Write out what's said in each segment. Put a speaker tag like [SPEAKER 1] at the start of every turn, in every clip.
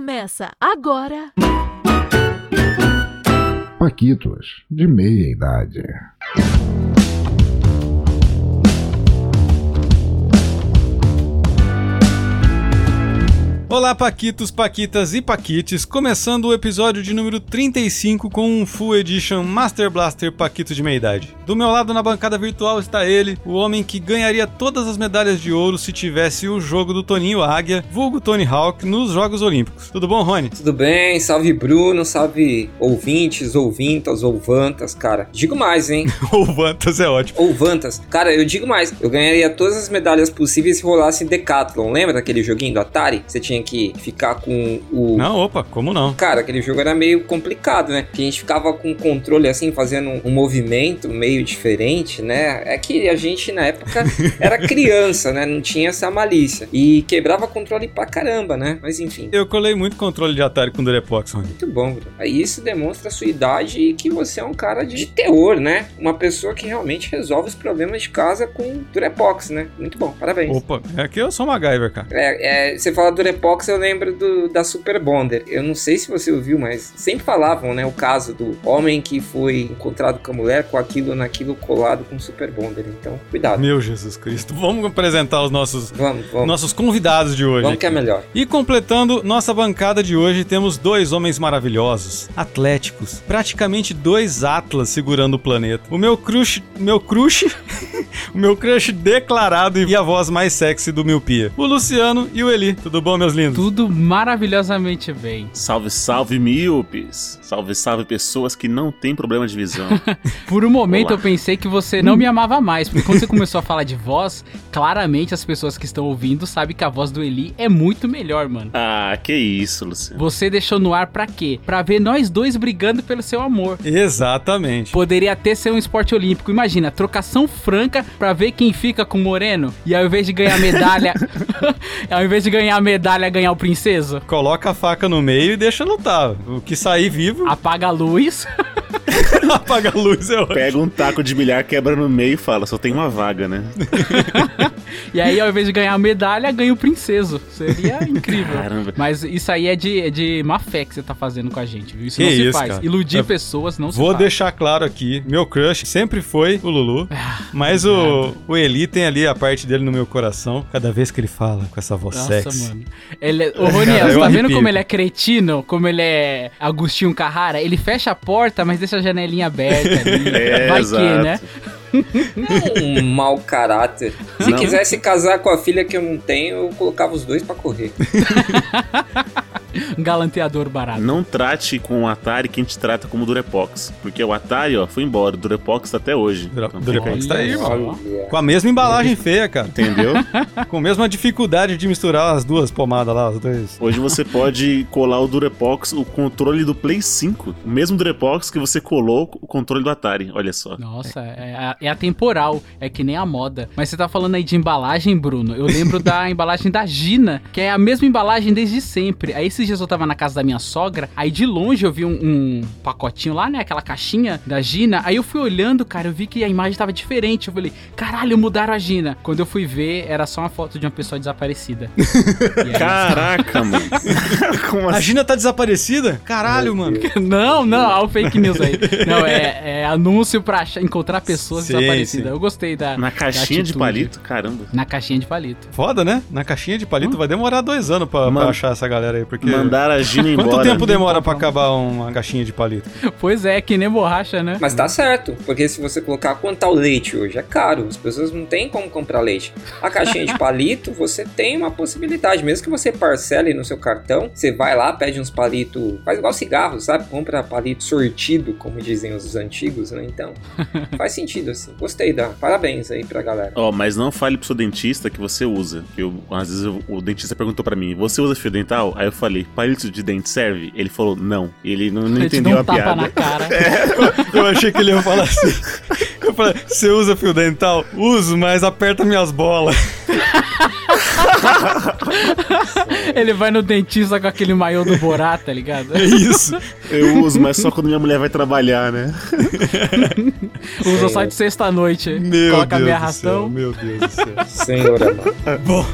[SPEAKER 1] Começa agora.
[SPEAKER 2] Paquitos, de meia idade.
[SPEAKER 3] Olá, Paquitos, Paquitas e Paquites, começando o episódio de número 35 com um Full Edition Master Blaster Paquito de Meia-Idade. Do meu lado na bancada virtual está ele, o homem que ganharia todas as medalhas de ouro se tivesse o jogo do Toninho Águia, vulgo Tony Hawk, nos Jogos Olímpicos. Tudo bom, Rony?
[SPEAKER 4] Tudo bem? Salve Bruno, salve ouvintes, ouvintas, ouvantas, cara. Digo mais, hein?
[SPEAKER 3] o Vantas é ótimo.
[SPEAKER 4] Ouvantas. Cara, eu digo mais. Eu ganharia todas as medalhas possíveis se rolasse Decathlon. Lembra daquele joguinho do Atari? Você tinha que ficar com o.
[SPEAKER 3] Não, opa, como não?
[SPEAKER 4] Cara, aquele jogo era meio complicado, né? Que a gente ficava com o controle assim, fazendo um movimento meio diferente, né? É que a gente na época era criança, né? Não tinha essa malícia. E quebrava controle pra caramba, né? Mas enfim.
[SPEAKER 3] Eu colei muito controle de Atari com Durepox, Rony.
[SPEAKER 4] Muito bom, Bruno. Aí Isso demonstra a sua idade e que você é um cara de teor, né? Uma pessoa que realmente resolve os problemas de casa com Durepox, né? Muito bom, parabéns.
[SPEAKER 3] Opa, é que eu sou MacGyver, cara.
[SPEAKER 4] É, é, você fala Durepox, eu lembro do, da Super Bonder. Eu não sei se você ouviu, mas sempre falavam, né? O caso do homem que foi encontrado com a mulher com aquilo naquilo colado com Super Bonder. Então, cuidado.
[SPEAKER 3] Meu Jesus Cristo. Vamos apresentar os nossos,
[SPEAKER 4] Vamos, vamos.
[SPEAKER 3] nossos convidados de hoje.
[SPEAKER 4] vamos que é melhor.
[SPEAKER 3] E completando nossa bancada de hoje, temos dois homens maravilhosos, atléticos, praticamente dois atlas segurando o planeta. O meu crush, meu crush, o meu crush declarado e a voz mais sexy do Miopia. O Luciano e o Eli. Tudo bom, meus lindos?
[SPEAKER 5] Tudo maravilhosamente bem.
[SPEAKER 6] Salve, salve, míopes! Salve, salve, pessoas que não têm problema de visão.
[SPEAKER 5] Por um momento
[SPEAKER 6] Olá.
[SPEAKER 5] eu pensei que você não me amava mais, porque quando você começou a falar de voz, claramente as pessoas que estão ouvindo sabem que a voz do Eli é muito melhor, mano.
[SPEAKER 6] ah, que isso, Luciano.
[SPEAKER 5] Você deixou no ar pra quê? Pra ver nós dois brigando pelo seu amor.
[SPEAKER 3] Exatamente.
[SPEAKER 5] Poderia até ser um esporte olímpico. Imagina, trocação franca pra ver quem fica com o Moreno. E ao invés de ganhar medalha. ao invés de ganhar medalha, ganhar o princeso.
[SPEAKER 3] Coloca a faca no meio e deixa lutar. O que sair vivo,
[SPEAKER 5] Apaga a luz.
[SPEAKER 3] apaga a luz. É ótimo.
[SPEAKER 6] Pega um taco de milhar, quebra no meio e fala, só tem uma vaga, né?
[SPEAKER 5] E aí, ao invés de ganhar medalha, ganha o princeso. Seria incrível.
[SPEAKER 6] Caramba.
[SPEAKER 5] Mas isso aí é de, é de má fé que você tá fazendo com a gente, viu? Isso
[SPEAKER 3] Que
[SPEAKER 5] não se
[SPEAKER 3] isso,
[SPEAKER 5] faz.
[SPEAKER 3] cara.
[SPEAKER 5] Iludir
[SPEAKER 3] Eu
[SPEAKER 5] pessoas não se
[SPEAKER 3] Vou
[SPEAKER 5] faz.
[SPEAKER 3] deixar claro aqui, meu crush sempre foi o Lulu,
[SPEAKER 5] Ah,
[SPEAKER 3] mas o, o Eli tem ali a parte dele no meu coração, cada vez que ele fala com essa voz
[SPEAKER 5] Nossa,
[SPEAKER 3] sexy.
[SPEAKER 5] mano. Ele é... Ô, Roniel,
[SPEAKER 3] Cara,
[SPEAKER 5] você
[SPEAKER 3] eu
[SPEAKER 5] tá vendo
[SPEAKER 3] arrepio.
[SPEAKER 5] como ele é cretino? Como ele é Agostinho Carrara? Ele fecha a porta, mas deixa a janelinha aberta ali.
[SPEAKER 6] É,
[SPEAKER 5] Vai que,
[SPEAKER 6] exato.
[SPEAKER 5] né?
[SPEAKER 4] Um mau caráter. Se
[SPEAKER 6] Não.
[SPEAKER 4] quisesse casar com a filha que eu não tenho, eu colocava os dois pra correr.
[SPEAKER 5] Um galanteador barato.
[SPEAKER 6] Não trate com o Atari quem te trata como Durepox. Porque o Atari, ó, foi embora. O Durepox tá até hoje.
[SPEAKER 3] Dura-
[SPEAKER 6] Então,
[SPEAKER 3] Durepox tá aí,
[SPEAKER 5] Olha
[SPEAKER 3] mano.
[SPEAKER 5] só.
[SPEAKER 3] Com a mesma embalagem feia, cara.
[SPEAKER 6] Entendeu?
[SPEAKER 3] Com a mesma dificuldade de misturar as duas pomadas lá, os dois.
[SPEAKER 6] Hoje você pode colar o Durepox, o controle do Play 5. O mesmo Durepox que você colou o controle do Atari. Olha só.
[SPEAKER 5] Nossa, é, a- é atemporal, é que nem a moda. Mas você tá falando aí de embalagem, Bruno. Eu lembro da embalagem da Gina, que é a mesma embalagem desde sempre. Aí esses dias eu tava na casa da minha sogra, aí de longe eu vi um, um pacotinho lá, né? Aquela caixinha da Gina. Aí eu fui olhando, cara, eu vi que a imagem tava diferente. Eu falei, caralho, mudaram a Gina. Quando eu fui ver, era só uma foto de uma pessoa desaparecida. E aí-
[SPEAKER 6] Caraca, mano. Como
[SPEAKER 3] A
[SPEAKER 6] assim?
[SPEAKER 3] Gina tá desaparecida? Caralho,
[SPEAKER 4] Meu
[SPEAKER 3] mano.
[SPEAKER 4] Deus.
[SPEAKER 5] Não, não, olha o fake news aí. Não, é, é anúncio pra achar- encontrar pessoas
[SPEAKER 3] Sim,
[SPEAKER 5] desaparecidas.
[SPEAKER 3] sim.
[SPEAKER 5] Eu gostei da.
[SPEAKER 6] Na caixinha de
[SPEAKER 5] atitude.
[SPEAKER 6] palito? Caramba.
[SPEAKER 5] Na caixinha de palito.
[SPEAKER 3] Foda, né? Na caixinha de palito
[SPEAKER 5] Hum?
[SPEAKER 3] vai demorar dois anos pra, pra
[SPEAKER 6] Mano-
[SPEAKER 3] achar essa galera aí, porque...
[SPEAKER 6] Mandaram a Gina embora.
[SPEAKER 3] Quanto
[SPEAKER 4] né?
[SPEAKER 3] tempo demora pra acabar uma caixinha de palito?
[SPEAKER 5] Pois é, que nem borracha, né?
[SPEAKER 4] Mas tá certo, porque se você colocar quanto tá o leite hoje, é caro. As pessoas não têm como comprar leite. A caixinha de palito, você tem uma possibilidade. Mesmo que você parcele no seu cartão, você vai lá, pede uns palitos, faz igual cigarro, sabe? Compra palito sortido, como dizem os antigos, né? Então, faz sentido assim. Gostei, Dan. Parabéns aí pra galera.
[SPEAKER 6] Ó, mas não fale pro seu dentista que você usa. Que eu, às vezes eu- o dentista perguntou pra mim, você usa fio dental? Aí eu falei, palito de dente serve? Ele falou, não. Ele não, não
[SPEAKER 5] Ele te
[SPEAKER 6] entendeu
[SPEAKER 5] dá um
[SPEAKER 6] a
[SPEAKER 5] tapa
[SPEAKER 6] piada.
[SPEAKER 5] na cara.
[SPEAKER 3] É. Eu achei que ele ia falar assim. Eu falei, você usa fio dental? Uso, mas aperta minhas bolas.
[SPEAKER 5] Ele vai no dentista com aquele maiô do Borá, tá ligado?
[SPEAKER 3] É isso.
[SPEAKER 6] Eu uso, mas só quando minha mulher vai trabalhar, né?
[SPEAKER 5] Usa só de sexta-noite.
[SPEAKER 3] Meu
[SPEAKER 5] Coloca
[SPEAKER 3] Deus
[SPEAKER 5] meia
[SPEAKER 3] do céu,
[SPEAKER 5] ração.
[SPEAKER 3] meu Deus do céu.
[SPEAKER 4] Senhora, mano.
[SPEAKER 3] Bom,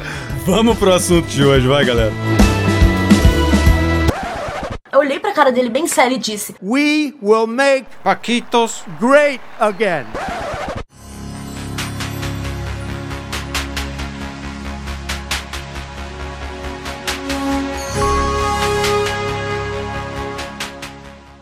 [SPEAKER 3] vamos pro assunto de hoje, vai, galera.
[SPEAKER 7] olhei pra cara dele bem sério e disse:
[SPEAKER 8] We will make
[SPEAKER 3] Paquitos.
[SPEAKER 8] great again.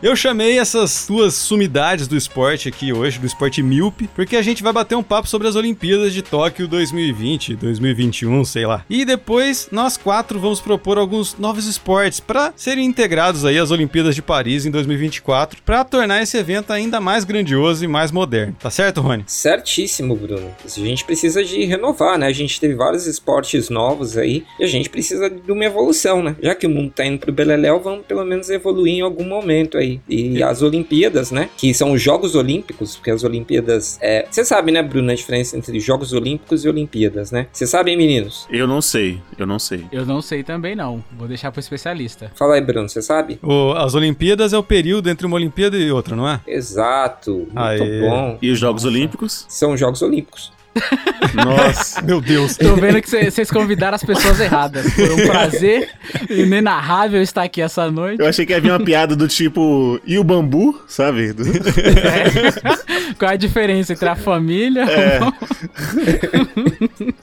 [SPEAKER 3] Eu chamei essas duas sumidades do esporte aqui hoje, do esporte míope, porque a gente vai bater um papo sobre as Olimpíadas de Tóquio 2020, 2021, sei lá. E depois nós quatro vamos propor alguns novos esportes para serem integrados aí às Olimpíadas de Paris em 2024, para tornar esse evento ainda mais grandioso e mais moderno. Tá certo, Rony?
[SPEAKER 4] Certíssimo, Bruno. A gente precisa de renovar, né? A gente teve vários esportes novos aí e a gente precisa de uma evolução, né? Já que o mundo tá indo pro Beleléu, vamos pelo menos evoluir em algum momento aí. E as Olimpíadas, né? Que são os Jogos Olímpicos, porque as Olimpíadas é. Você sabe, né, Bruno, a diferença entre Jogos Olímpicos e Olimpíadas, né? Vocês sabem, meninos?
[SPEAKER 6] Eu não sei, eu não sei.
[SPEAKER 5] Eu não sei também, não. Vou deixar pro especialista.
[SPEAKER 4] Fala aí, Bruno, você sabe?
[SPEAKER 3] O- as Olimpíadas é o período entre uma Olimpíada e outra, não é?
[SPEAKER 4] Exato, muito
[SPEAKER 3] Aê.
[SPEAKER 4] bom.
[SPEAKER 6] E os Jogos Olímpicos?
[SPEAKER 4] São os Jogos Olímpicos.
[SPEAKER 6] Nossa.
[SPEAKER 3] Meu Deus.
[SPEAKER 5] Tô vendo que vocês convidaram as pessoas erradas. Foi um prazer inenarrável estar aqui essa noite.
[SPEAKER 6] Eu achei que ia vir uma piada do tipo, e o bambu, sabe?
[SPEAKER 5] Qual é a diferença entre a família?
[SPEAKER 3] É.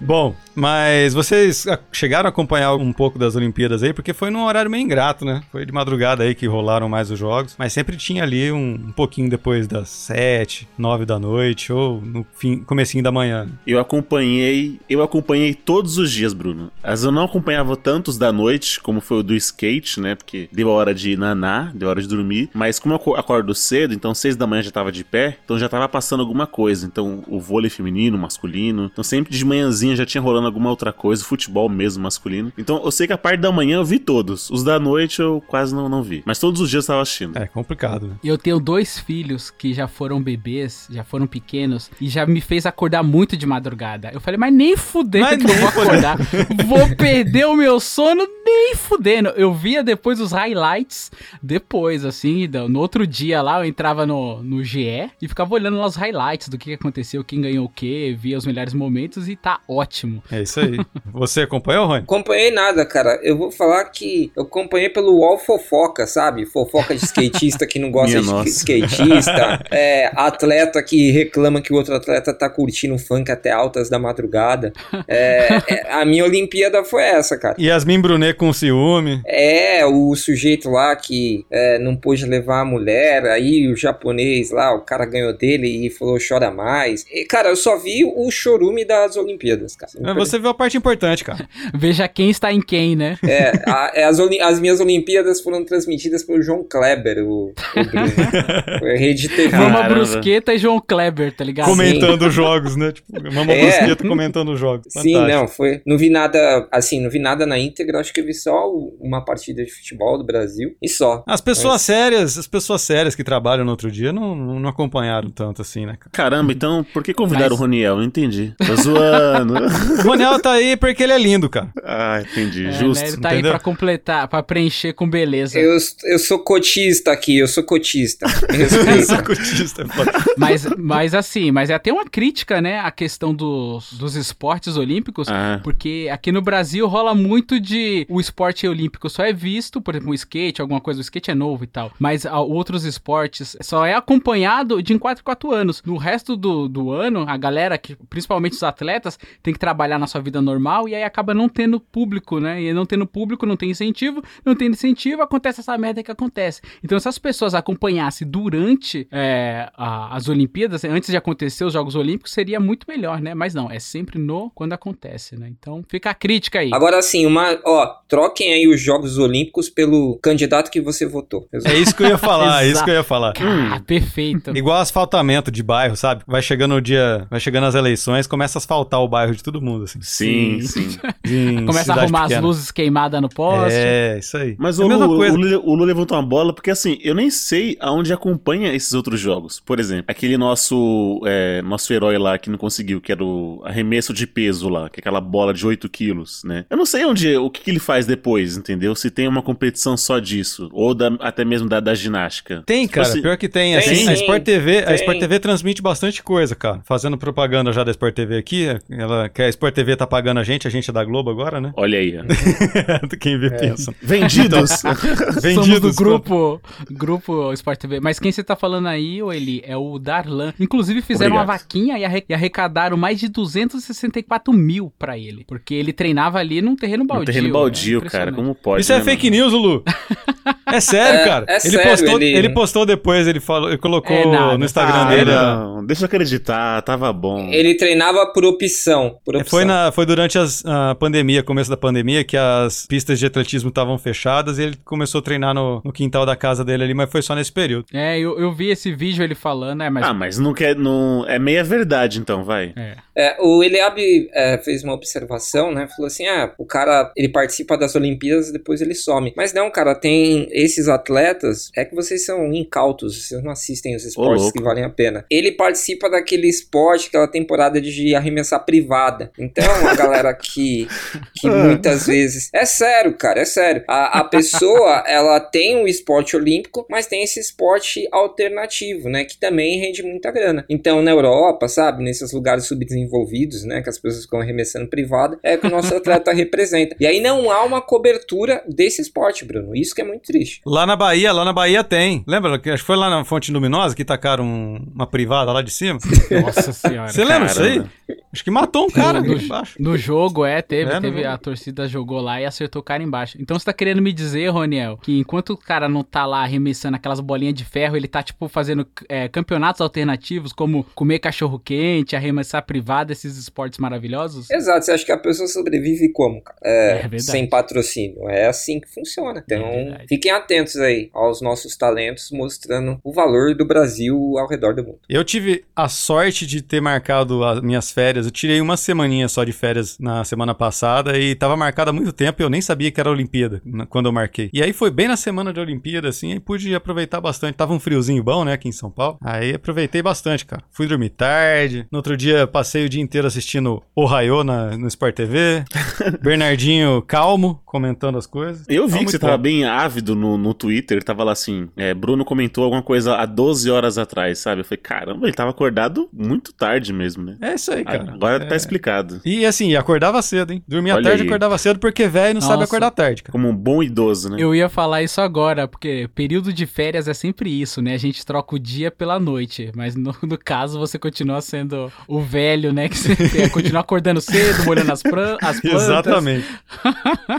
[SPEAKER 3] Bom, mas vocês a- chegaram a acompanhar um pouco das Olimpíadas aí, porque foi num horário meio ingrato, né? Foi de madrugada aí que rolaram mais os jogos, mas sempre tinha ali um, um pouquinho depois das sete, nove da noite ou no fim, comecinho da manhã.
[SPEAKER 6] Eu acompanhei, eu acompanhei todos os dias, Bruno. Mas eu não acompanhava tantos da noite, como foi o do skate, né? Porque deu a hora de naná, deu a hora de dormir. Mas como eu aco- acordo cedo, então seis da manhã já tava de pé, então já tava passando alguma coisa. Então o vôlei feminino, masculino. Então sempre de manhãzinha já tinha rolando alguma outra coisa, futebol mesmo, masculino. Então eu sei que a parte da manhã eu vi todos. Os da noite eu quase não, não vi. Mas todos os dias eu tava assistindo.
[SPEAKER 3] É complicado, né?
[SPEAKER 5] E Eu tenho dois filhos que já foram bebês, já foram pequenos, e já me fez acordar muito de madrugada. Eu falei, mas nem fudendo
[SPEAKER 3] Mas
[SPEAKER 5] que eu
[SPEAKER 3] nem
[SPEAKER 5] vou acordar. vou perder o meu sono, nem fudendo. Eu via depois os highlights, depois, assim, da- no outro dia lá, eu entrava no, no GE e ficava olhando lá os highlights do que aconteceu, quem ganhou o quê, via os melhores momentos e tá ótimo.
[SPEAKER 3] É isso aí. Você acompanhou, Rony?
[SPEAKER 4] Acompanhei nada, cara. Eu vou falar que eu acompanhei pelo UOL fofoca, sabe? Fofoca de skatista que não gosta
[SPEAKER 6] Minha
[SPEAKER 4] de
[SPEAKER 6] nossa.
[SPEAKER 4] skatista. É, atleta que reclama que o outro atleta tá curtindo funk até altas da madrugada. É, é, a minha Olimpíada foi essa, cara.
[SPEAKER 3] Yasmin Brunet com ciúme.
[SPEAKER 4] É, o sujeito lá que é, não pôde levar a mulher, aí o japonês lá, o cara ganhou dele e falou chora mais. E, cara, eu só vi o chorume das Olimpíadas, cara.
[SPEAKER 6] É
[SPEAKER 3] Mas Ah, Você viu a parte importante, cara.
[SPEAKER 5] Veja quem está em quem, né?
[SPEAKER 4] É, a- é, as, Oli- as minhas Olimpíadas foram transmitidas pelo João Kleber, o, o Bruno. Foi rede TV.
[SPEAKER 6] Caramba. é
[SPEAKER 5] Mama Brusqueta e João Kleber, tá ligado?
[SPEAKER 3] Comentando os jogos, né? Tipo, Mama
[SPEAKER 4] Ah, É.
[SPEAKER 3] Brusqueta comentando os jogos.
[SPEAKER 4] Sim,
[SPEAKER 3] Fantástico.
[SPEAKER 4] não, foi. Não vi nada, assim, não vi nada na íntegra, acho que eu vi só o- uma partida de futebol do Brasil e só.
[SPEAKER 3] As pessoas
[SPEAKER 4] Mas-
[SPEAKER 3] sérias, as pessoas sérias que trabalham no outro dia não, não acompanharam tanto assim, né, cara?
[SPEAKER 6] Caramba, então por que convidaram
[SPEAKER 5] Mas-
[SPEAKER 6] o Roniel? Não entendi. Tô zoando.
[SPEAKER 3] O Ronel tá aí porque ele é lindo, cara.
[SPEAKER 6] ah, entendi.
[SPEAKER 5] É, né?
[SPEAKER 6] Justo.
[SPEAKER 5] Ele tá
[SPEAKER 3] entendeu?
[SPEAKER 5] aí pra completar, pra preencher com beleza.
[SPEAKER 4] Eu, eu sou cotista aqui, eu sou cotista. Me
[SPEAKER 3] Eu
[SPEAKER 4] respeita.
[SPEAKER 3] sou cotista, é foda.
[SPEAKER 5] Mas, mas assim, mas é até uma crítica, né, a questão dos, dos esportes olímpicos.
[SPEAKER 6] Ah,
[SPEAKER 5] Porque aqui no Brasil rola muito de o esporte olímpico só é visto, por exemplo, o skate, alguma coisa, o skate é novo e tal, mas ah, outros esportes só é acompanhado de em 4 em 4 anos. No resto do, do ano, a galera, que, principalmente os atletas, tem que trabalhar na sua vida normal e aí acaba não tendo público, né? E não tendo público, não tem incentivo, não tem incentivo, acontece essa merda que acontece. Então, se as pessoas acompanhassem durante é, a- as Olimpíadas, antes de acontecer os Jogos Olímpicos, seria muito melhor, né? Mas não, é sempre no quando acontece, né? Então, fica a crítica aí.
[SPEAKER 4] Agora sim, uma, ó, troquem aí os Jogos Olímpicos pelo candidato que você votou.
[SPEAKER 3] É isso que eu ia falar, é isso que eu ia falar.
[SPEAKER 5] Ah, perfeito.
[SPEAKER 3] Igual asfaltamento de bairro, sabe? Vai chegando o dia, vai chegando as eleições, começa a asfaltar o bairro de todo mundo, assim.
[SPEAKER 6] sim, sim.
[SPEAKER 3] Em
[SPEAKER 5] Começa a
[SPEAKER 3] cidade
[SPEAKER 5] arrumar as
[SPEAKER 3] pequena.
[SPEAKER 5] luzes queimadas no poste.
[SPEAKER 3] É, isso aí.
[SPEAKER 6] Mas
[SPEAKER 3] é
[SPEAKER 6] o,
[SPEAKER 3] a mesma
[SPEAKER 6] Lu-
[SPEAKER 3] coisa.
[SPEAKER 6] o Lu, o Lu levantou uma bola, porque assim, eu nem sei aonde acompanha esses outros jogos. Por exemplo, aquele nosso é, nosso herói lá que não conseguiu, que era o arremesso de peso lá, que é aquela bola de 8 quilos, né? Eu não sei onde, o que, que ele faz depois, entendeu? Se tem uma competição só disso, ou da- até mesmo da, da ginástica. Tipo
[SPEAKER 3] Tem, cara,
[SPEAKER 6] fosse-
[SPEAKER 3] pior que tem.
[SPEAKER 4] Tem,
[SPEAKER 3] assim, a
[SPEAKER 4] sim,
[SPEAKER 3] Sport TV, a
[SPEAKER 4] tem.
[SPEAKER 3] Sport TV transmite bastante coisa, cara. Fazendo propaganda já da Sport TV aqui, ela que a Sport TV tá pagando a gente, a gente é da Globo agora, né?
[SPEAKER 6] Olha aí. ó.
[SPEAKER 3] Quem
[SPEAKER 5] É.
[SPEAKER 3] vê pensa.
[SPEAKER 6] Vendidos!
[SPEAKER 3] Vendidos
[SPEAKER 5] Somos do grupo, grupo Sport TV. Mas quem você tá falando aí, ô Eli, é o Darlan. Inclusive fizeram uma
[SPEAKER 6] Obrigado.
[SPEAKER 5] vaquinha e arre- e arrecadaram mais de 264 mil pra ele. Porque ele treinava ali num terreno baldio.
[SPEAKER 6] Um terreno
[SPEAKER 3] é
[SPEAKER 5] né?
[SPEAKER 6] baldio, cara.
[SPEAKER 5] Impressionante.
[SPEAKER 6] Como pode?
[SPEAKER 3] Isso é
[SPEAKER 6] né,
[SPEAKER 3] fake news, Lu. É sério,
[SPEAKER 4] É-
[SPEAKER 3] cara.
[SPEAKER 4] é
[SPEAKER 3] ele,
[SPEAKER 4] sério,
[SPEAKER 3] postou, ele...
[SPEAKER 4] ele-
[SPEAKER 3] postou depois, ele, falou, ele colocou
[SPEAKER 5] É nada,
[SPEAKER 3] no Instagram
[SPEAKER 5] tá.
[SPEAKER 6] mano?
[SPEAKER 3] né, dele.
[SPEAKER 6] Ah, não, deixa eu acreditar, tava bom.
[SPEAKER 4] Ele treinava por opção. Por opção.
[SPEAKER 3] É, Foi, na, foi durante as- a pandemia, começo da pandemia, que as pistas de atletismo estavam fechadas e ele começou a treinar no, no quintal da casa dele ali, mas foi só nesse período.
[SPEAKER 5] É, eu, eu vi esse vídeo ele falando, é, mas.
[SPEAKER 6] Ah, mas não quer. Não... É meia verdade, então, vai.
[SPEAKER 5] É.
[SPEAKER 4] É, o Eliab é, fez uma observação, né? Falou assim: ah, o cara ele participa das Olimpíadas e depois ele some. Mas não, cara, tem esses atletas. É que vocês são incautos, vocês não assistem os esportes
[SPEAKER 6] louco.
[SPEAKER 4] que valem a pena. Ele participa daquele esporte, aquela temporada de arremessar privada. Então, a galera que, que muitas vezes. É sério, cara, é sério. A, a pessoa, ela tem o esporte olímpico, mas tem esse esporte alternativo, né? Que também rende muita grana. Então, na Europa, sabe? Nesses lugares subdesenvolvidos, né? Que as pessoas ficam arremessando privada, é que o nosso atleta representa. E aí não há uma cobertura desse esporte, Bruno. Isso que é muito triste.
[SPEAKER 3] Lá na Bahia, lá na Bahia tem. Lembra? que Acho que foi lá na Fonte Luminosa que tacaram um- uma privada lá de cima.
[SPEAKER 5] Nossa senhora.
[SPEAKER 3] Você lembra disso aí?
[SPEAKER 6] Caramba.
[SPEAKER 3] Acho que matou um cara
[SPEAKER 5] No-
[SPEAKER 3] ali
[SPEAKER 5] no-
[SPEAKER 3] embaixo.
[SPEAKER 5] No jogo, é, teve,
[SPEAKER 3] É, no
[SPEAKER 5] teve
[SPEAKER 3] jogo.
[SPEAKER 5] a torcida jogou lá e acertou o cara embaixo. Então você tá querendo me dizer, Roniel, que enquanto o cara não tá lá arremessando aquelas bolinhas de ferro, ele tá, tipo, fazendo é, campeonatos alternativos, como comer cachorro quente, arremessar privado, esses esportes maravilhosos?
[SPEAKER 3] É.
[SPEAKER 4] Exato, você acha que a pessoa sobrevive como, cara?
[SPEAKER 5] É verdade.
[SPEAKER 4] sem patrocínio. É assim que funciona. Então,
[SPEAKER 5] É verdade.
[SPEAKER 4] fiquem atentos aí aos nossos talentos mostrando o valor do Brasil ao redor do mundo.
[SPEAKER 3] Eu tive a sorte de ter marcado as minhas férias. Eu tirei uma semaninha só de férias na semana passada e tava marcada há muito tempo e eu nem sabia que era a Olimpíada na- quando eu marquei. E aí foi bem na semana de Olimpíada, assim, e pude aproveitar bastante. Tava um friozinho bom, né, aqui em São Paulo. Aí aproveitei bastante, cara. Fui dormir tarde. No outro dia passei o dia inteiro assistindo O Raio na no Sport TV. Bernardinho calmo, comentando as coisas.
[SPEAKER 6] Eu vi
[SPEAKER 3] Tava
[SPEAKER 6] que você
[SPEAKER 3] muito
[SPEAKER 6] tava
[SPEAKER 3] bom.
[SPEAKER 6] bem ávido no, no Twitter, tava lá assim, é, Bruno comentou alguma coisa há 12 horas atrás, sabe? Eu falei, caramba, ele tava acordado muito tarde mesmo, né?
[SPEAKER 3] É isso aí, cara.
[SPEAKER 6] Agora
[SPEAKER 3] É.
[SPEAKER 6] tá explicado.
[SPEAKER 3] E assim, acordava cedo, hein? Dormia
[SPEAKER 6] Olha
[SPEAKER 3] tarde e
[SPEAKER 6] aí.
[SPEAKER 3] acordava cedo porque velho não sabe
[SPEAKER 5] Nossa.
[SPEAKER 3] acordar tarde, cara.
[SPEAKER 6] Como um bom idoso, né?
[SPEAKER 5] Eu ia falar isso agora, porque período de férias é sempre isso, né? A gente troca o dia pela noite, mas no, no caso você continua sendo o velho, né? Que você é, continua acordando cedo, molhando as, pran- as plantas,
[SPEAKER 3] Exatamente.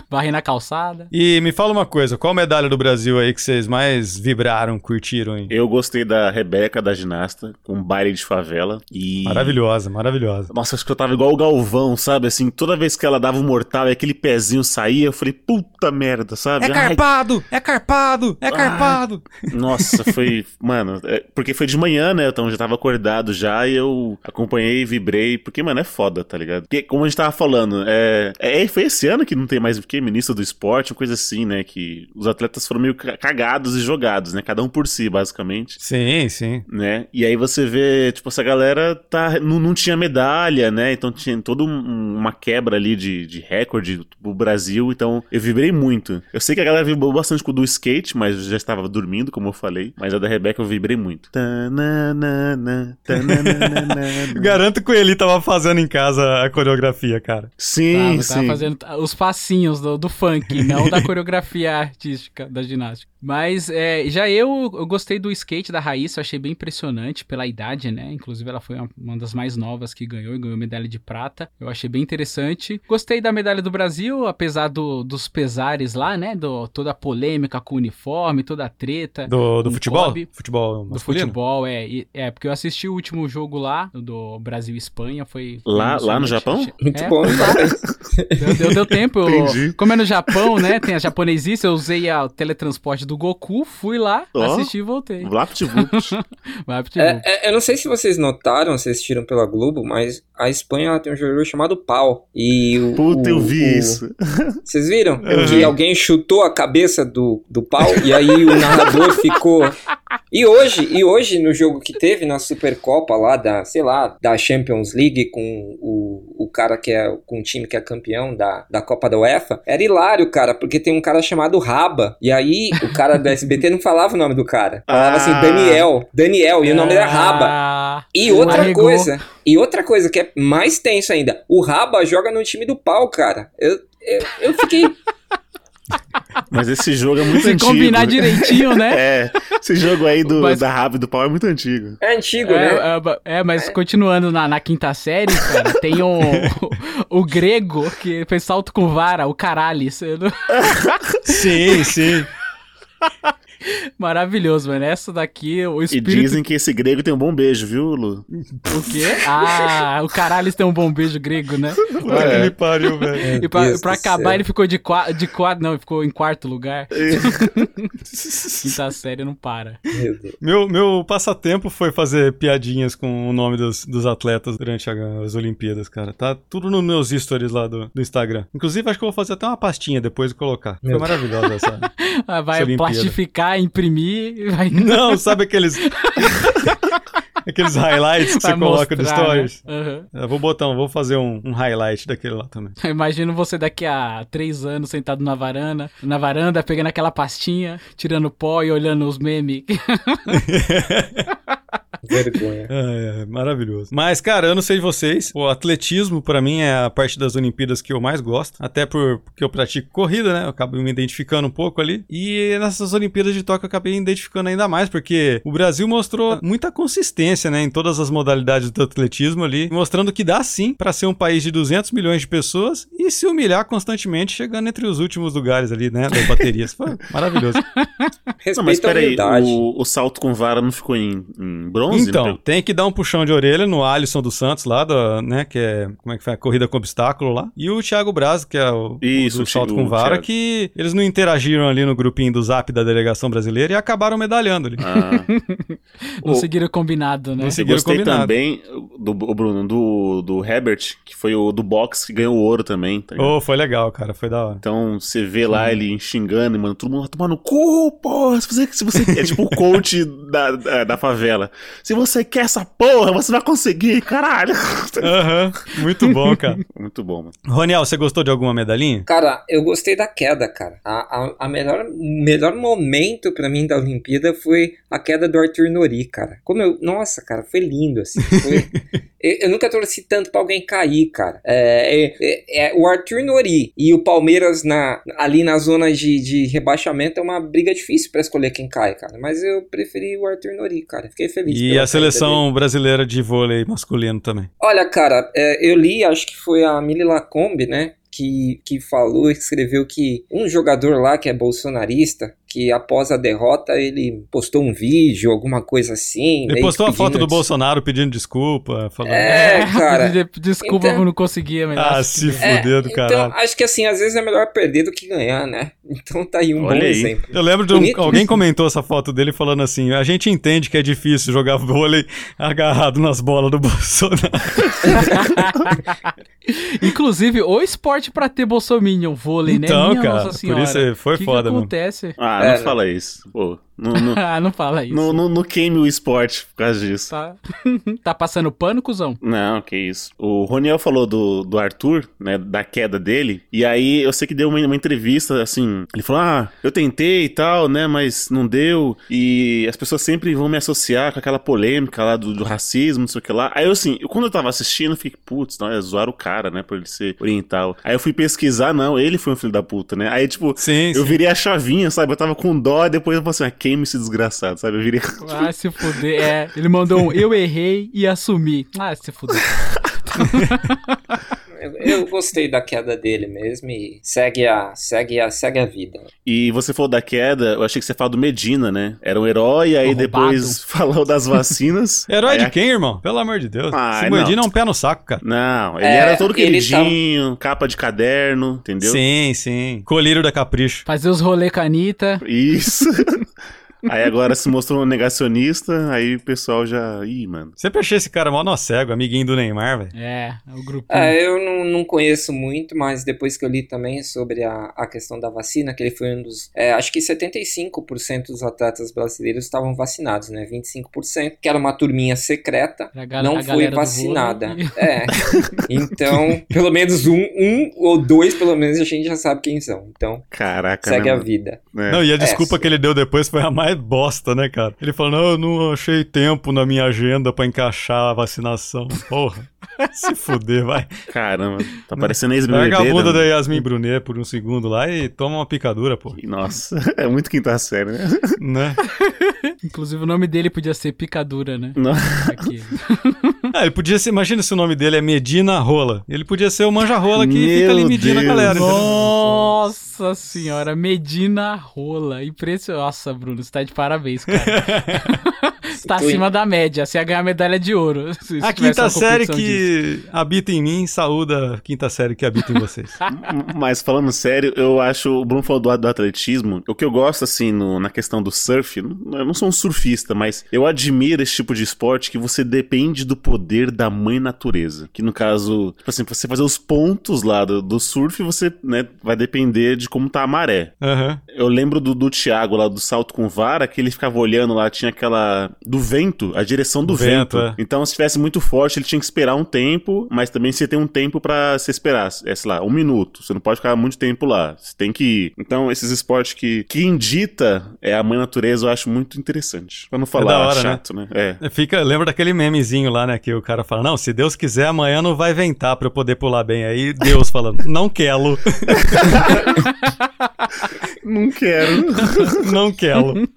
[SPEAKER 5] varrendo a calçada.
[SPEAKER 3] E me fala uma coisa, qual medalha do Brasil aí que vocês mais vibraram, curtiram, hein?
[SPEAKER 6] Eu gostei da Rebeca, da ginasta, com um baile de favela. E.
[SPEAKER 3] Maravilhosa, maravilhosa.
[SPEAKER 6] Nossa, acho que eu tava igual o Galvão, sabe? Assim, toda vez que ela dava o mortal e aquele pezinho saía, eu falei, puta merda, sabe? Ai,
[SPEAKER 3] É carpado, é carpado, é carpado.
[SPEAKER 6] Nossa, foi. Mano, é, porque foi de manhã, né? Então eu já tava acordado já e eu acompanhei, vibrei. Porque, mano, é foda, tá ligado? Porque, como a gente tava falando, é, é, foi esse ano que não tem mais o que? Ministro do esporte, uma coisa assim, né? Que os atletas foram meio ca- cagados e jogados, né? Cada um por si, basicamente.
[SPEAKER 3] Sim, sim.
[SPEAKER 6] Né? E aí você vê, tipo, essa galera tá, não, não tinha medalha, né? Então tinha toda um- uma quebra ali de, de recorde do Brasil. Então eu vibrei muito. Eu sei que a galera vibrou bastante com o do skate, mas eu já estava dormindo, como eu falei. Mas a da Rebeca eu vibrei muito. Tananana, tananana.
[SPEAKER 3] Garanto que o Eli tava fazendo em casa a coreografia, cara.
[SPEAKER 6] sim,
[SPEAKER 5] tava, tava
[SPEAKER 6] sim.
[SPEAKER 5] fazendo t- os passinhos do, do funk, não da coreografia artística da ginástica. Mas é, já eu, eu gostei do skate da Raíssa, eu achei bem impressionante pela idade, né? Inclusive ela foi uma, uma das mais novas que ganhou e ganhou medalha de prata. Eu achei bem interessante. Gostei da medalha do Brasil, apesar do- dos pesares lá, né? Do, toda a polêmica com o uniforme, toda a treta
[SPEAKER 3] Do, do
[SPEAKER 5] Um
[SPEAKER 3] futebol?
[SPEAKER 5] hobby.
[SPEAKER 3] Futebol
[SPEAKER 5] do
[SPEAKER 3] masculino?
[SPEAKER 5] futebol, é, e- é, porque eu assisti o último jogo lá, do Brasil e Espanha, foi... foi
[SPEAKER 6] Lá- lá no
[SPEAKER 5] emocionante.
[SPEAKER 6] Japão?
[SPEAKER 4] Muito
[SPEAKER 5] É,
[SPEAKER 4] bom, cara.
[SPEAKER 5] Deu, deu- deu tempo. eu-
[SPEAKER 6] Entendi.
[SPEAKER 5] como é no Japão, né? Tem a japonesice, eu usei a- o teletransporte do Goku, fui lá,
[SPEAKER 6] Ó.
[SPEAKER 5] assisti e voltei.
[SPEAKER 6] Vlapt-vupt.
[SPEAKER 5] Vai pro
[SPEAKER 4] É,
[SPEAKER 5] Tijuca.
[SPEAKER 4] é, eu não sei se vocês notaram, se assistiram pela Globo, mas a Espanha ela tem um jogador chamado Pau. E o,
[SPEAKER 6] Puta, eu
[SPEAKER 4] o-
[SPEAKER 6] vi
[SPEAKER 4] o-
[SPEAKER 6] isso.
[SPEAKER 4] Vocês viram?
[SPEAKER 3] Uhum.
[SPEAKER 4] Que alguém chutou a cabeça do, do pau e aí o narrador ficou E hoje, e hoje no jogo que teve na Supercopa lá da, sei lá, da Champions League com o, o cara que é com o time que é campeão da, da Copa da UEFA, era hilário, cara, porque tem um cara chamado Raba. E aí o cara do SBT não falava o nome do cara. Falava
[SPEAKER 6] Ah.
[SPEAKER 4] assim Daniel, Daniel, e o nome era Raba.
[SPEAKER 5] Ah,
[SPEAKER 4] E outra
[SPEAKER 5] Arregou.
[SPEAKER 4] coisa, e outra coisa que é mais tenso ainda, o Raba joga no time do pau, cara. Eu, eu, eu fiquei
[SPEAKER 6] Mas esse jogo é muito
[SPEAKER 5] Se
[SPEAKER 6] antigo.
[SPEAKER 5] combinar direitinho, né?
[SPEAKER 6] É, esse jogo aí do,
[SPEAKER 5] Mas-
[SPEAKER 6] da Raba e do Pau é muito antigo.
[SPEAKER 4] é antigo, né?
[SPEAKER 5] É, é, ba- é, mas continuando na, na quinta série, cara, tem o, o, o grego que fez salto com vara, o é Caralhes. Eu não-
[SPEAKER 3] Sim, sim.
[SPEAKER 5] Maravilhoso, mano. Essa daqui, o
[SPEAKER 6] E
[SPEAKER 5] espírito.
[SPEAKER 6] dizem que esse grego tem um bom beijo, viu, Lu?
[SPEAKER 5] O quê? Ah, o Caralhes tem um bom beijo grego, né?
[SPEAKER 3] Puta que me pariu, velho.
[SPEAKER 5] é. E pra,
[SPEAKER 4] Deus
[SPEAKER 5] pra
[SPEAKER 4] do
[SPEAKER 5] acabar,
[SPEAKER 4] céu.
[SPEAKER 5] ele ficou de quatro, de qua- Não, ele ficou em quarto lugar.
[SPEAKER 3] É.
[SPEAKER 5] Quinta série não para.
[SPEAKER 4] Meu Deus.
[SPEAKER 3] Meu, meu passatempo foi fazer piadinhas com o nome dos, dos atletas durante a- as Olimpíadas, cara. Tá tudo nos meus stories lá do, do Instagram. Inclusive, acho que eu vou fazer até uma pastinha depois e colocar. Foi
[SPEAKER 4] Meu
[SPEAKER 3] maravilhosa essa.
[SPEAKER 5] Ah, Vai
[SPEAKER 3] Essa é Olimpíada.
[SPEAKER 5] plastificar, imprimir e vai.
[SPEAKER 3] Não, sabe aqueles. aqueles highlights que
[SPEAKER 5] vai
[SPEAKER 3] você coloca
[SPEAKER 5] mostrar,
[SPEAKER 3] no stories?
[SPEAKER 5] Né? Aham.
[SPEAKER 3] Eu vou botar, um- vou fazer um, um highlight daquele lá também.
[SPEAKER 5] Imagino você daqui a três anos sentado na varanda, na varanda, pegando aquela pastinha, tirando pó e olhando os memes.
[SPEAKER 4] Vergonha.
[SPEAKER 3] É, é, maravilhoso. Mas, cara, eu não sei de vocês. O atletismo, pra mim, é a parte das Olimpíadas que eu mais gosto. Até por, porque eu pratico corrida, né? Eu acabo me identificando um pouco ali. E nessas Olimpíadas de Tóquio eu acabei me identificando ainda mais, porque o Brasil mostrou muita consistência, né? Em todas as modalidades do atletismo ali. Mostrando que dá sim pra ser um país de 200 milhões de pessoas e se humilhar constantemente, chegando entre os últimos lugares ali, né? Das baterias. Foi maravilhoso.
[SPEAKER 6] Não, mas
[SPEAKER 4] Respeita a
[SPEAKER 6] peraí,
[SPEAKER 4] humildade.
[SPEAKER 6] o, o salto com vara não ficou em, em bronze?
[SPEAKER 3] Então,
[SPEAKER 6] Não
[SPEAKER 3] tem que dar um puxão de orelha no Alisson dos Santos lá, da, né, que é, como é que foi, a corrida com obstáculo lá. E o Thiago Braz, que é o,
[SPEAKER 6] Isso,
[SPEAKER 3] o
[SPEAKER 6] o
[SPEAKER 3] do salto
[SPEAKER 6] Thi- o
[SPEAKER 3] com vara,
[SPEAKER 6] Thiago.
[SPEAKER 3] que eles não interagiram ali no grupinho do Zap da delegação brasileira e acabaram medalhando ali.
[SPEAKER 6] Ah,
[SPEAKER 5] Não
[SPEAKER 6] O-
[SPEAKER 5] seguiram o combinado, né?
[SPEAKER 3] Não
[SPEAKER 6] eu
[SPEAKER 3] seguiram
[SPEAKER 6] gostei
[SPEAKER 3] combinado.
[SPEAKER 6] também do o Bruno, do, do Herbert, que foi o do boxe que ganhou o ouro também. tá ligado?
[SPEAKER 3] Oh, foi legal, cara, foi da hora.
[SPEAKER 6] Então você vê lá ele xingando e mano, todo mundo vai tomar no cu, porra. Se você, se você é tipo o coach da, da, da favela. Se você quer essa porra, você vai conseguir, caralho.
[SPEAKER 3] Aham, muito bom, cara.
[SPEAKER 6] Muito bom, mano.
[SPEAKER 3] Roniel, você gostou de alguma medalhinha?
[SPEAKER 4] Cara, eu gostei da queda, cara. A, a, a melhor, o melhor momento pra mim da Olimpíada foi a queda do Arthur Nori, cara. Como eu, nossa, cara, foi lindo assim. Foi- eu, eu nunca torci tanto pra alguém cair, cara. É, é- é- é o Arthur Nori e o Palmeiras na, ali na zona de, de rebaixamento é uma briga difícil pra escolher quem cai, cara. Mas eu preferi o Arthur Nori, cara. Fiquei feliz.
[SPEAKER 3] E a
[SPEAKER 4] pela caída dele.
[SPEAKER 3] seleção brasileira de vôlei masculino também.
[SPEAKER 4] Olha, cara, é, eu li, acho que foi a Mili Lacombe, né? Que, que falou, escreveu que um jogador lá que é bolsonarista, que após a derrota ele postou um vídeo, alguma coisa assim.
[SPEAKER 3] Ele
[SPEAKER 4] meio
[SPEAKER 3] postou
[SPEAKER 4] que
[SPEAKER 3] a foto do
[SPEAKER 4] pedindo des-
[SPEAKER 3] Bolsonaro pedindo desculpa, falando...
[SPEAKER 4] É, cara.
[SPEAKER 5] de- Desculpa,
[SPEAKER 4] Então-
[SPEAKER 5] eu não conseguia, mas.
[SPEAKER 3] Ah,
[SPEAKER 5] acho que
[SPEAKER 3] se
[SPEAKER 5] deu.
[SPEAKER 4] É,
[SPEAKER 3] fuder do
[SPEAKER 4] então,
[SPEAKER 3] caralho.
[SPEAKER 4] acho que assim, às vezes é melhor perder do que ganhar, né? Então tá aí um
[SPEAKER 6] Olha
[SPEAKER 4] bom
[SPEAKER 6] aí.
[SPEAKER 4] exemplo.
[SPEAKER 3] Eu lembro de um-
[SPEAKER 4] Bonito.
[SPEAKER 3] alguém comentou essa foto dele falando assim: a gente entende que é difícil jogar vôlei agarrado nas bolas do Bolsonaro.
[SPEAKER 5] Inclusive, o esporte pra ter Bolsominion, vôlei, né?
[SPEAKER 3] então,
[SPEAKER 5] Minha
[SPEAKER 3] cara,
[SPEAKER 5] Nossa
[SPEAKER 3] por
[SPEAKER 5] Senhora.
[SPEAKER 3] isso aí foi
[SPEAKER 5] que
[SPEAKER 3] foda,
[SPEAKER 5] que
[SPEAKER 3] mano.
[SPEAKER 5] acontece?
[SPEAKER 6] Ah,
[SPEAKER 4] É,
[SPEAKER 6] não fala isso. Pô, não, não,
[SPEAKER 5] Ah, não fala isso.
[SPEAKER 6] não, não, não queime o esporte por causa disso.
[SPEAKER 5] Tá... tá passando pano, cuzão?
[SPEAKER 6] Não, que isso. O Roniel falou do, do Arthur, né, da queda dele, e aí eu sei que deu uma, uma entrevista, assim, ele falou, ah, eu tentei e tal, né, mas não deu, e as pessoas sempre vão me associar com aquela polêmica lá do, do racismo, não sei o que lá. Aí eu, assim, eu- quando eu tava assistindo, eu fiquei, putz, não, é zoar o cara, né, por ele ser oriental. Aí eu fui pesquisar, não, ele foi um filho da puta, né, aí, tipo...
[SPEAKER 3] Sim,
[SPEAKER 6] Eu
[SPEAKER 3] sim.
[SPEAKER 6] virei a chavinha, sabe? Eu tava com dó, e depois eu falei assim, ah, queime esse desgraçado, sabe? Eu virei.
[SPEAKER 5] Ah, se fuder. É, ele mandou um eu errei e assumi. Ah, se fuder.
[SPEAKER 4] Eu, eu gostei da queda dele mesmo e segue a, segue a, segue a vida.
[SPEAKER 6] E você falou da queda, eu achei que você falou do Medina, né? Era um herói, aí
[SPEAKER 5] Arrombado.
[SPEAKER 6] depois falou das vacinas.
[SPEAKER 3] Herói
[SPEAKER 6] Aí
[SPEAKER 3] de quem, irmão? Pelo amor de Deus.
[SPEAKER 6] É. Ah,
[SPEAKER 3] Esse
[SPEAKER 6] não.
[SPEAKER 3] Medina é um pé no saco, cara.
[SPEAKER 6] Não, ele
[SPEAKER 4] É,
[SPEAKER 6] era todo
[SPEAKER 4] ele tava-
[SPEAKER 6] queridinho, capa de caderno, entendeu?
[SPEAKER 3] Sim, sim. Colírio da Capricho.
[SPEAKER 5] Fazer os rolê canita.
[SPEAKER 6] Isso. Aí agora se mostrou um negacionista, aí o pessoal já. Ih, mano.
[SPEAKER 3] Sempre achei esse cara mó nó cego, amiguinho do Neymar, velho.
[SPEAKER 5] É, o grupinho.
[SPEAKER 4] É, eu não, não conheço muito, mas depois que eu li também sobre a, a questão da vacina, que ele foi um dos. é, acho que 75% dos atletas brasileiros estavam vacinados, né? 25%, que era uma turminha secreta,
[SPEAKER 5] Era a gal- a
[SPEAKER 4] não foi
[SPEAKER 5] galera do
[SPEAKER 4] vacinada.
[SPEAKER 5] vôlei.
[SPEAKER 4] É. Então, pelo menos um, um ou dois, pelo menos, a gente já sabe quem são. Então,
[SPEAKER 6] Caraca,
[SPEAKER 4] segue
[SPEAKER 6] né,
[SPEAKER 4] a
[SPEAKER 6] mano?
[SPEAKER 4] vida.
[SPEAKER 6] É.
[SPEAKER 3] Não, e a desculpa que ele deu depois foi a mais bosta, né, cara? Ele falou: não, eu não achei tempo na minha agenda pra encaixar a vacinação. Porra, se fuder, vai.
[SPEAKER 6] Caramba, tá parecendo ex-BBB.
[SPEAKER 3] Larga a bunda
[SPEAKER 6] né?
[SPEAKER 3] da Yasmin Brunet por um segundo lá e toma uma picadura, pô.
[SPEAKER 6] Nossa, é muito quinta série, né?
[SPEAKER 3] né?
[SPEAKER 5] Inclusive o nome dele podia ser Picadura, né?
[SPEAKER 6] Não.
[SPEAKER 5] Aqui.
[SPEAKER 3] Ah, ele podia ser. Imagina se o nome dele é Medina Rola. Ele podia ser o Manja Rola que
[SPEAKER 6] Meu
[SPEAKER 3] fica ali medindo a
[SPEAKER 6] Deus.
[SPEAKER 3] galera. entendeu?
[SPEAKER 5] Nossa senhora, Medina Rola. Impressionante. Nossa, Bruno, você tá de parabéns, cara. Você tá
[SPEAKER 4] Foi.
[SPEAKER 5] acima da média. Você ia ganhar medalha de ouro. se
[SPEAKER 3] A
[SPEAKER 5] tivesse
[SPEAKER 3] quinta
[SPEAKER 5] uma
[SPEAKER 3] série
[SPEAKER 5] competição
[SPEAKER 3] que
[SPEAKER 5] disso.
[SPEAKER 3] habita em mim saúda a quinta série que habita em vocês.
[SPEAKER 6] Mas falando sério, eu acho. O Bruno falou do, do atletismo. O que eu gosto, assim, no- na questão do surf, n- eu não sou um surfista, mas eu admiro esse tipo de esporte que você depende do poder da mãe natureza. Que no caso, tipo assim, pra você fazer os pontos lá do, do surf, você né, vai depender de como tá a maré.
[SPEAKER 3] Aham.
[SPEAKER 6] Eu lembro do, do Thiago lá do salto com vara, que ele ficava olhando lá, tinha aquela. do vento, a direção do
[SPEAKER 3] Do
[SPEAKER 6] vento.
[SPEAKER 3] vento, é.
[SPEAKER 6] Então, se tivesse muito forte, ele tinha que esperar um tempo, mas também você tem um tempo pra se esperar. É, sei lá, um minuto. Você não pode ficar muito tempo lá. Você tem que ir. Então, esses esportes que, que indita é a mãe natureza, eu acho muito interessante. Pra não falar
[SPEAKER 3] É da hora,
[SPEAKER 6] chato, né? É.
[SPEAKER 3] Fica, lembra daquele memezinho lá, né? Que o cara fala: Não, se Deus quiser, amanhã não vai ventar pra eu poder pular bem. Aí Deus falando: Não quero,
[SPEAKER 6] Não quero.
[SPEAKER 3] não quero.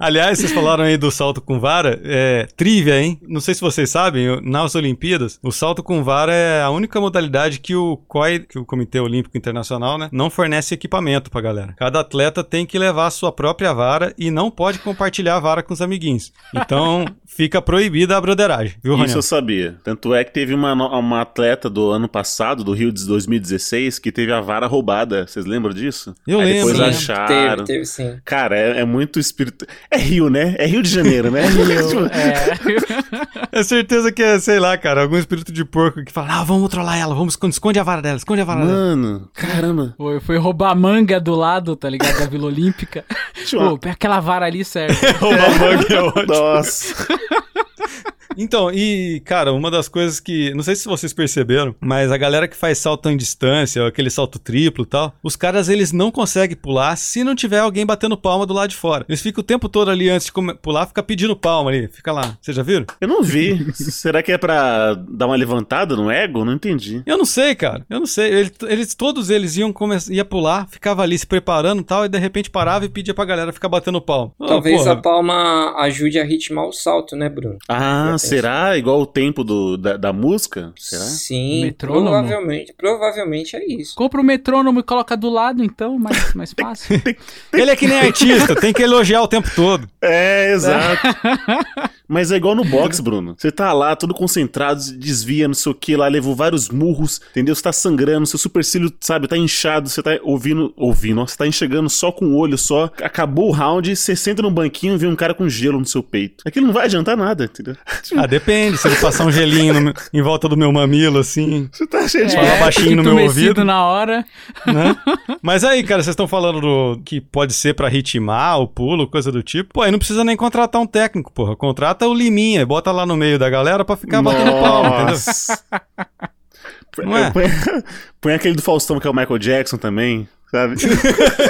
[SPEAKER 3] Aliás, vocês falaram aí do salto com vara. É trivia, hein? Não sei se vocês sabem, nas Olimpíadas, o salto com vara é a única modalidade que o COI, que o Comitê Olímpico Internacional, né? Não fornece equipamento pra galera. Cada atleta tem que levar a sua própria vara e não pode compartilhar a vara com os amiguinhos. Então, fica proibida a broderagem, viu,
[SPEAKER 6] Isso
[SPEAKER 3] Raniel?
[SPEAKER 6] eu sabia. Tanto é que teve uma, no- uma atleta do ano passado, do Rio de 2016, que teve a vara roubada. Vocês lembram disso?
[SPEAKER 3] Eu
[SPEAKER 6] Aí
[SPEAKER 3] lembro. né?
[SPEAKER 6] Depois
[SPEAKER 5] Lembro.
[SPEAKER 6] acharam.
[SPEAKER 4] Teve, teve sim.
[SPEAKER 6] Cara, é, é muito espírito. É Rio, né? É Rio de Janeiro, né? Tipo,
[SPEAKER 5] É.
[SPEAKER 3] É certeza que é, sei lá, cara, algum espírito de porco que fala, ah, vamos trollar ela, vamos esconde, esconde a vara dela, esconde a vara dela.
[SPEAKER 6] Mano, caramba.
[SPEAKER 5] Foi, foi roubar a manga do lado, tá ligado? Da Vila Olímpica.
[SPEAKER 6] Deixa eu-
[SPEAKER 5] Pô, pega aquela vara ali, serve.
[SPEAKER 3] Roubar bug é ótimo.
[SPEAKER 6] Nossa.
[SPEAKER 3] Então, e, cara, uma das coisas que. Não sei se vocês perceberam, mas a galera que faz salto em distância, aquele salto triplo e tal, os caras eles não conseguem pular se não tiver alguém batendo palma do lado de fora. Eles ficam o tempo todo ali antes de come- pular, fica pedindo palma ali, fica lá. Vocês já viram?
[SPEAKER 6] Eu não vi. Será que é pra dar uma levantada no ego? Não entendi.
[SPEAKER 3] Eu não sei, cara. Eu não sei. Ele- eles, todos eles iam começar, ia pular, ficava ali se preparando e tal, e de repente parava e pedia pra galera ficar batendo palma. Ah,
[SPEAKER 4] Talvez
[SPEAKER 3] porra.
[SPEAKER 4] a palma ajude a ritmar o salto, né, Bruno?
[SPEAKER 6] Ah,
[SPEAKER 3] É.
[SPEAKER 4] Eu
[SPEAKER 6] será? Igual o tempo do, da, da música? Será?
[SPEAKER 4] Sim,
[SPEAKER 5] Metrônomo?
[SPEAKER 4] provavelmente, provavelmente é isso.
[SPEAKER 5] Compra o metrônomo e coloca do lado, então, mais, mais fácil.
[SPEAKER 3] Ele é que nem artista, tem que elogiar o tempo todo.
[SPEAKER 6] É, exato. Mas é igual no boxe, Bruno. Você tá lá, todo concentrado, desvia, não sei o que, lá levou vários murros, entendeu? Você tá sangrando, seu supercílio, sabe, tá inchado, você tá ouvindo, ouvindo, ó, você tá enxergando só com o olho só. Acabou o round, você senta no banquinho e vê um cara com gelo no seu peito. Aquilo não vai adiantar nada, entendeu?
[SPEAKER 3] Ah, depende, se ele passar um gelinho no meu- em volta do meu mamilo, assim,
[SPEAKER 6] Você tá cheio de.
[SPEAKER 3] falar baixinho no meu
[SPEAKER 5] entumecido
[SPEAKER 3] ouvido.
[SPEAKER 5] É, na hora.
[SPEAKER 3] né? Mas aí, cara, vocês estão falando do que pode ser pra ritmar o pulo, coisa do tipo. Pô, aí não precisa nem contratar um técnico, porra. Contrata o Liminha, e bota lá no meio da galera pra ficar batendo palma, entendeu?
[SPEAKER 6] Nossa. Põe-
[SPEAKER 3] Não é?
[SPEAKER 6] põe- Põe aquele do Faustão que é o Michael Jackson também, sabe?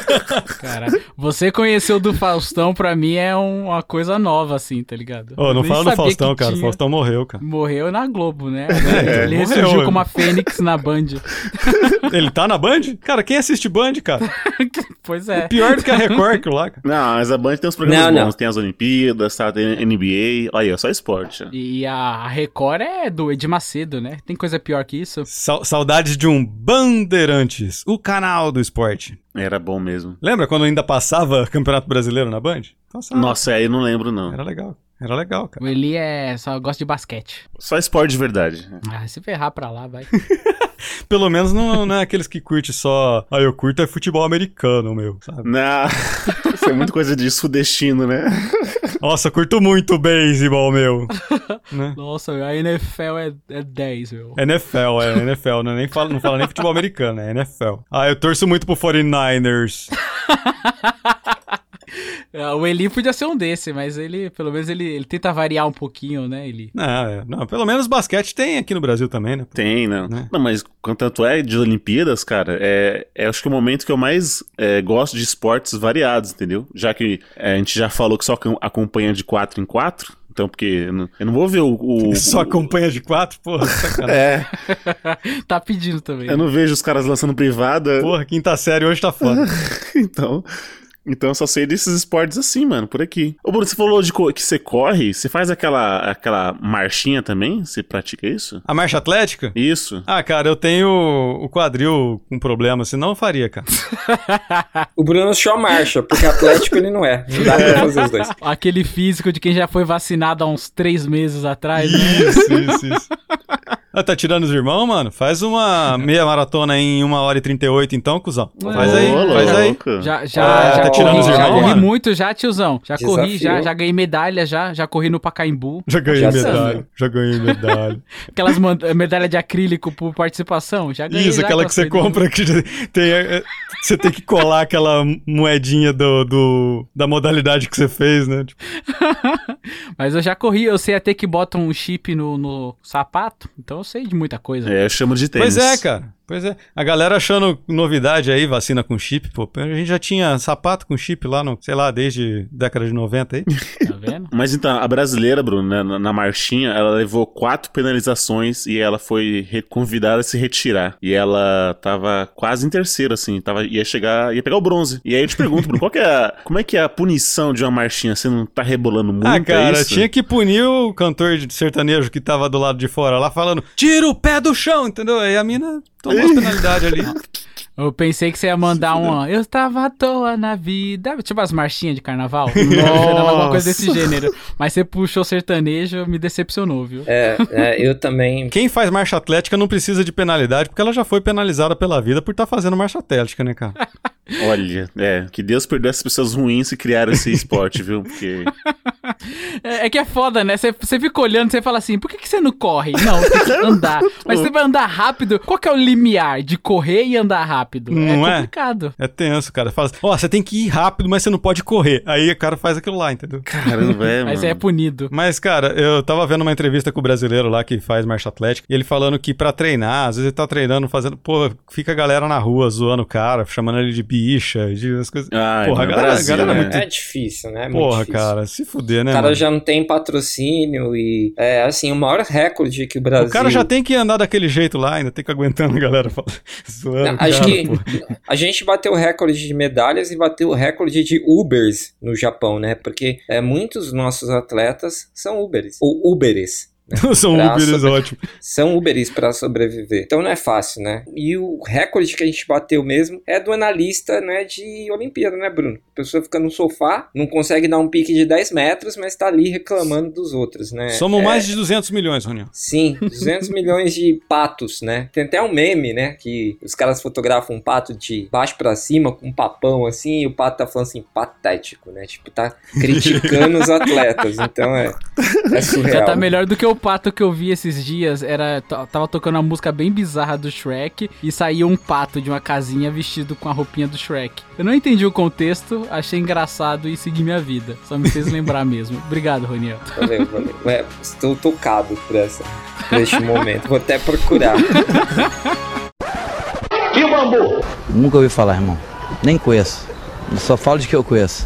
[SPEAKER 5] Cara, você conheceu do Faustão, pra mim é um- uma coisa nova, assim, tá ligado?
[SPEAKER 3] Ô,
[SPEAKER 5] Eu
[SPEAKER 3] não
[SPEAKER 5] nem
[SPEAKER 3] fala do
[SPEAKER 5] sabia
[SPEAKER 3] Faustão,
[SPEAKER 5] que
[SPEAKER 3] cara. O
[SPEAKER 5] tinha.
[SPEAKER 3] Faustão morreu, cara.
[SPEAKER 5] Morreu na Globo, né?
[SPEAKER 3] É,
[SPEAKER 5] Ele
[SPEAKER 3] morreu,
[SPEAKER 5] ressurgiu
[SPEAKER 3] é.
[SPEAKER 5] como a Fênix na Band.
[SPEAKER 3] Ele tá na Band? Cara, quem assiste Band, cara?
[SPEAKER 5] pois é.
[SPEAKER 3] Pior do que a Record que lá, cara.
[SPEAKER 6] Não, mas a Band tem uns programas
[SPEAKER 4] Não, não.
[SPEAKER 6] bons. Tem as Olimpíadas, tá? Tem NBA. Olha, aí, só esporte. ó.
[SPEAKER 5] E a Record é do Ed Macedo, né? Tem coisa pior que isso?
[SPEAKER 3] Sau- saudades de um Bandeirantes, o canal do esporte.
[SPEAKER 6] Era bom mesmo.
[SPEAKER 3] Lembra quando ainda passava Campeonato Brasileiro na Band? Então, sabe,
[SPEAKER 6] Nossa, aí eu não lembro, não.
[SPEAKER 3] Era legal. Era legal, cara.
[SPEAKER 5] O Eli é só gosta de basquete.
[SPEAKER 6] Só esporte de verdade.
[SPEAKER 5] Ah, se ferrar pra lá, vai.
[SPEAKER 3] Pelo menos não, não é aqueles que curte só. Ah, eu curto é futebol americano, meu. Sabe?
[SPEAKER 6] Na... Foi muita coisa de sudestino, né?
[SPEAKER 3] Nossa, curto muito o beisebol, meu.
[SPEAKER 5] Nossa, meu, a NFL é, é 10, meu.
[SPEAKER 3] NFL, é NFL, né? Nem fala, não fala nem futebol americano, é NFL. Ah, eu torço muito pro 49ers.
[SPEAKER 5] Ah, O Eli podia ser um desse, mas ele, pelo menos, ele, ele tenta variar um pouquinho, né, Eli?
[SPEAKER 3] Não, é, não, pelo menos basquete tem aqui no Brasil também, né?
[SPEAKER 6] Tem, não.
[SPEAKER 3] Né?
[SPEAKER 6] Não, mas quanto tanto é de Olimpíadas, cara, é, é acho que o momento que eu mais é, gosto de esportes variados, entendeu? Já que é, a gente já falou que só acom- acompanha de 4 em 4, então porque eu não, eu não vou ver o... o
[SPEAKER 3] Só
[SPEAKER 6] o-
[SPEAKER 3] acompanha de quatro, porra, sacanagem.
[SPEAKER 6] É,
[SPEAKER 5] Tá pedindo também.
[SPEAKER 6] eu não vejo os caras lançando privada,
[SPEAKER 3] Porra, quinta série hoje tá foda.
[SPEAKER 6] então... Então eu só sei desses esportes assim, mano, por aqui. Ô Bruno, você falou de co- que você corre, você faz aquela, aquela marchinha também? Você pratica isso?
[SPEAKER 3] A marcha atlética?
[SPEAKER 6] Isso.
[SPEAKER 3] Ah, cara, eu tenho o quadril com problema, senão eu faria, cara.
[SPEAKER 4] O Bruno só marcha, porque atlético ele não é. Não dá pra fazer os dois.
[SPEAKER 5] Aquele físico de quem já foi vacinado há uns três meses atrás, né?
[SPEAKER 3] Isso, isso, isso. Ah, tá tirando os irmãos, mano? Faz uma meia maratona em 1 hora e 38, então, cuzão. Faz aí,
[SPEAKER 6] Ô,
[SPEAKER 3] faz aí.
[SPEAKER 6] louco.
[SPEAKER 5] Já, já,
[SPEAKER 4] Ah,
[SPEAKER 5] já
[SPEAKER 4] tá
[SPEAKER 5] corri,
[SPEAKER 4] tirando os
[SPEAKER 5] já
[SPEAKER 4] irmãos,
[SPEAKER 5] corri
[SPEAKER 3] mano?
[SPEAKER 5] muito já, tiozão. Já corri, já,
[SPEAKER 4] Desafio.
[SPEAKER 5] já ganhei medalha, já, já corri no Pacaembu.
[SPEAKER 3] Já ganhei
[SPEAKER 4] Já
[SPEAKER 3] medalha,
[SPEAKER 4] sabe.
[SPEAKER 3] já ganhei medalha.
[SPEAKER 5] Aquelas man- medalha de acrílico por participação, já ganhei.
[SPEAKER 3] Isso,
[SPEAKER 5] já
[SPEAKER 3] aquela
[SPEAKER 5] com
[SPEAKER 3] que você
[SPEAKER 5] as coisas.
[SPEAKER 3] compra que tem, é, você tem que colar aquela moedinha do, do- da modalidade que você fez, né? Tipo,
[SPEAKER 5] Mas eu já corri, eu sei até que botam um chip no, no sapato, então eu sei de muita coisa.
[SPEAKER 6] É, eu chamo de tênis.
[SPEAKER 3] pois é, cara. Pois é. A galera achando novidade aí, vacina com chip, pô. A gente já tinha sapato com chip lá no, sei lá, desde década de 90 aí.
[SPEAKER 5] Tá vendo?
[SPEAKER 6] Mas então, a brasileira, Bruno, né, na, na marchinha, ela levou quatro penalizações e ela foi re- convidada a se retirar. E ela tava quase em terceiro, assim, tava, ia chegar, ia pegar o bronze. E aí eu te pergunto, Bruno, qual que é a, como é que é a punição de uma marchinha? Você não tá rebolando muito,
[SPEAKER 3] Ah,
[SPEAKER 6] é
[SPEAKER 3] cara,
[SPEAKER 6] isso?
[SPEAKER 3] tinha que punir o cantor de sertanejo que tava do lado de fora lá falando, tira o pé do chão, entendeu? Aí a mina tomou as penalidades ali.
[SPEAKER 5] Eu pensei que você ia mandar um. Eu tava à toa na vida. Tipo as marchinhas de carnaval.
[SPEAKER 6] Nossa.
[SPEAKER 5] Alguma coisa desse gênero. Mas você puxou sertanejo, me decepcionou, viu?
[SPEAKER 4] É, é, eu também.
[SPEAKER 3] Quem faz marcha atlética não precisa de penalidade, porque ela já foi penalizada pela vida por estar fazendo marcha atlética, né, cara?
[SPEAKER 6] Olha, é, que Deus perdoe essas pessoas ruins que criaram esse esporte, viu? Porque...
[SPEAKER 5] É, é que é foda, né? Você- Você fica olhando, você fala assim, por que, que você não corre? Não, tem que andar. Mas você vai andar rápido. Qual que é o limiar de correr e andar rápido?
[SPEAKER 3] Não é?
[SPEAKER 5] é complicado.
[SPEAKER 3] É tenso, cara. Fala assim, ó, você tem que ir rápido, mas você não pode correr. Aí o cara faz aquilo lá, entendeu?
[SPEAKER 6] Caramba, é,
[SPEAKER 5] Mas
[SPEAKER 6] mano.
[SPEAKER 5] é punido.
[SPEAKER 3] Mas, cara, eu tava vendo uma entrevista com o brasileiro lá que faz marcha atlética, e ele falando que pra treinar, às vezes ele tá treinando, fazendo. Pô, fica a galera na rua zoando o cara, chamando ele de bicha, de as coisas.
[SPEAKER 6] Ah,
[SPEAKER 3] Porra,
[SPEAKER 6] Porra,
[SPEAKER 3] a galera- a
[SPEAKER 6] Brasil,
[SPEAKER 3] galera
[SPEAKER 6] né?
[SPEAKER 3] é muito-
[SPEAKER 4] É difícil, né? É muito
[SPEAKER 3] Porra,
[SPEAKER 4] difícil.
[SPEAKER 3] cara, se fuder, né?
[SPEAKER 4] O cara
[SPEAKER 3] mano?
[SPEAKER 4] já não tem patrocínio e é assim, o maior recorde que o Brasil.
[SPEAKER 3] O cara já tá tem que andar daquele jeito lá, ainda tem que aguentando a galera falando, zoando.
[SPEAKER 4] Não,
[SPEAKER 3] o
[SPEAKER 4] acho
[SPEAKER 3] cara,
[SPEAKER 4] que
[SPEAKER 3] pô.
[SPEAKER 4] a gente bateu o recorde de medalhas e bateu o recorde de Ubers no Japão, né? Porque é, muitos nossos atletas são Ubers. Ou Uberes.
[SPEAKER 3] São
[SPEAKER 4] Graça.
[SPEAKER 3] Uberes um ótimo.
[SPEAKER 4] São Uberis para sobreviver. Então não é fácil, né? E o recorde que a gente bateu mesmo é do analista, né, de Olimpíada, né, Bruno? A pessoa fica no sofá, não consegue dar um pique de 10 metros, mas tá ali reclamando dos outros, né?
[SPEAKER 3] Somos
[SPEAKER 4] É-
[SPEAKER 3] mais de 200 milhões, Roninho.
[SPEAKER 4] Sim, 200 milhões de patos, né? Tem até um meme, né? Que os caras fotografam um pato de baixo pra cima com um papão assim, e o pato tá falando assim, patético, né? Tipo, tá criticando os atletas. Então é, é surreal.
[SPEAKER 5] Já tá melhor do que o pato que eu vi esses dias. Era t- tava tocando uma música bem bizarra do Shrek e saiu um pato de uma casinha vestido com a roupinha do Shrek. Eu não entendi o contexto, achei engraçado e segui minha vida. Só me fez lembrar mesmo. Obrigado, Roniel.
[SPEAKER 4] Valeu, valeu. É, estou tocado por, essa, por este momento. Vou até procurar.
[SPEAKER 9] Nunca ouvi falar, irmão. Nem conheço. Eu só falo de que eu conheço.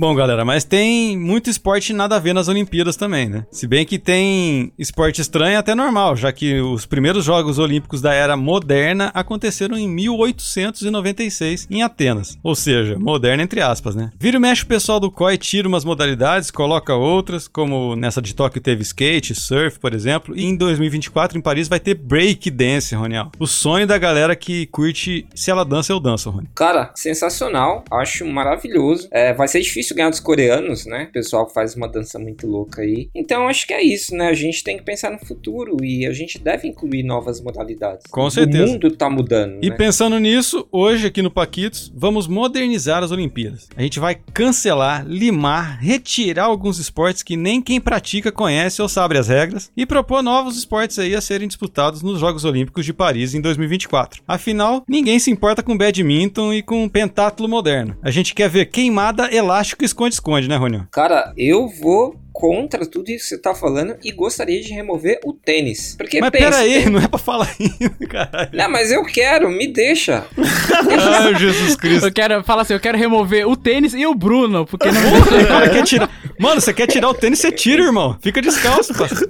[SPEAKER 3] Bom, galera, mas tem muito esporte nada a ver nas Olimpíadas também, né? Se bem que tem esporte estranho até normal, já que os primeiros Jogos Olímpicos da Era Moderna aconteceram em 1896 em Atenas. Ou seja, moderna entre aspas, né? Vira e mexe o pessoal do COI tira umas modalidades, coloca outras, como nessa de Tóquio teve skate, surf, por exemplo, e em 2024 em Paris vai ter break dance, Ronial. O sonho da galera que curte se ela dança, eu danço, Rony.
[SPEAKER 4] Cara, sensacional. Acho maravilhoso. É, vai ser difícil difícil ganhar dos coreanos, né? O pessoal faz uma dança muito louca aí. Então acho que é isso, né? A gente tem que pensar no futuro e a gente deve incluir novas modalidades.
[SPEAKER 3] Com certeza.
[SPEAKER 4] O mundo tá mudando,
[SPEAKER 3] E
[SPEAKER 4] né?
[SPEAKER 3] pensando nisso, hoje aqui no Paquitos, vamos modernizar as Olimpíadas. A gente vai cancelar, limar, retirar alguns esportes que nem quem pratica conhece ou sabe as regras e propor novos esportes aí a serem disputados nos Jogos Olímpicos de Paris em 2024. Afinal, ninguém se importa com badminton e com pentátulo moderno. A gente quer ver queimada, elástico e esconde-esconde, né, Rony?
[SPEAKER 4] Cara, eu vou contra tudo isso que você tá falando e gostaria de remover o tênis. Porque
[SPEAKER 3] Mas
[SPEAKER 4] pensa,
[SPEAKER 3] peraí, não é pra falar ainda, caralho.
[SPEAKER 4] Não, mas eu quero, me deixa.
[SPEAKER 3] Ai, Jesus Cristo.
[SPEAKER 5] Eu quero falar assim, eu quero remover o tênis e o Bruno, porque não
[SPEAKER 3] Porra, o cara quer tirar. Mano, você quer tirar o tênis, você tira, irmão. Fica descalço, parça.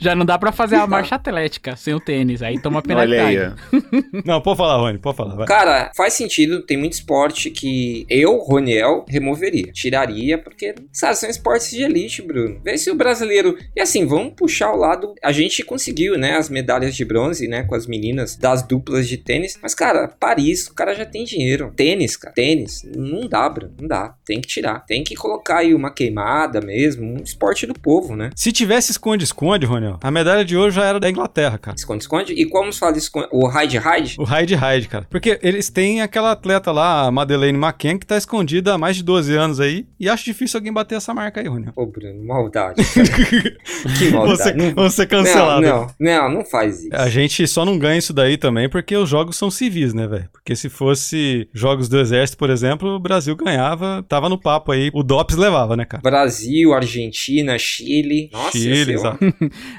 [SPEAKER 5] já não dá pra fazer a marcha atlética sem o tênis. Aí toma penalidade.
[SPEAKER 6] Olha aí, ó.
[SPEAKER 3] Não, pode falar, Rony, pode falar. vai.
[SPEAKER 4] Cara, faz sentido, tem muito esporte que eu, Roniel, removeria, tiraria, porque, sabe, são esportes de elite, Bruno. Vê se o brasileiro. E assim, vamos puxar o lado. A gente conseguiu, né, as medalhas de bronze, né, com as meninas das duplas de tênis. Mas, cara, Paris, o cara já tem dinheiro. Tênis, cara, tênis. Não dá, Bruno, não dá. Tem que tirar. Tem que colocar aí uma queimada mesmo, um esporte do povo, né?
[SPEAKER 3] Se tivesse esconde-esconde, Rony, a medalha de ouro já era da Inglaterra, cara.
[SPEAKER 4] Esconde, esconde. E como se fala esconde? O hide-hide?
[SPEAKER 3] O Hyde Hyde, cara. Porque eles têm aquela atleta lá, a Madeleine McCann, que tá escondida há mais de 12 anos aí. E acho difícil alguém bater essa marca aí, Rony.
[SPEAKER 4] Ô, Bruno, maldade. cara. que maldade. né?
[SPEAKER 3] Você,
[SPEAKER 4] Não
[SPEAKER 3] você cancelado.
[SPEAKER 4] Não, não, não, não faz isso.
[SPEAKER 3] A gente só não ganha isso daí também porque os jogos são civis, né, velho? Porque se fosse jogos do exército, por exemplo, o Brasil ganhava, tava no papo aí, o DOPS levava, né, cara?
[SPEAKER 4] Brasil, Argentina, Chile. Nossa, ia ser
[SPEAKER 3] Chile,
[SPEAKER 4] um-
[SPEAKER 3] exato.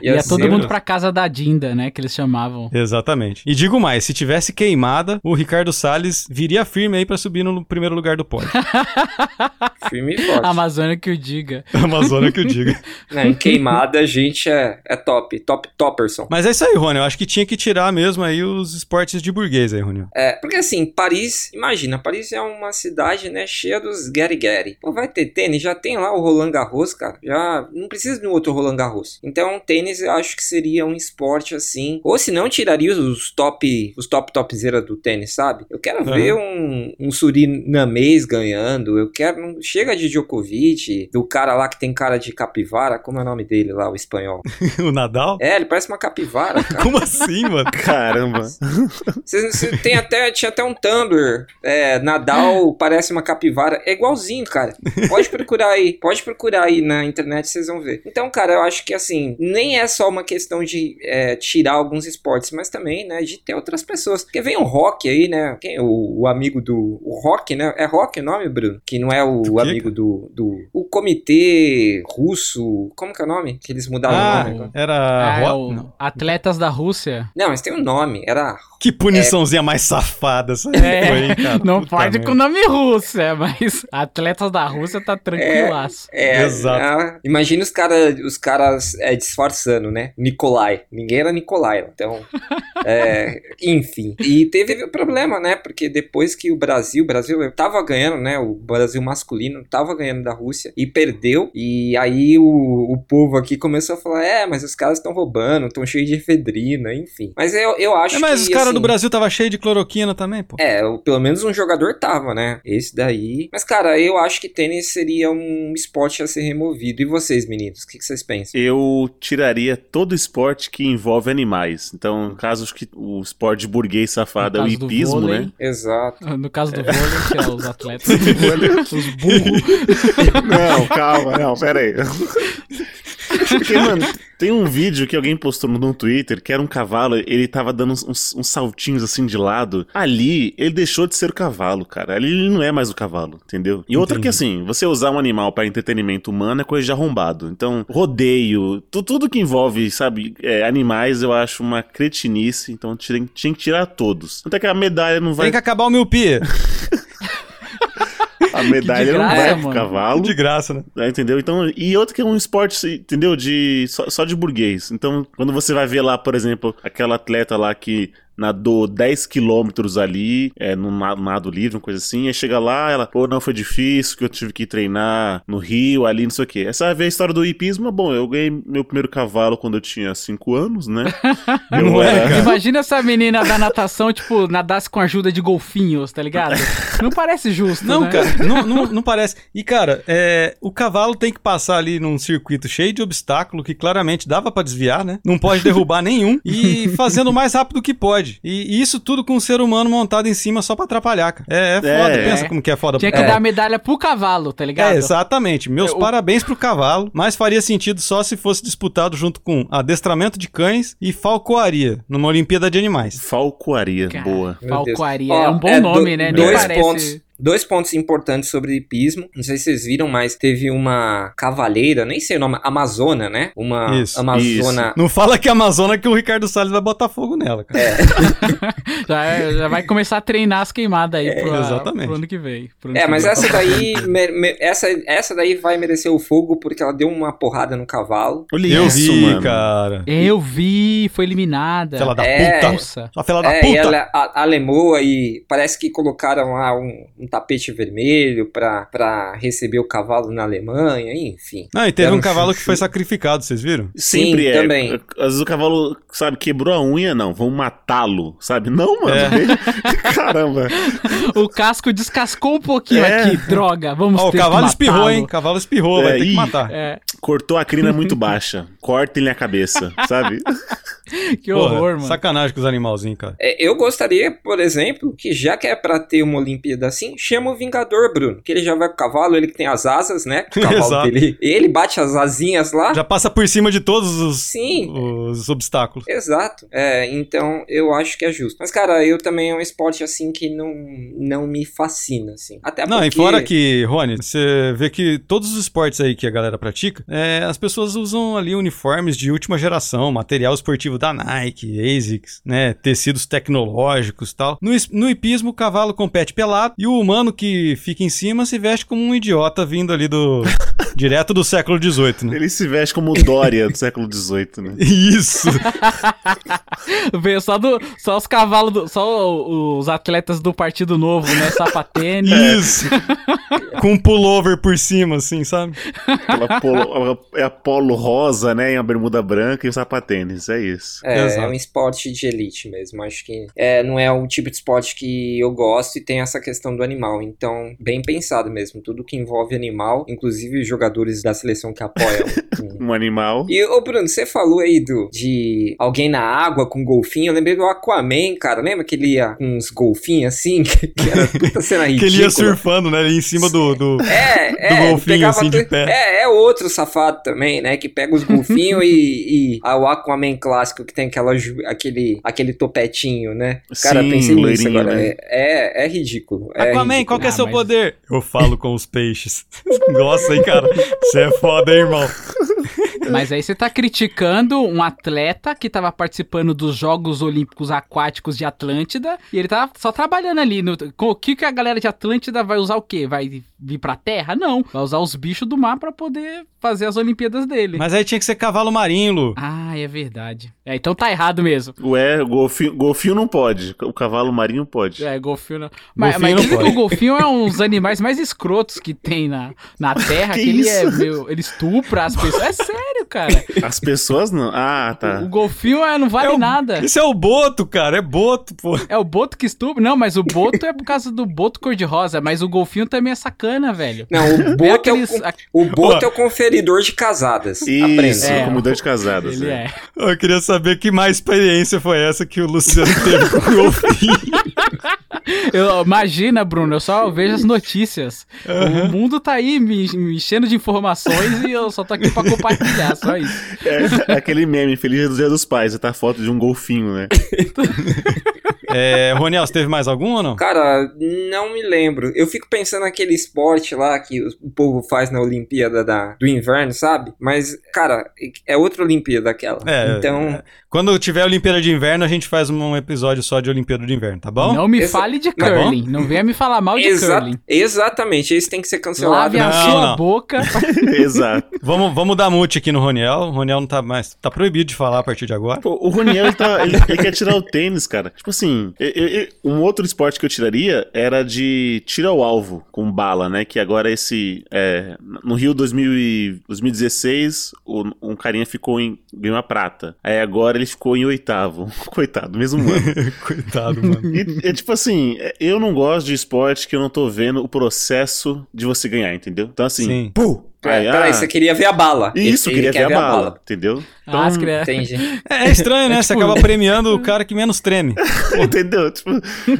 [SPEAKER 4] ia
[SPEAKER 5] Ia
[SPEAKER 4] ser
[SPEAKER 5] é todo
[SPEAKER 4] um-
[SPEAKER 5] mundo pra casa da Dinda, né? Que eles chamavam.
[SPEAKER 3] Exatamente. E digo mais, se tivesse queimada, o Ricardo Salles viria firme aí pra subir no primeiro lugar do pódio.
[SPEAKER 4] Firme e um
[SPEAKER 5] Ah,
[SPEAKER 4] forte.
[SPEAKER 5] Amazônia que o diga.
[SPEAKER 3] Amazônia É que eu diga.
[SPEAKER 4] Né, em queimada, a gente é, é top. Top, topperson.
[SPEAKER 3] Mas é isso aí, Rony. Eu acho que tinha que tirar mesmo aí os esportes de burguês aí, Rony.
[SPEAKER 4] É, porque assim, Paris, imagina, Paris é uma cidade, né, cheia dos guerigueri. Pô, vai ter tênis, já tem lá o Roland Garros, cara. Já não precisa de um outro Roland Garros. Então, tênis eu acho que seria um esporte assim. Ou se não, tiraria os- os top, os top topzera do tênis, sabe? Eu quero
[SPEAKER 3] Aham.
[SPEAKER 4] ver um, um surinamês ganhando. Eu quero. não- Chega de Djokovic, do cara lá que tem cara de capivara. Como é o nome dele lá, o espanhol?
[SPEAKER 3] o Nadal?
[SPEAKER 4] É, ele parece uma capivara, cara.
[SPEAKER 3] Como assim, mano?
[SPEAKER 6] Caramba.
[SPEAKER 4] Cê- cê tem até, tinha até um Tumblr. É, Nadal parece uma capivara. É igualzinho, cara. Pode procurar aí. Pode procurar aí na internet, vocês vão ver. Então, cara, eu acho que assim, nem é só uma questão de é, tirar alguns esportes, mas também, né, de ter outras pessoas. Porque vem o rock aí, né? Quem, o, o amigo do. O rock, né? É rock o nome, Bruno? Que não é o
[SPEAKER 3] Do quê,
[SPEAKER 4] amigo do, do. O comitê russo. Como que é o nome? Que eles mudaram o
[SPEAKER 3] Ah,
[SPEAKER 4] nome agora.
[SPEAKER 3] era.
[SPEAKER 5] Ah,
[SPEAKER 3] ro-
[SPEAKER 5] o-
[SPEAKER 3] Não.
[SPEAKER 5] Atletas da Rússia.
[SPEAKER 4] Não, mas tem um nome. Era
[SPEAKER 3] Que puniçãozinha mais safada essa
[SPEAKER 5] É,
[SPEAKER 3] foi, hein, cara?
[SPEAKER 5] Não
[SPEAKER 3] Puta
[SPEAKER 5] pode
[SPEAKER 3] merda.
[SPEAKER 5] com nome Rússia, mas Atletas da Rússia tá tranquilaço.
[SPEAKER 4] É,
[SPEAKER 3] Exato.
[SPEAKER 4] ah, imagina os, cara, os caras é, disfarçando, né? Nicolai. Ninguém era Nicolai, então. é, enfim. E teve o problema, né? Porque depois que o Brasil, o Brasil tava ganhando, né? O Brasil masculino tava ganhando da Rússia e perdeu. E aí o, o povo aqui começou a falar: é, mas os caras estão roubando, estão cheios de efedrina, enfim. Mas eu, eu acho
[SPEAKER 3] É, mas os
[SPEAKER 4] que.
[SPEAKER 3] caras do
[SPEAKER 4] assim,
[SPEAKER 3] Brasil tava cheio de cloroquina também, pô.
[SPEAKER 4] é, o- pelo menos um jogador tava, né? Esse daí. Mas, cara, eu acho que tênis seria um esporte a ser removido. E vocês, meninos? O que, que vocês pensam?
[SPEAKER 6] Eu tiraria todo esporte que envolve animais. Então, casos que o esporte burguês safado é o
[SPEAKER 5] No caso do
[SPEAKER 6] hipismo,
[SPEAKER 5] vôlei.
[SPEAKER 6] né?
[SPEAKER 4] Exato.
[SPEAKER 5] No caso do vôlei, tirar É. os atletas do vôlei, os burros.
[SPEAKER 6] Não, calma, não, pera aí. Porque, mano, tem um vídeo que alguém postou no Twitter que era um cavalo, ele tava dando uns, uns- uns saltinhos assim de lado. Ali, ele deixou de ser o cavalo, cara. Ali ele não é mais o cavalo, entendeu? E outra
[SPEAKER 3] Entendi.
[SPEAKER 6] que, assim, você usar um animal pra entretenimento humano é coisa de arrombado. Então, rodeio, tu- tudo que envolve, sabe, é, animais, eu acho uma cretinice. Então, tinha, tinha que tirar todos. Até que a medalha não vai.
[SPEAKER 3] Tem que acabar o miopia.
[SPEAKER 6] A medalha não
[SPEAKER 5] graça,
[SPEAKER 6] vai pro
[SPEAKER 5] mano.
[SPEAKER 6] cavalo.
[SPEAKER 3] De graça, né?
[SPEAKER 6] É, entendeu? Então, e outro que é um esporte, entendeu? De só, só de burguês. Então, quando você vai ver lá, por exemplo, aquela atleta lá que nadou 10 quilômetros ali, é, num na- nado livre, uma coisa assim, aí chega lá, ela, pô, não, foi difícil, que eu tive que treinar no Rio, ali, não sei o quê. Essa vez a história do hipismo, bom, eu ganhei meu primeiro cavalo quando eu tinha 5 anos, né?
[SPEAKER 3] Não é, cara?
[SPEAKER 5] Imagina essa menina da natação, tipo, nadasse com a ajuda de golfinhos, tá ligado? Não parece justo,
[SPEAKER 3] Não,
[SPEAKER 5] né?
[SPEAKER 3] cara, não, não, não parece. E, cara, é, o cavalo tem que passar ali num circuito cheio de obstáculo que claramente dava pra desviar, né? Não pode derrubar nenhum e fazendo o mais rápido que pode. E, e isso tudo com um ser humano montado em cima só pra atrapalhar, cara. É, é foda,
[SPEAKER 6] É.
[SPEAKER 3] pensa como que é foda.
[SPEAKER 5] Tinha que
[SPEAKER 3] é.
[SPEAKER 5] dar a medalha pro cavalo, tá ligado?
[SPEAKER 3] É, exatamente. Meus
[SPEAKER 5] É, o-
[SPEAKER 3] parabéns pro cavalo, mas faria sentido só se fosse disputado junto com adestramento de cães e falcoaria numa Olimpíada de Animais.
[SPEAKER 6] Falcoaria,
[SPEAKER 5] Cara.
[SPEAKER 6] boa.
[SPEAKER 4] Meu Deus.
[SPEAKER 5] Falcoaria,
[SPEAKER 4] Ó,
[SPEAKER 5] é um bom
[SPEAKER 4] do-
[SPEAKER 5] nome, né? Nem
[SPEAKER 4] Dois
[SPEAKER 5] parece-
[SPEAKER 4] pontos, dois pontos importantes sobre hipismo. Não sei se vocês viram, mas teve uma cavaleira, nem sei o nome, Amazona, né? Uma
[SPEAKER 3] Isso,
[SPEAKER 4] Amazona.
[SPEAKER 3] Não fala que é a Amazônia que o Ricardo Salles vai botar fogo nela, cara.
[SPEAKER 5] Já, é, já vai começar a treinar as queimadas aí pro,
[SPEAKER 3] exatamente.
[SPEAKER 5] pro ano que vem. pro ano
[SPEAKER 4] É,
[SPEAKER 5] que
[SPEAKER 4] mas
[SPEAKER 5] vem.
[SPEAKER 4] essa daí, me- me- essa, essa daí vai merecer o fogo porque ela deu uma porrada no cavalo.
[SPEAKER 6] Olha
[SPEAKER 3] Eu
[SPEAKER 6] isso,
[SPEAKER 3] vi,
[SPEAKER 6] mano.
[SPEAKER 3] cara.
[SPEAKER 5] Eu vi, foi eliminada.
[SPEAKER 3] Fela da
[SPEAKER 4] É.
[SPEAKER 3] puta.
[SPEAKER 5] Nossa.
[SPEAKER 3] Sua fela da
[SPEAKER 4] É, e
[SPEAKER 3] puta.
[SPEAKER 4] ela a- alemoa e parece que colocaram lá um, um tapete vermelho pra, pra receber o cavalo na Alemanha, enfim.
[SPEAKER 3] Não, e teve
[SPEAKER 4] Era
[SPEAKER 3] um
[SPEAKER 4] um
[SPEAKER 3] cavalo que
[SPEAKER 4] chuchu.
[SPEAKER 3] foi sacrificado, vocês viram?
[SPEAKER 6] Sempre
[SPEAKER 4] Sim,
[SPEAKER 6] é.
[SPEAKER 4] também.
[SPEAKER 6] Às vezes o cavalo, sabe, quebrou a unha, não, vamos matá-lo, sabe? Não, mano. Caramba.
[SPEAKER 5] O casco descascou um pouquinho
[SPEAKER 6] É.
[SPEAKER 5] aqui, droga. Vamos
[SPEAKER 3] Ó, o
[SPEAKER 5] ter Um que
[SPEAKER 3] cavalo espirrou,
[SPEAKER 5] matá-lo.
[SPEAKER 3] hein? O cavalo espirrou, vai
[SPEAKER 6] É,
[SPEAKER 3] ter que
[SPEAKER 6] ih.
[SPEAKER 3] matar.
[SPEAKER 5] É,
[SPEAKER 6] Cortou a crina muito baixa. Cortem-lhe a cabeça, sabe?
[SPEAKER 5] que
[SPEAKER 3] Porra,
[SPEAKER 5] horror, mano.
[SPEAKER 3] Sacanagem com os animalzinhos, cara.
[SPEAKER 4] É, eu gostaria, por exemplo, que já que é pra ter uma Olimpíada assim, chama o Vingador, Bruno. Que ele já vai com o cavalo, ele que tem as asas, né? Que o cavalo
[SPEAKER 3] Exato.
[SPEAKER 4] dele. Ele bate as asinhas lá.
[SPEAKER 3] Já passa por cima de todos os,
[SPEAKER 4] Ah. Sim.
[SPEAKER 3] os obstáculos.
[SPEAKER 4] Exato. É, então eu acho que é justo. Mas, cara, eu também é um esporte assim que não, não me fascina, assim. Até
[SPEAKER 3] Não,
[SPEAKER 4] porque...
[SPEAKER 3] e fora que, Rony, você vê que todos os esportes aí que a galera pratica, é, as pessoas usam ali uniformes de última geração, material esportivo da Nike, ASICS, né, tecidos tecnológicos e tal. No, his- no hipismo, o cavalo compete pelado e o humano que fica em cima se veste como um idiota vindo ali do... direto do século XVIII, né?
[SPEAKER 6] Ele se veste como o Dória do século XVIII, né?
[SPEAKER 3] Isso!
[SPEAKER 5] Veio só, do, só os cavalos, do- só o- os atletas do Partido Novo, né? Sapatênis.
[SPEAKER 4] É.
[SPEAKER 3] Isso! Com um pullover por cima, assim, sabe?
[SPEAKER 6] Aquela polo, é a polo rosa, né? E a bermuda branca e o sapatênis. É isso.
[SPEAKER 4] É,
[SPEAKER 3] Exato.
[SPEAKER 4] é um esporte de elite mesmo. Acho que é, não é o tipo de esporte que eu gosto e tem essa questão do animal. Então, bem pensado mesmo. Tudo que envolve animal, inclusive os jogadores da seleção que apoiam. Hum.
[SPEAKER 6] Um animal.
[SPEAKER 4] E, ô Bruno, você falou aí do, de alguém na água com golfinho. Eu lembrei do Aquaman, cara. Lembra que ele ia com uns golfinhos assim? Que era puta cena
[SPEAKER 3] Que
[SPEAKER 4] ridícula.
[SPEAKER 3] ele ia surfando, né? Ele em cima do- do...
[SPEAKER 4] É,
[SPEAKER 3] Do
[SPEAKER 4] é,
[SPEAKER 3] golfinho,
[SPEAKER 4] pegava
[SPEAKER 3] assim, de
[SPEAKER 4] tu-
[SPEAKER 3] pé.
[SPEAKER 4] É, é outro safado também, né? Que pega os golfinhos e, e ah, o Aquaman clássico que tem aquela, ju- aquele, aquele topetinho, né? Cara,
[SPEAKER 6] Sim,
[SPEAKER 4] pensei nisso
[SPEAKER 6] loirinho,
[SPEAKER 4] agora.
[SPEAKER 6] né?
[SPEAKER 4] É, é, é ridículo. É
[SPEAKER 3] Aquaman,
[SPEAKER 4] ridículo.
[SPEAKER 3] qual que é
[SPEAKER 5] Ah,
[SPEAKER 3] seu
[SPEAKER 5] mas-
[SPEAKER 3] poder? Eu falo com os peixes. Nossa, hein, cara? Você é foda, hein, irmão?
[SPEAKER 5] Mas aí você tá criticando um atleta que tava participando dos Jogos Olímpicos Aquáticos de Atlântida e ele tava só trabalhando ali. No, com o que, que a galera de Atlântida vai usar o quê? Vai vir pra terra? Não. Vai usar os bichos do mar pra poder fazer as Olimpíadas dele.
[SPEAKER 3] Mas aí tinha que ser cavalo marinho, Lu.
[SPEAKER 5] Ah, é verdade. É, então tá errado mesmo.
[SPEAKER 6] Ué, golfinho, golfinho não pode. O cavalo marinho pode.
[SPEAKER 5] É, golfinho não. Mas,
[SPEAKER 3] Golfinho
[SPEAKER 5] mas
[SPEAKER 3] não
[SPEAKER 5] dizem que
[SPEAKER 3] pode.
[SPEAKER 5] o golfinho é um dos animais mais escrotos que tem na, na Terra, que,
[SPEAKER 6] Que
[SPEAKER 5] ele é,
[SPEAKER 6] isso?
[SPEAKER 5] meu, ele estupra as pessoas. É sério, cara.
[SPEAKER 6] As pessoas não. Ah, tá.
[SPEAKER 5] O golfinho é, não vale
[SPEAKER 3] É o-
[SPEAKER 5] nada.
[SPEAKER 3] Isso é o Boto, cara. É Boto, pô.
[SPEAKER 5] É o Boto que estupra? Não, mas o Boto é por causa do Boto cor-de-rosa, mas o golfinho também é sacana, velho.
[SPEAKER 4] Não, o
[SPEAKER 5] É
[SPEAKER 4] Boto, é, o,
[SPEAKER 5] aqueles-
[SPEAKER 4] con-
[SPEAKER 5] a-
[SPEAKER 4] o Boto é o conferidor de casadas.
[SPEAKER 6] Isso,
[SPEAKER 4] Aprenda.
[SPEAKER 5] É.
[SPEAKER 6] como dois casados.
[SPEAKER 5] Ele
[SPEAKER 4] assim.
[SPEAKER 6] né?
[SPEAKER 5] é.
[SPEAKER 3] Eu queria saber que mais experiência foi essa que o Luciano teve com o golfinho.
[SPEAKER 5] Eu, imagina, Bruno, eu só vejo as notícias. O mundo tá aí me, me enchendo de informações e eu só tô aqui pra compartilhar, só isso.
[SPEAKER 6] É, é aquele meme, Feliz Dia dos Pais, tá a foto de um golfinho, né?
[SPEAKER 3] É, Roniel, você teve mais algum ou não?
[SPEAKER 4] Cara, não me lembro. Eu fico pensando naquele esporte lá que o povo faz na Olimpíada da- do inverno, sabe? Mas, cara, é outra Olimpíada aquela.
[SPEAKER 3] É,
[SPEAKER 4] então,
[SPEAKER 3] Quando tiver Olimpíada de Inverno, a gente faz um episódio só de Olimpíada de Inverno, tá bom?
[SPEAKER 5] Não me
[SPEAKER 4] Essa-
[SPEAKER 5] fale de
[SPEAKER 3] Tá bom?
[SPEAKER 5] curling. Não venha me falar mal de
[SPEAKER 4] exa-
[SPEAKER 5] curling.
[SPEAKER 4] exatamente, esse tem que ser cancelado.
[SPEAKER 5] Lave a
[SPEAKER 3] Não,
[SPEAKER 5] sua
[SPEAKER 3] não.
[SPEAKER 5] boca.
[SPEAKER 6] Exato.
[SPEAKER 3] Vamos, vamos dar mute aqui no Roniel. O Roniel não tá mais. Tá proibido de falar a partir de agora.
[SPEAKER 6] Pô, o Roniel, ele, tá- ele- ele quer tirar o tênis, cara. Tipo assim, eu- eu- eu- um outro esporte que eu tiraria era de tiro ao alvo com bala, né? Que agora esse. é, no Rio 2000 e- 2016, o- um carinha ficou em. ganhou a prata. Aí agora ele ficou em oitavo. Coitado, mesmo ano.
[SPEAKER 3] Coitado, mano.
[SPEAKER 6] E, é tipo assim, é, eu não gosto de esporte que eu não tô vendo o processo de você ganhar, entendeu? Então assim.
[SPEAKER 3] Sim.
[SPEAKER 6] Puh,
[SPEAKER 4] Peraí, peraí, você queria ver a bala.
[SPEAKER 6] Isso,
[SPEAKER 4] Ele-
[SPEAKER 6] queria
[SPEAKER 4] ele quer
[SPEAKER 6] ver a bala, entendeu?
[SPEAKER 5] Ah, as crianças-
[SPEAKER 4] Entendi.
[SPEAKER 3] É, é estranho, né? Você
[SPEAKER 5] tipo-
[SPEAKER 3] acaba premiando o cara que menos treme.
[SPEAKER 6] Entendeu? Tipo.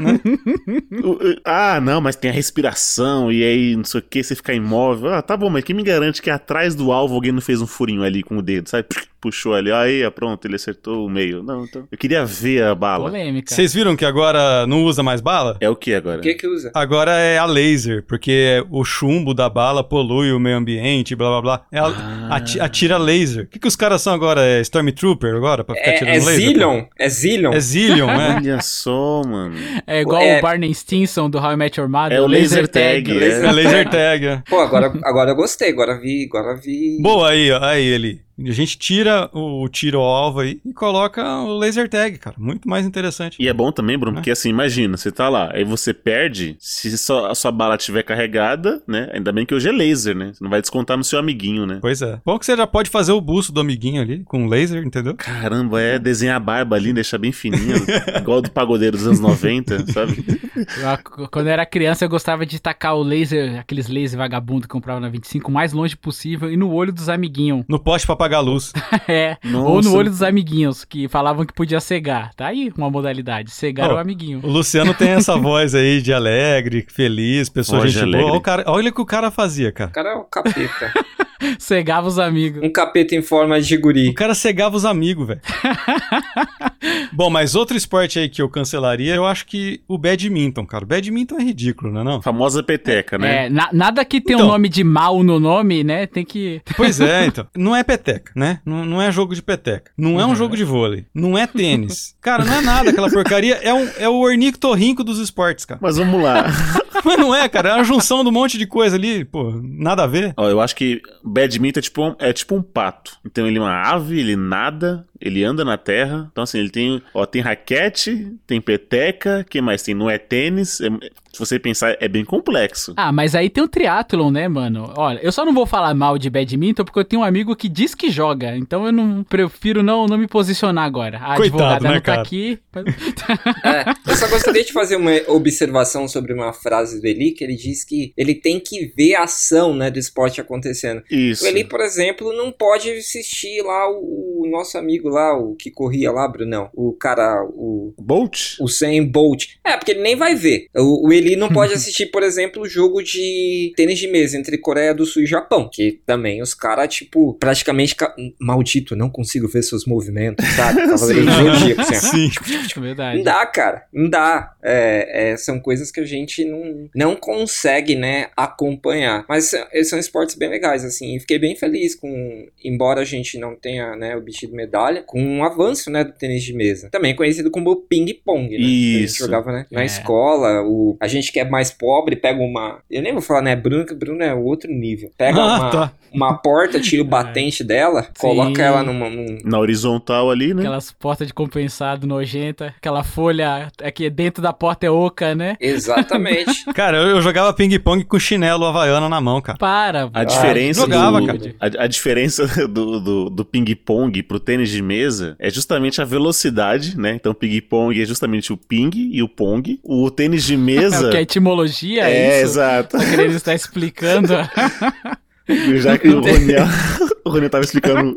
[SPEAKER 6] o- o- ah, não, mas tem a respiração e aí não sei o que, você fica imóvel. Ah, tá bom, mas quem me garante que atrás do alvo alguém não fez um furinho ali com o dedo, sabe? Puxou ali, "Ah, aí, pronto, ele acertou o meio. Não, então. Eu queria ver a bala.
[SPEAKER 5] Polêmica.
[SPEAKER 3] Vocês viram que agora não usa mais bala?
[SPEAKER 6] É o que agora?
[SPEAKER 4] O que que usa?
[SPEAKER 3] Agora é a laser, porque o chumbo da bala polui o meio ambiente, blá blá blá. É a,
[SPEAKER 6] Ah.
[SPEAKER 3] ati- atira laser. O que, que os caras são agora? É Stormtrooper agora? Pra ficar
[SPEAKER 4] É,
[SPEAKER 3] atirando
[SPEAKER 4] é
[SPEAKER 3] laser?
[SPEAKER 4] Zillion? É Zillion?
[SPEAKER 3] É Zillion, é.
[SPEAKER 6] Olha só, mano.
[SPEAKER 5] É igual
[SPEAKER 4] É-
[SPEAKER 5] o Barney Stinson Ah, do How I Met Your Mother.
[SPEAKER 6] É o laser tag.
[SPEAKER 4] Laser
[SPEAKER 3] É laser tag. é.
[SPEAKER 4] Pô, agora, agora eu gostei, agora vi, agora vi.
[SPEAKER 3] Boa aí, ó, aí ele. A gente tira o tiro ao alvo aí e coloca o laser tag, cara. Muito mais interessante.
[SPEAKER 6] E é bom também, Bruno, porque assim, imagina, você tá lá, aí você perde, se só- a sua bala estiver carregada, né? Ainda bem que hoje é laser, né? Você não vai descontar no seu amiguinho, né?
[SPEAKER 3] Pois é. Bom que você já pode fazer o buço do amiguinho ali com laser, entendeu?
[SPEAKER 6] Caramba, é desenhar a barba ali, deixar bem fininha, igual do pagodeiro dos anos 90, sabe?
[SPEAKER 5] Eu- Quando eu era criança, eu gostava de tacar o laser, aqueles laser vagabundo que eu comprava na 25, o mais longe possível e no olho dos amiguinhos.
[SPEAKER 3] No poste pra apagar a luz.
[SPEAKER 5] É. Ou
[SPEAKER 6] Nossa.
[SPEAKER 5] no olho dos amiguinhos, que falavam que podia cegar. Tá aí uma modalidade, cegar
[SPEAKER 3] Oh.
[SPEAKER 5] o amiguinho.
[SPEAKER 3] O Luciano tem essa voz aí de alegre, feliz, pessoa
[SPEAKER 6] Voz
[SPEAKER 3] gente
[SPEAKER 6] de
[SPEAKER 3] boa.
[SPEAKER 6] alegre.
[SPEAKER 3] Olha o, cara, olha o que o cara fazia, cara.
[SPEAKER 4] O cara é um capeta.
[SPEAKER 5] Cegava os amigos.
[SPEAKER 4] um capeta em forma de
[SPEAKER 3] O
[SPEAKER 4] guri.
[SPEAKER 3] cara cegava os amigos, velho. Bom, mas outro esporte aí que eu cancelaria, eu acho que o badminton, cara. O badminton é ridículo, não é não?
[SPEAKER 6] Famosa peteca, né?
[SPEAKER 5] É, na- nada que tenha
[SPEAKER 3] Então.
[SPEAKER 5] um nome de mal no nome, né? Tem que.
[SPEAKER 3] Pois é, então. Não é peteca, né? Não, não é jogo de peteca. Não é
[SPEAKER 6] Uhum.
[SPEAKER 3] um jogo de vôlei. Não é tênis. Cara, não é nada aquela porcaria. É, um, é o ornictorrinco dos esportes, cara.
[SPEAKER 6] Mas vamos lá.
[SPEAKER 3] Mas não é, cara. É uma junção de um monte de coisa ali. Pô, nada a ver.
[SPEAKER 6] Ó, eu acho que badminton é tipo, um, é tipo um pato. Então ele é uma ave, ele nada, ele anda na terra. Então assim, ele tem, ó, tem raquete, tem peteca, que mais tem? Não é tênis. é- se você pensar, é bem complexo.
[SPEAKER 5] Ah, mas aí tem o triatlon, né, mano? Olha, eu só não vou falar mal de badminton porque eu tenho um amigo que diz que joga. Então eu não prefiro não, não me posicionar agora. A
[SPEAKER 3] Coitado,
[SPEAKER 5] advogada
[SPEAKER 3] né,
[SPEAKER 5] não tá
[SPEAKER 3] cara?
[SPEAKER 5] aqui.
[SPEAKER 4] É, eu só gostaria de fazer uma observação sobre uma frase do Eli, que ele diz que ele tem que ver a ação né, do esporte acontecendo.
[SPEAKER 6] Isso.
[SPEAKER 4] O
[SPEAKER 5] é
[SPEAKER 4] Eli, por exemplo, não pode assistir lá o, o nosso amigo lá, o que corria lá, Brunão. O cara, o,
[SPEAKER 6] Bolt?
[SPEAKER 4] o Sam Bolt. É, porque ele nem vai ver. O, o Eli não pode assistir, por exemplo, o jogo de tênis de mesa entre Coreia do Sul e Japão. Que também os caras, tipo, praticamente. ca- Maldito, não consigo ver seus movimentos, sabe? Cavaleiro do Zodíaco, assim, ó.
[SPEAKER 3] Sim.
[SPEAKER 5] É Verdade.
[SPEAKER 4] Não dá, né? cara. Não dá. É, é, são coisas que a gente não, não consegue, né, acompanhar. Mas são- é, são esportes bem legais, assim. E fiquei bem feliz com, embora a gente não tenha, né, obtido medalha, com o avanço, né, do tênis de mesa. Também conhecido como ping-pong, né? Que a gente
[SPEAKER 6] Isso.
[SPEAKER 4] jogava, né, na
[SPEAKER 5] É.
[SPEAKER 4] escola. O, a gente que é mais pobre pega uma... Eu nem vou falar, né, Bruno, que Bruno é outro nível. Pega
[SPEAKER 3] Ah,
[SPEAKER 4] uma,
[SPEAKER 3] tá.
[SPEAKER 4] uma porta, tira o batente dela, coloca ela numa... num-
[SPEAKER 6] Na horizontal ali, né?
[SPEAKER 5] Aquelas portas de compensado nojenta, aquela folha é que dentro da porta é oca, né?
[SPEAKER 4] Exatamente.
[SPEAKER 3] Cara, eu, eu jogava ping-pong com chinelo havaiano na mão, cara.
[SPEAKER 5] Para,
[SPEAKER 6] A
[SPEAKER 5] mano.
[SPEAKER 6] diferença
[SPEAKER 3] jogava,
[SPEAKER 6] do,
[SPEAKER 5] Ah, cara.
[SPEAKER 6] A, a diferença do, do, do ping-pong pro tênis de mesa é justamente a velocidade, né? Então, ping-pong é justamente o ping e o pong. O tênis de
[SPEAKER 5] É
[SPEAKER 6] mesa.
[SPEAKER 5] o que a etimologia é,
[SPEAKER 6] é,
[SPEAKER 5] isso. tá
[SPEAKER 6] exato.
[SPEAKER 5] Só que ele está explicando.
[SPEAKER 6] Já que o Roniel, O Rony tava explicando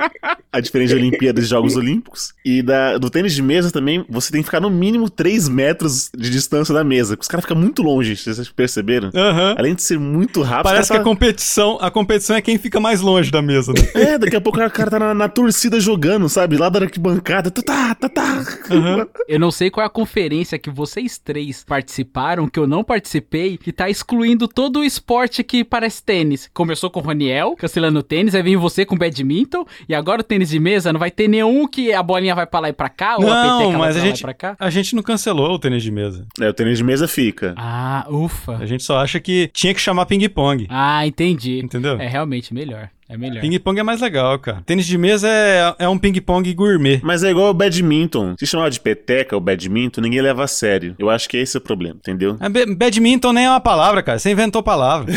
[SPEAKER 6] a diferença de Olimpíadas e Jogos Olímpicos. E da, do tênis de mesa também, você tem que ficar no mínimo 3 metros de distância da mesa. Porque os caras ficam muito longe, vocês perceberam?
[SPEAKER 3] Aham.
[SPEAKER 6] Além de ser muito rápido, os
[SPEAKER 3] Parece que a
[SPEAKER 6] caras tá-
[SPEAKER 3] competição, a competição é quem fica mais longe da mesa. Né?
[SPEAKER 6] É, daqui a pouco o cara tá na, na torcida jogando, sabe? Lá da arquibancada. Tá, tá, tá, tá.
[SPEAKER 3] Aham.
[SPEAKER 5] Eu não sei qual é a conferência que vocês três participaram, que eu não participei, que tá excluindo todo o esporte que parece tênis. Começou com o Roniel, cancelando o tênis, aí vem você com o badminton, e agora o tênis de mesa não vai ter nenhum que a bolinha vai pra lá e pra cá, ou a
[SPEAKER 3] Não,
[SPEAKER 5] peteca vai
[SPEAKER 3] mas
[SPEAKER 5] pra
[SPEAKER 3] a
[SPEAKER 5] lá
[SPEAKER 3] gente-
[SPEAKER 5] e pra cá.
[SPEAKER 3] A gente não cancelou o tênis de mesa.
[SPEAKER 6] É, o tênis de mesa fica.
[SPEAKER 5] Ah,
[SPEAKER 3] A
[SPEAKER 5] ufa.
[SPEAKER 3] gente só acha que tinha que chamar ping-pong.
[SPEAKER 5] Ah, entendi.
[SPEAKER 3] Entendeu?
[SPEAKER 5] É realmente melhor. É melhor.
[SPEAKER 3] Ping-pong é mais legal, cara. Tênis de mesa é, é um ping-pong gourmet.
[SPEAKER 6] Mas é igual o badminton. Se chamar de peteca ou badminton, ninguém leva a sério. Eu acho que esse é o problema, entendeu?
[SPEAKER 3] Ah, ba- Badminton nem é uma palavra, cara. Você inventou palavra.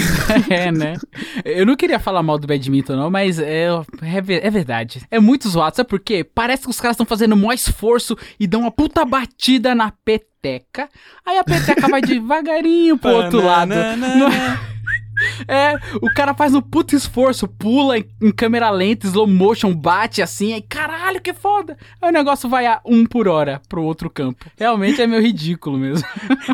[SPEAKER 5] É, né? Eu não queria falar mal do badminton, não, mas é, é, ve- é verdade. É muito zoado, sabe por quê? Parece que os caras estão fazendo o maior esforço e dão uma puta batida na peteca. Aí a peteca vai devagarinho
[SPEAKER 3] Ah,
[SPEAKER 5] pro
[SPEAKER 3] né,
[SPEAKER 5] outro lado. Não- É, o cara faz um puto esforço, pula em, em câmera lenta, slow motion, bate assim, aí caralho, que foda. Aí o negócio vai a um por hora pro outro campo. Realmente é meio ridículo mesmo.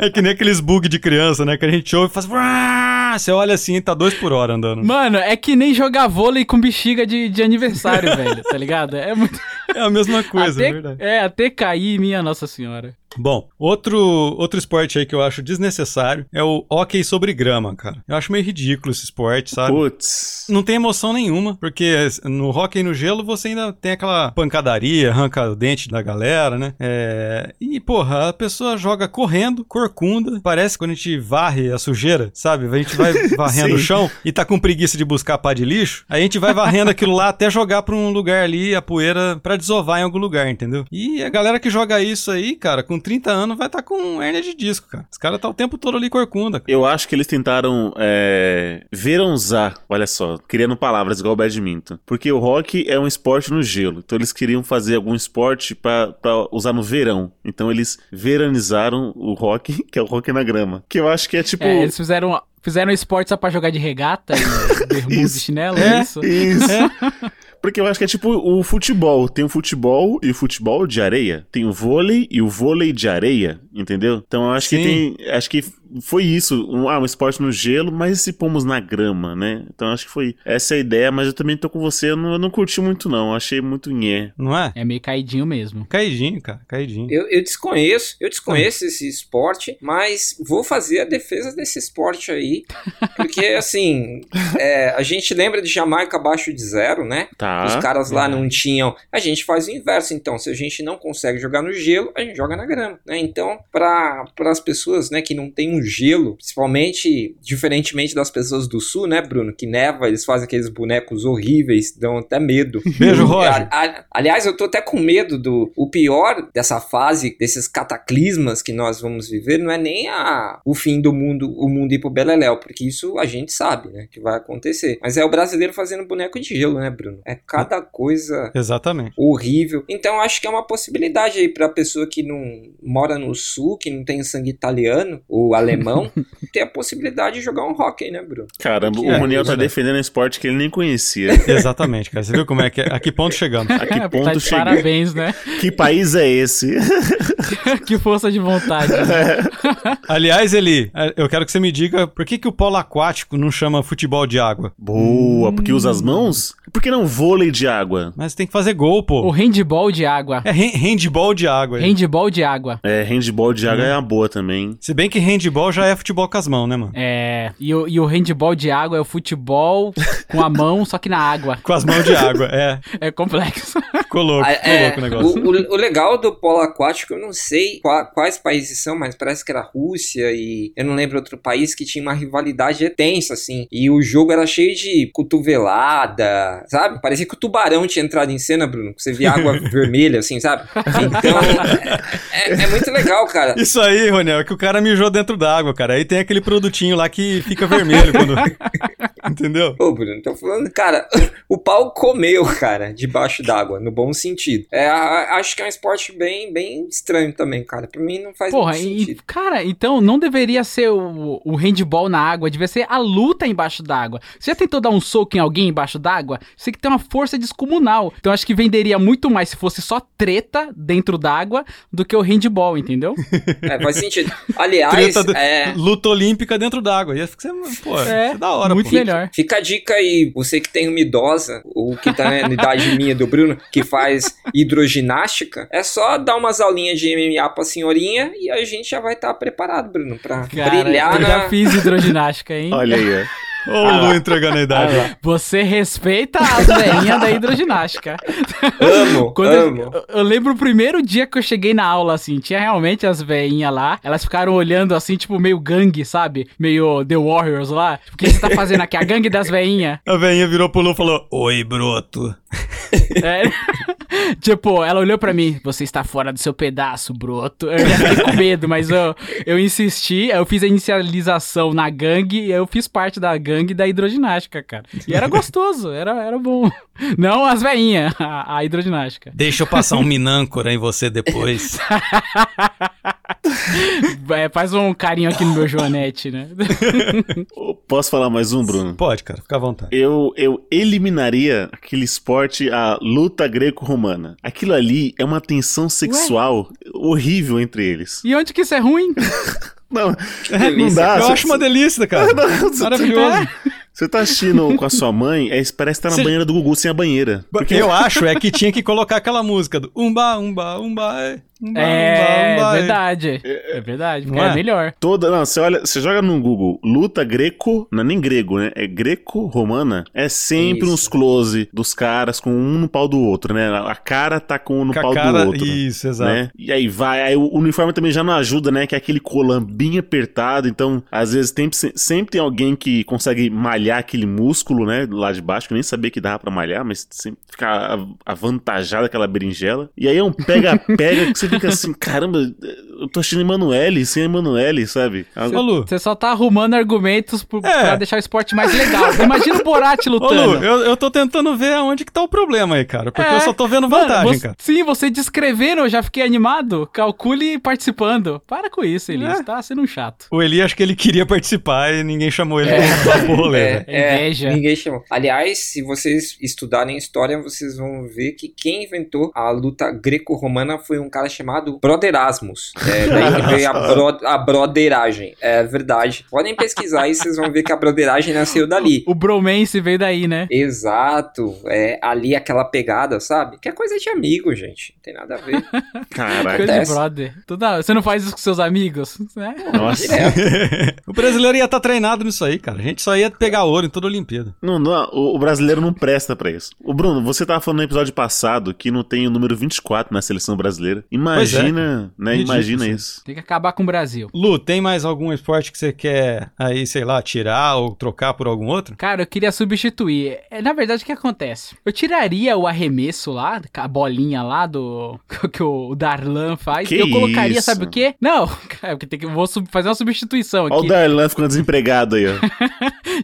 [SPEAKER 3] É que nem aqueles bug de criança, né? Que a gente ouve e faz. "Uá!" Você olha assim e tá dois por hora andando.
[SPEAKER 5] Mano, é que nem jogar vôlei com bexiga de, de aniversário, velho, tá ligado? É muito.
[SPEAKER 3] É a mesma coisa,
[SPEAKER 5] até,
[SPEAKER 3] é verdade.
[SPEAKER 5] é, até cair, minha Nossa Senhora.
[SPEAKER 3] Bom, outro, outro esporte aí que eu acho desnecessário é o hóquei sobre grama, cara. Eu acho meio ridículo esse esporte, sabe?
[SPEAKER 6] Putz.
[SPEAKER 3] Não tem emoção nenhuma, porque no hóquei no gelo você ainda tem aquela pancadaria, arranca o dente da galera, né? É... E, porra, a pessoa joga correndo, corcunda. Parece quando a gente varre a sujeira, sabe? A gente vai varrendo o
[SPEAKER 6] Sim.
[SPEAKER 3] chão e tá com preguiça de buscar pá de lixo. Aí a gente vai varrendo aquilo lá até jogar pra um lugar ali, a poeira, pra desovar em algum lugar, entendeu? E a galera que joga isso aí, cara, com 30 anos vai tá com hernia de disco, cara. Os caras tá o tempo todo ali corcunda. cara.
[SPEAKER 6] Eu acho que eles tentaram é, veronzar, olha só, criando palavras igual o badminton. Porque o hockey é um esporte no gelo, então eles queriam fazer algum esporte pra pra usar no verão. Então eles veranizaram o hockey, que é o hockey na grama. Que eu acho que é tipo...
[SPEAKER 5] É, eles fizeram, fizeram esporte só pra jogar de regata, e bermuda e
[SPEAKER 6] Isso.
[SPEAKER 5] chinelo, é isso?
[SPEAKER 6] Isso. Porque eu acho que é tipo o futebol. Tem o futebol e o futebol de areia. Tem o vôlei e o vôlei de areia, entendeu? Então eu acho que
[SPEAKER 3] Sim.
[SPEAKER 6] tem. Acho que foi isso. Um, ah, um esporte no gelo, mas se pomos na grama, né? Então eu acho que foi essa a ideia, mas eu também tô com você. Eu não, eu não curti muito, não. Eu achei muito nhé.
[SPEAKER 3] Não é?
[SPEAKER 5] É meio caidinho mesmo.
[SPEAKER 3] Caidinho, cara, caidinho.
[SPEAKER 4] Eu, eu desconheço, eu desconheço esse esporte, mas vou fazer a defesa desse esporte aí. Porque, assim, é, a gente lembra de Jamaica abaixo de zero, né?
[SPEAKER 6] Tá.
[SPEAKER 4] Os caras lá
[SPEAKER 6] É.
[SPEAKER 4] não tinham. A gente faz o inverso, então. Se a gente não consegue jogar no gelo, a gente joga na grama, né? Então, para as pessoas né, que não tem um gelo, principalmente, diferentemente das pessoas do sul, né, Bruno? Que neva, eles fazem aqueles bonecos horríveis, dão até medo.
[SPEAKER 3] Beijo, Roger.
[SPEAKER 4] Hum, A- a- aliás, eu tô até com medo do. O pior dessa fase, desses cataclismas que nós vamos viver, não é nem a, o fim do mundo, o mundo ir pro Beleléu, porque isso a gente sabe, né? Que vai acontecer. Mas é o brasileiro fazendo boneco de gelo, né, Bruno? É cada coisa
[SPEAKER 3] Exatamente.
[SPEAKER 4] horrível. Então acho que é uma possibilidade aí pra pessoa que não mora no sul, que não tem sangue italiano ou alemão, ter a possibilidade de jogar um hockey, né, Bruno?
[SPEAKER 6] Caramba,
[SPEAKER 3] É,
[SPEAKER 6] o Roniel tá
[SPEAKER 3] verdade.
[SPEAKER 6] defendendo um esporte que ele nem conhecia.
[SPEAKER 3] Exatamente, cara. Você viu como é que é? A que ponto chegamos?
[SPEAKER 6] A que
[SPEAKER 5] tá
[SPEAKER 6] ponto
[SPEAKER 5] de
[SPEAKER 6] chegou?
[SPEAKER 5] parabéns, né?
[SPEAKER 6] Que país é esse?
[SPEAKER 5] que força de vontade.
[SPEAKER 3] Aliás, Eli, é, eu quero que você me diga por que, que o polo aquático não chama futebol de água?
[SPEAKER 6] Boa, porque usa
[SPEAKER 5] Hum.
[SPEAKER 6] as mãos? Por que não vôlei de água?
[SPEAKER 3] Mas tem que fazer gol,
[SPEAKER 5] o
[SPEAKER 3] pô.
[SPEAKER 5] handball de água.
[SPEAKER 3] É hand- handball de água. aí.
[SPEAKER 5] Handball de água.
[SPEAKER 6] É, handball de
[SPEAKER 3] Uhum.
[SPEAKER 6] água é uma boa também.
[SPEAKER 3] Se bem que handball já é futebol com as mãos, né, mano?
[SPEAKER 5] É, e o, e o handball de água é o futebol com a mão, só que na água.
[SPEAKER 3] Com as mãos de água, é.
[SPEAKER 5] É complexo.
[SPEAKER 3] Ficou louco,
[SPEAKER 4] Ah,
[SPEAKER 3] ficou
[SPEAKER 4] é,
[SPEAKER 3] louco o negócio.
[SPEAKER 4] o, o- o legal do polo aquático, eu não sei qua- quais países são, mas parece que era Rússia e eu não lembro outro país que tinha uma rivalidade tensa, assim. E o jogo era cheio de cotovelada, sabe? Parecia que o tubarão tinha entrado em cena, Bruno. que Você via água vermelha, assim, sabe? Então, é, é- é muito legal, cara.
[SPEAKER 3] Isso aí, Ronel, é que o cara mijou dentro da água, cara. Aí tem aquele produtinho lá que fica vermelho quando. Entendeu?
[SPEAKER 4] Ô, Bruno, tô falando, cara, o pau comeu, cara, debaixo d'água, no bom sentido. É, a- acho que é um esporte bem, bem estranho também, cara. Pra mim não faz
[SPEAKER 5] Porra,
[SPEAKER 4] muito
[SPEAKER 5] e,
[SPEAKER 4] sentido.
[SPEAKER 5] cara, então não deveria ser o, o handball na água, devia ser a luta embaixo d'água. Você já tentou dar um soco em alguém embaixo d'água? Você tem que ter uma força descomunal. Então acho que venderia muito mais se fosse só treta dentro d'água do que o handball, entendeu?
[SPEAKER 4] É, faz sentido. Aliás,
[SPEAKER 3] Treta do-
[SPEAKER 4] é,
[SPEAKER 3] Luta olímpica dentro d'água. Ia ficar, pô,
[SPEAKER 5] É,
[SPEAKER 3] é, da hora,
[SPEAKER 5] muito
[SPEAKER 3] pô.
[SPEAKER 5] melhor.
[SPEAKER 4] Fica a dica aí, você que tem uma idosa, ou que tá na idade minha do Bruno, que faz hidroginástica, é só dar umas aulinhas de MMA pra senhorinha e a gente já vai estar preparado, Bruno, pra
[SPEAKER 5] Cara,
[SPEAKER 4] brilhar
[SPEAKER 5] eu
[SPEAKER 4] na...
[SPEAKER 5] já fiz hidroginástica, hein?
[SPEAKER 6] Olha aí, ó.
[SPEAKER 3] Olha o Lu entregando a idade.
[SPEAKER 4] Ah,
[SPEAKER 5] Você respeita as velhinhas da hidroginástica.
[SPEAKER 4] Amo,
[SPEAKER 5] Quando eu,
[SPEAKER 4] amo.
[SPEAKER 5] eu- eu lembro o primeiro dia que eu cheguei na aula, assim, tinha realmente as veinhas lá, elas ficaram olhando assim, tipo, meio gangue, sabe? Meio The Warriors lá. Tipo, O que você tá fazendo aqui? A gangue das veinhas.
[SPEAKER 3] A velhinha virou pro Lu e falou: Oi, broto.
[SPEAKER 5] É. tipo, ela olhou pra mim, você está fora do seu pedaço, broto. Eu já fiquei com medo, mas eu, eu insisti, eu fiz a inicialização na gangue, e eu fiz parte da gangue da hidroginástica, cara. E era gostoso, era, era bom. Não as veinhas, a, a hidroginástica.
[SPEAKER 3] Deixa eu passar um minâncora em você depois.
[SPEAKER 5] É, faz um carinho aqui no meu joanete, né?
[SPEAKER 6] Ô, Posso falar mais um, Bruno?
[SPEAKER 3] Pode, cara, fica à vontade.
[SPEAKER 6] Eu, eu eliminaria aquele esporte, a luta greco-romana. Aquilo ali é uma tensão sexual horrível entre eles.
[SPEAKER 5] E onde que isso é ruim?
[SPEAKER 6] Não, não
[SPEAKER 4] delícia.
[SPEAKER 6] dá.
[SPEAKER 3] eu
[SPEAKER 6] você- um
[SPEAKER 3] acho uma delícia, cara. Maravilhoso.
[SPEAKER 6] Você tá assistindo com a sua mãe, é, parece que tá na
[SPEAKER 3] Você-
[SPEAKER 6] banheira do Gugu sem a banheira.
[SPEAKER 3] Porque eu acho é que tinha que colocar aquela música do umba, umba, umba, é, umba,
[SPEAKER 5] É,
[SPEAKER 3] umba, umba, é.
[SPEAKER 5] verdade. É verdade,
[SPEAKER 3] Não
[SPEAKER 5] porque é?
[SPEAKER 3] é?
[SPEAKER 5] melhor.
[SPEAKER 6] Toda, não, você olha, você joga no Google, luta greco, não é nem grego, né? É greco-romana. É sempre
[SPEAKER 4] Isso.
[SPEAKER 6] uns close dos caras com um no pau do outro, né? A cara tá com um no
[SPEAKER 3] Com a
[SPEAKER 6] pau
[SPEAKER 3] cara-
[SPEAKER 6] do outro.
[SPEAKER 3] Isso, exato.
[SPEAKER 6] Né? E aí vai, aí o uniforme também já não ajuda, né? Que é aquele colan bem apertado, então às vezes tem, sempre tem alguém que consegue malhar aquele músculo, né? Lá de baixo, que eu nem sabia que dava pra malhar, mas sempre fica a- avantajada aquela berinjela. E aí é um pega-pega que você fica assim, caramba, eu tô achando Emanuele, sem Emanuele, sabe? É
[SPEAKER 3] Ô, Lu,
[SPEAKER 5] Você só tá arrumando argumentos pro-
[SPEAKER 3] É.
[SPEAKER 5] pra deixar o esporte mais legal. Imagina o Borat
[SPEAKER 3] ô, Lu, é
[SPEAKER 5] lutando.
[SPEAKER 3] eu, eu tô tentando ver aonde que tá o problema aí, cara. Porque
[SPEAKER 5] É.
[SPEAKER 3] eu só tô vendo vantagem,
[SPEAKER 5] Mano, você-
[SPEAKER 3] cara.
[SPEAKER 5] Sim, você descrevendo, eu já fiquei animado. Calcule participando. Para com isso,
[SPEAKER 3] É.
[SPEAKER 5] Elias. Tá sendo um chato.
[SPEAKER 3] O Eli, acho que ele queria participar e ninguém chamou
[SPEAKER 6] É.
[SPEAKER 3] ele pra pro rolê. né?
[SPEAKER 5] É inveja.
[SPEAKER 4] Ninguém chamou. Aliás, se vocês estudarem história, vocês vão ver que quem inventou a luta greco-romana foi um cara chamado Broderasmus. É, daí que veio a, bro, a broderagem. É verdade. Podem pesquisar aí, vocês vão ver que a broderagem nasceu dali.
[SPEAKER 5] O bromance veio daí, né?
[SPEAKER 4] Exato, é ali aquela pegada, sabe? Que é coisa de amigo, gente, não tem nada a ver.
[SPEAKER 6] Caraca.
[SPEAKER 5] Coisa de
[SPEAKER 4] Acontece.
[SPEAKER 5] brother. Toda- Você não faz isso com seus amigos, né?
[SPEAKER 6] Nossa,
[SPEAKER 3] O brasileiro ia estar treinado nisso aí, cara. A gente só ia pegar ouro em toda a Olimpíada.
[SPEAKER 6] não, não, o o brasileiro não presta pra isso. O Bruno, você tava falando no episódio passado que não tem o número 24 na seleção brasileira.
[SPEAKER 3] Pois é.
[SPEAKER 6] Imagina, né?
[SPEAKER 3] Ridículo,
[SPEAKER 6] Imagina
[SPEAKER 3] sim.
[SPEAKER 6] isso.
[SPEAKER 5] Tem que acabar com o Brasil.
[SPEAKER 3] Lu, tem mais algum esporte que você quer aí, sei lá, tirar ou trocar por algum outro?
[SPEAKER 5] Cara, eu queria substituir. É, na verdade, o que acontece? Eu tiraria o arremesso lá, a bolinha lá do que o Darlan faz.
[SPEAKER 6] Que
[SPEAKER 5] eu colocaria,
[SPEAKER 6] isso?
[SPEAKER 5] sabe o quê? Não, cara, porque tem que vou sub- fazer uma substituição
[SPEAKER 6] Olha o
[SPEAKER 5] aqui.
[SPEAKER 6] Darlan ficando desempregado aí, ó.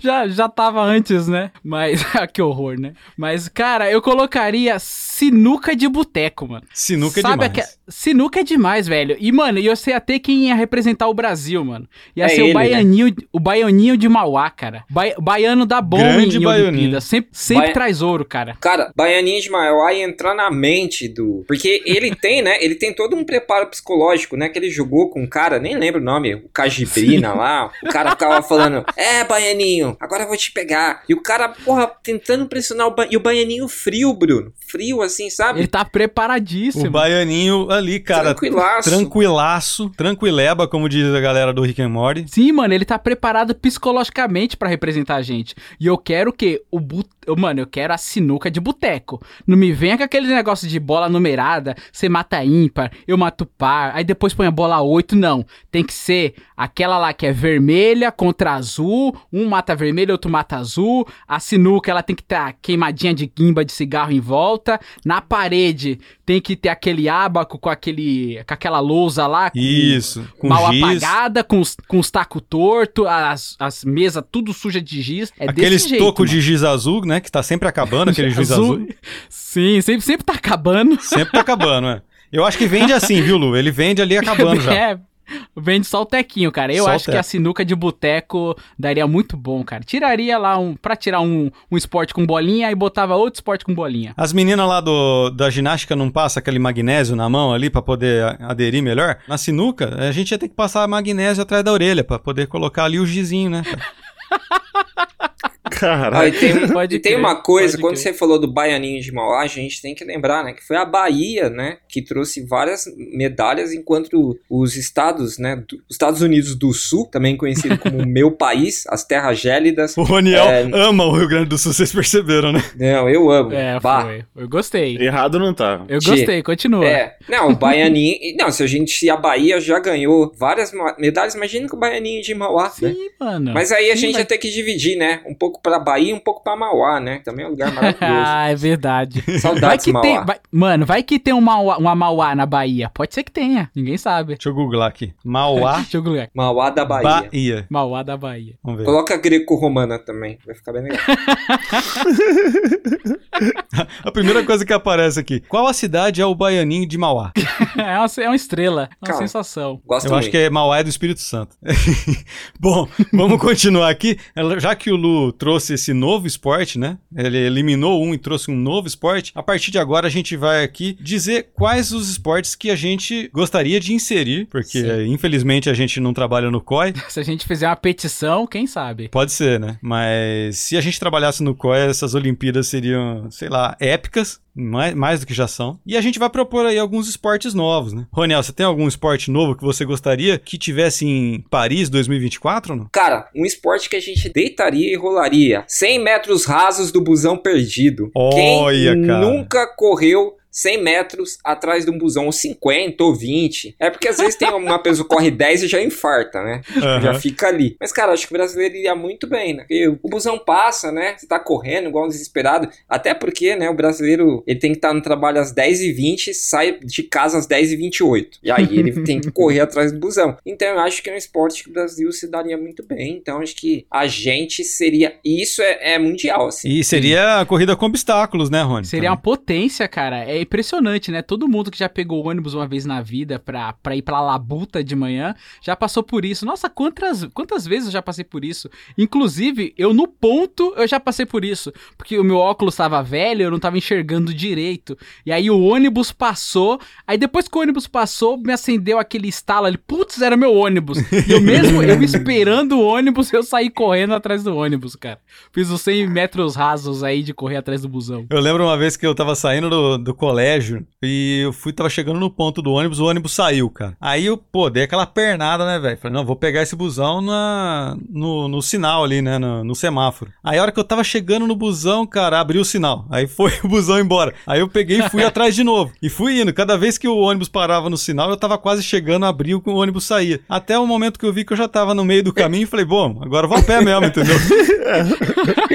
[SPEAKER 5] Já já tava antes, né? Mas que horror, né? Mas cara, eu colocaria sinuca de boteco, mano.
[SPEAKER 3] Sinuca é
[SPEAKER 5] Sabe
[SPEAKER 3] demais.
[SPEAKER 5] aque- Sinuca é demais, velho. E, mano, eu sei até quem ia representar o Brasil, mano. Ia
[SPEAKER 4] É
[SPEAKER 5] ser
[SPEAKER 4] ele,
[SPEAKER 5] o, baianinho, o baianinho de Mauá, cara. Bai- baiano da bom
[SPEAKER 3] Grande
[SPEAKER 5] em
[SPEAKER 3] baianinho.
[SPEAKER 5] Olimpíada. Sempre, sempre
[SPEAKER 4] Baia-
[SPEAKER 5] traz ouro, cara.
[SPEAKER 4] Cara, Baianinho de Maior ia entrar na mente do. Porque ele tem, né? Ele tem todo um preparo psicológico, né? Que ele jogou com um cara, nem lembro o nome, o Cajibrina lá. O cara ficava falando: É, Baianinho, agora eu vou te pegar. E o cara, porra, tentando pressionar o Ba- E o Baianinho frio, Bruno. Frio assim, sabe?
[SPEAKER 5] Ele tá preparadíssimo.
[SPEAKER 3] O baianinho ali, cara.
[SPEAKER 4] Tranquilaço.
[SPEAKER 3] Tranquilaço. Tranquileba, como diz a galera do Rick and Morty.
[SPEAKER 5] Sim, mano, ele tá preparado psicologicamente pra representar a gente. E eu quero o quê? O bu- eu- Mano, eu quero a sinuca de boteco. Não me venha com aquele negócio de bola numerada, você mata ímpar, eu mato par, aí depois põe a bola 8, não. Tem que ser aquela lá que é vermelha contra azul, um mata tá vermelho, outro mata azul. A sinuca, ela tem que estar queimadinha de guimba de cigarro em volta. na parede tem que ter aquele abaco com aquele com aquela lousa lá com-
[SPEAKER 3] Isso, com
[SPEAKER 5] mal
[SPEAKER 3] giz.
[SPEAKER 5] apagada, com os, com os tacos torto, as, as mesas tudo suja de giz. É
[SPEAKER 3] Aquele
[SPEAKER 5] desse jeito,
[SPEAKER 3] estoco
[SPEAKER 5] mano.
[SPEAKER 3] de giz azul, né? Que tá sempre acabando, aquele giz azul.
[SPEAKER 5] Sim, sempre, sempre tá acabando.
[SPEAKER 3] Sempre tá acabando, é. Eu acho que vende assim, viu, Lu? Ele vende ali acabando já.
[SPEAKER 5] É, vende só o tequinho, cara. Eu
[SPEAKER 3] Só o
[SPEAKER 5] acho que
[SPEAKER 3] teco.
[SPEAKER 5] a sinuca de boteco daria muito bom, cara. Tiraria lá um. Pra tirar um, um esporte com bolinha e botava outro esporte com bolinha.
[SPEAKER 3] As meninas lá do, da ginástica não passam aquele magnésio na mão ali pra poder a- aderir melhor? Na sinuca, a gente ia ter que passar magnésio atrás da orelha pra poder colocar ali o gizinho, né? cara?
[SPEAKER 4] Ah,
[SPEAKER 6] Caralho.
[SPEAKER 4] e tem, um
[SPEAKER 5] Pode
[SPEAKER 4] e tem
[SPEAKER 5] crer,
[SPEAKER 4] uma coisa,
[SPEAKER 5] pode
[SPEAKER 4] quando você
[SPEAKER 5] crer.
[SPEAKER 4] falou do Baianinho de Mauá, a gente tem que lembrar, né, que foi a Bahia, né, que trouxe várias medalhas, enquanto os estados, né, do- os Estados Unidos do Sul, também conhecido como meu país, as terras gélidas.
[SPEAKER 3] O Roniel
[SPEAKER 4] É.
[SPEAKER 3] ama o Rio Grande do Sul, vocês perceberam, né?
[SPEAKER 4] Não, eu amo.
[SPEAKER 5] É,
[SPEAKER 4] Bah.
[SPEAKER 5] foi. Eu gostei.
[SPEAKER 6] Errado não tá.
[SPEAKER 5] Eu
[SPEAKER 4] Tchê.
[SPEAKER 5] gostei, continua.
[SPEAKER 4] É, não, o Baianinho, não, se a gente, se a Bahia já ganhou várias ma- medalhas, imagina que o Baianinho de Mauá, né?
[SPEAKER 5] Sim, mano.
[SPEAKER 4] Mas aí a
[SPEAKER 5] Sim,
[SPEAKER 4] gente é
[SPEAKER 5] mas-
[SPEAKER 4] ia ter que dividir, né? Um pouco pra Bahia e um pouco pra Mauá, né? Também é um lugar maravilhoso.
[SPEAKER 5] ah, é verdade. Vai
[SPEAKER 4] Saudades,
[SPEAKER 5] que tem,
[SPEAKER 4] Mauá.
[SPEAKER 5] vai- mano, vai que tem um Mauá- uma Mauá na Bahia. Pode ser que tenha, ninguém sabe. Ah,
[SPEAKER 3] Deixa eu googlar aqui. Mauá,
[SPEAKER 5] Deixa eu googlear.
[SPEAKER 4] Mauá da Bahia.
[SPEAKER 3] Bahia.
[SPEAKER 5] Mauá da Bahia.
[SPEAKER 3] Vamos ver.
[SPEAKER 4] Coloca greco-romana também, vai ficar bem legal.
[SPEAKER 3] A primeira coisa que aparece aqui. Qual a cidade é o Baianinho de Mauá?
[SPEAKER 5] É uma, é uma estrela, é uma
[SPEAKER 4] Calma.
[SPEAKER 5] sensação.
[SPEAKER 4] Gosto
[SPEAKER 3] Eu
[SPEAKER 4] muito.
[SPEAKER 3] acho que é Mauá é do Espírito Santo. Bom, vamos continuar aqui. Ela- Já que o Lu trouxe esse novo esporte, né? Ele eliminou um e trouxe um novo esporte. A partir de agora a gente vai aqui dizer quais os esportes que a gente gostaria de inserir, porque
[SPEAKER 5] Sim.
[SPEAKER 3] infelizmente a gente não trabalha no COI.
[SPEAKER 5] Se a gente fizer uma petição, quem sabe?
[SPEAKER 3] Pode ser, né? Mas se a gente trabalhasse no COE, essas Olimpíadas seriam, sei lá, épicas, mais, mais do que já são. E a gente vai propor aí alguns esportes novos, né? Roniel, você tem algum esporte novo que você gostaria que tivesse em Paris 2024 ou não?
[SPEAKER 4] Cara, um esporte que a gente deitaria e rolaria. 100 metros rasos do busão perdido.
[SPEAKER 3] Olha,
[SPEAKER 4] Quem
[SPEAKER 3] cara.
[SPEAKER 4] nunca correu 100 metros atrás de um busão, ou 50 ou 20. É porque às vezes tem uma pessoa que corre 10 e já infarta, né? Já
[SPEAKER 3] Aham.
[SPEAKER 4] fica ali. Mas, cara, acho que o brasileiro iria muito bem, né? Porque o busão passa, né? Você tá correndo igual um desesperado. Até porque, né, o brasileiro, ele tem que estar no trabalho às 10h20, sai de casa às 10h28. E aí ele tem que correr atrás do busão. Então, eu acho que é um esporte que o Brasil se daria muito bem. Então, acho que a gente seria. e Isso é, é mundial, assim.
[SPEAKER 3] E seria a corrida com obstáculos, né, Rony?
[SPEAKER 5] Seria uma potência, cara. É impressionante, né? Todo mundo que já pegou o ônibus uma vez na vida pra, pra ir pra Labuta de manhã já passou por isso. Nossa, quantas, quantas vezes eu já passei por isso? Inclusive, eu no ponto eu já passei por isso. Porque o meu óculos tava velho, eu não tava enxergando direito. E aí o ônibus passou. Aí depois que o ônibus passou, me acendeu aquele estalo ali. Putz, era meu ônibus. E eu mesmo, eu esperando o ônibus, eu saí correndo atrás do ônibus, cara. Fiz os 100 metros rasos aí de correr atrás do busão.
[SPEAKER 3] Eu lembro uma vez que eu tava saindo do, do colégio e eu fui, tava chegando no ponto do ônibus, o ônibus saiu, cara. Aí eu, pô, dei aquela pernada, né, velho? Falei, não, vou pegar esse busão na, no, no sinal ali, né, no, no semáforo. Aí a hora que eu tava chegando no busão, cara, abriu o sinal. Aí foi o busão embora. Aí eu peguei e fui atrás de novo. E fui indo. Cada vez que o ônibus parava no sinal, eu tava quase chegando, abriu, o ônibus saía. Até o momento que eu vi que eu já tava no meio do caminho e falei, bom, agora eu vou a pé mesmo, entendeu?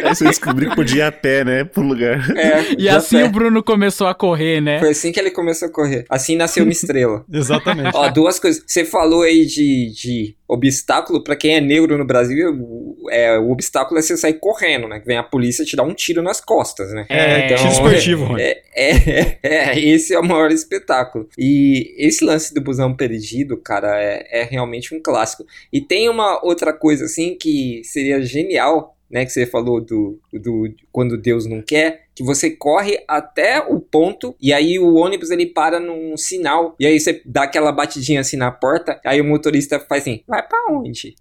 [SPEAKER 6] Aí você descobriu É que podia ir a pé, né? Pro lugar.
[SPEAKER 4] É,
[SPEAKER 5] E
[SPEAKER 4] já
[SPEAKER 5] assim
[SPEAKER 4] sei.
[SPEAKER 5] o Bruno começou a correr, né?
[SPEAKER 4] Foi assim que ele começou a correr. Assim nasceu uma estrela.
[SPEAKER 3] Exatamente.
[SPEAKER 4] Ó, duas coisas. Você falou aí de, de obstáculo. Pra quem é negro no Brasil, o- é, o obstáculo é você sair correndo, né? Que vem a polícia te dar um tiro nas costas, né?
[SPEAKER 3] É,
[SPEAKER 4] então,
[SPEAKER 3] tiro esportivo, Rony.
[SPEAKER 4] É, é, é, esse é o maior espetáculo. E esse lance do busão perdido, cara, é, é realmente um clássico. E tem uma outra coisa, assim, que seria genial, né? Que você falou do, do quando Deus não quer, que você corre até o ponto e aí o ônibus ele para num sinal. E aí você dá aquela batidinha assim na porta, aí o motorista faz assim, vai pra onde?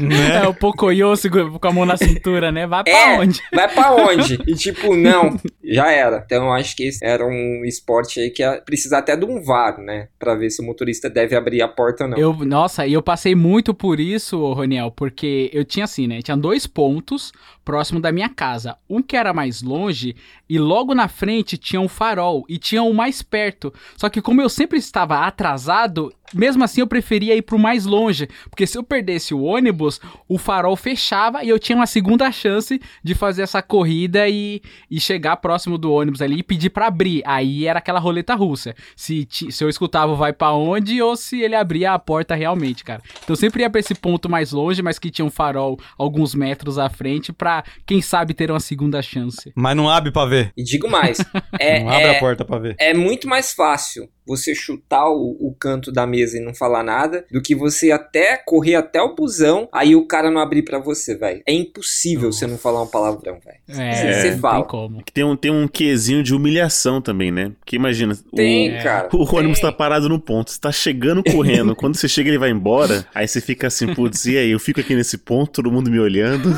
[SPEAKER 3] Né?
[SPEAKER 5] É, o Pocoyo segura- com a mão na cintura, né? Vai pra
[SPEAKER 4] É.
[SPEAKER 5] onde?
[SPEAKER 4] Vai pra onde? E tipo, não, já era. Então eu acho que esse era um esporte aí que ia precisar até de um VAR, né? Pra ver se o motorista deve abrir a porta ou não.
[SPEAKER 5] Eu, nossa, e eu passei muito por isso, ô, Roniel, porque eu tinha assim, né? Tinha dois pontos próximo da minha casa. Um que era mais longe e logo na frente tinha um farol e tinha um mais perto. Só que como eu sempre estava atrasado, Mesmo assim, eu preferia ir pro mais longe, porque se eu perdesse o ônibus, o farol fechava e eu tinha uma segunda chance de fazer essa corrida e, e chegar próximo do ônibus ali e pedir pra abrir. Aí era aquela roleta russa. Se, ti- se eu escutava o vai pra onde ou se ele abria a porta realmente, cara. Então eu sempre ia pra esse ponto mais longe, mas que tinha um farol alguns metros à frente pra, quem sabe, ter uma segunda chance.
[SPEAKER 3] Mas não abre pra ver.
[SPEAKER 4] E digo mais, é,
[SPEAKER 3] não abre
[SPEAKER 4] é-
[SPEAKER 3] a porta pra ver.
[SPEAKER 4] é muito mais fácil você chutar o, o canto da mesa e não falar nada do que você até correr até o busão, aí o cara não abrir pra você, velho. É impossível você não falar um palavrão, velho.
[SPEAKER 5] É,
[SPEAKER 4] Você
[SPEAKER 5] não
[SPEAKER 4] fala.
[SPEAKER 5] tem como.
[SPEAKER 6] Que Tem um, tem um quesinho de humilhação também, né? Porque imagina, o-
[SPEAKER 4] Tem,
[SPEAKER 6] o,
[SPEAKER 4] cara.
[SPEAKER 6] ônibus
[SPEAKER 4] tem.
[SPEAKER 6] tá parado no ponto, você tá chegando correndo. Quando você chega, ele vai embora. Aí você fica assim, putz, e aí? Eu fico aqui nesse ponto, todo mundo me olhando.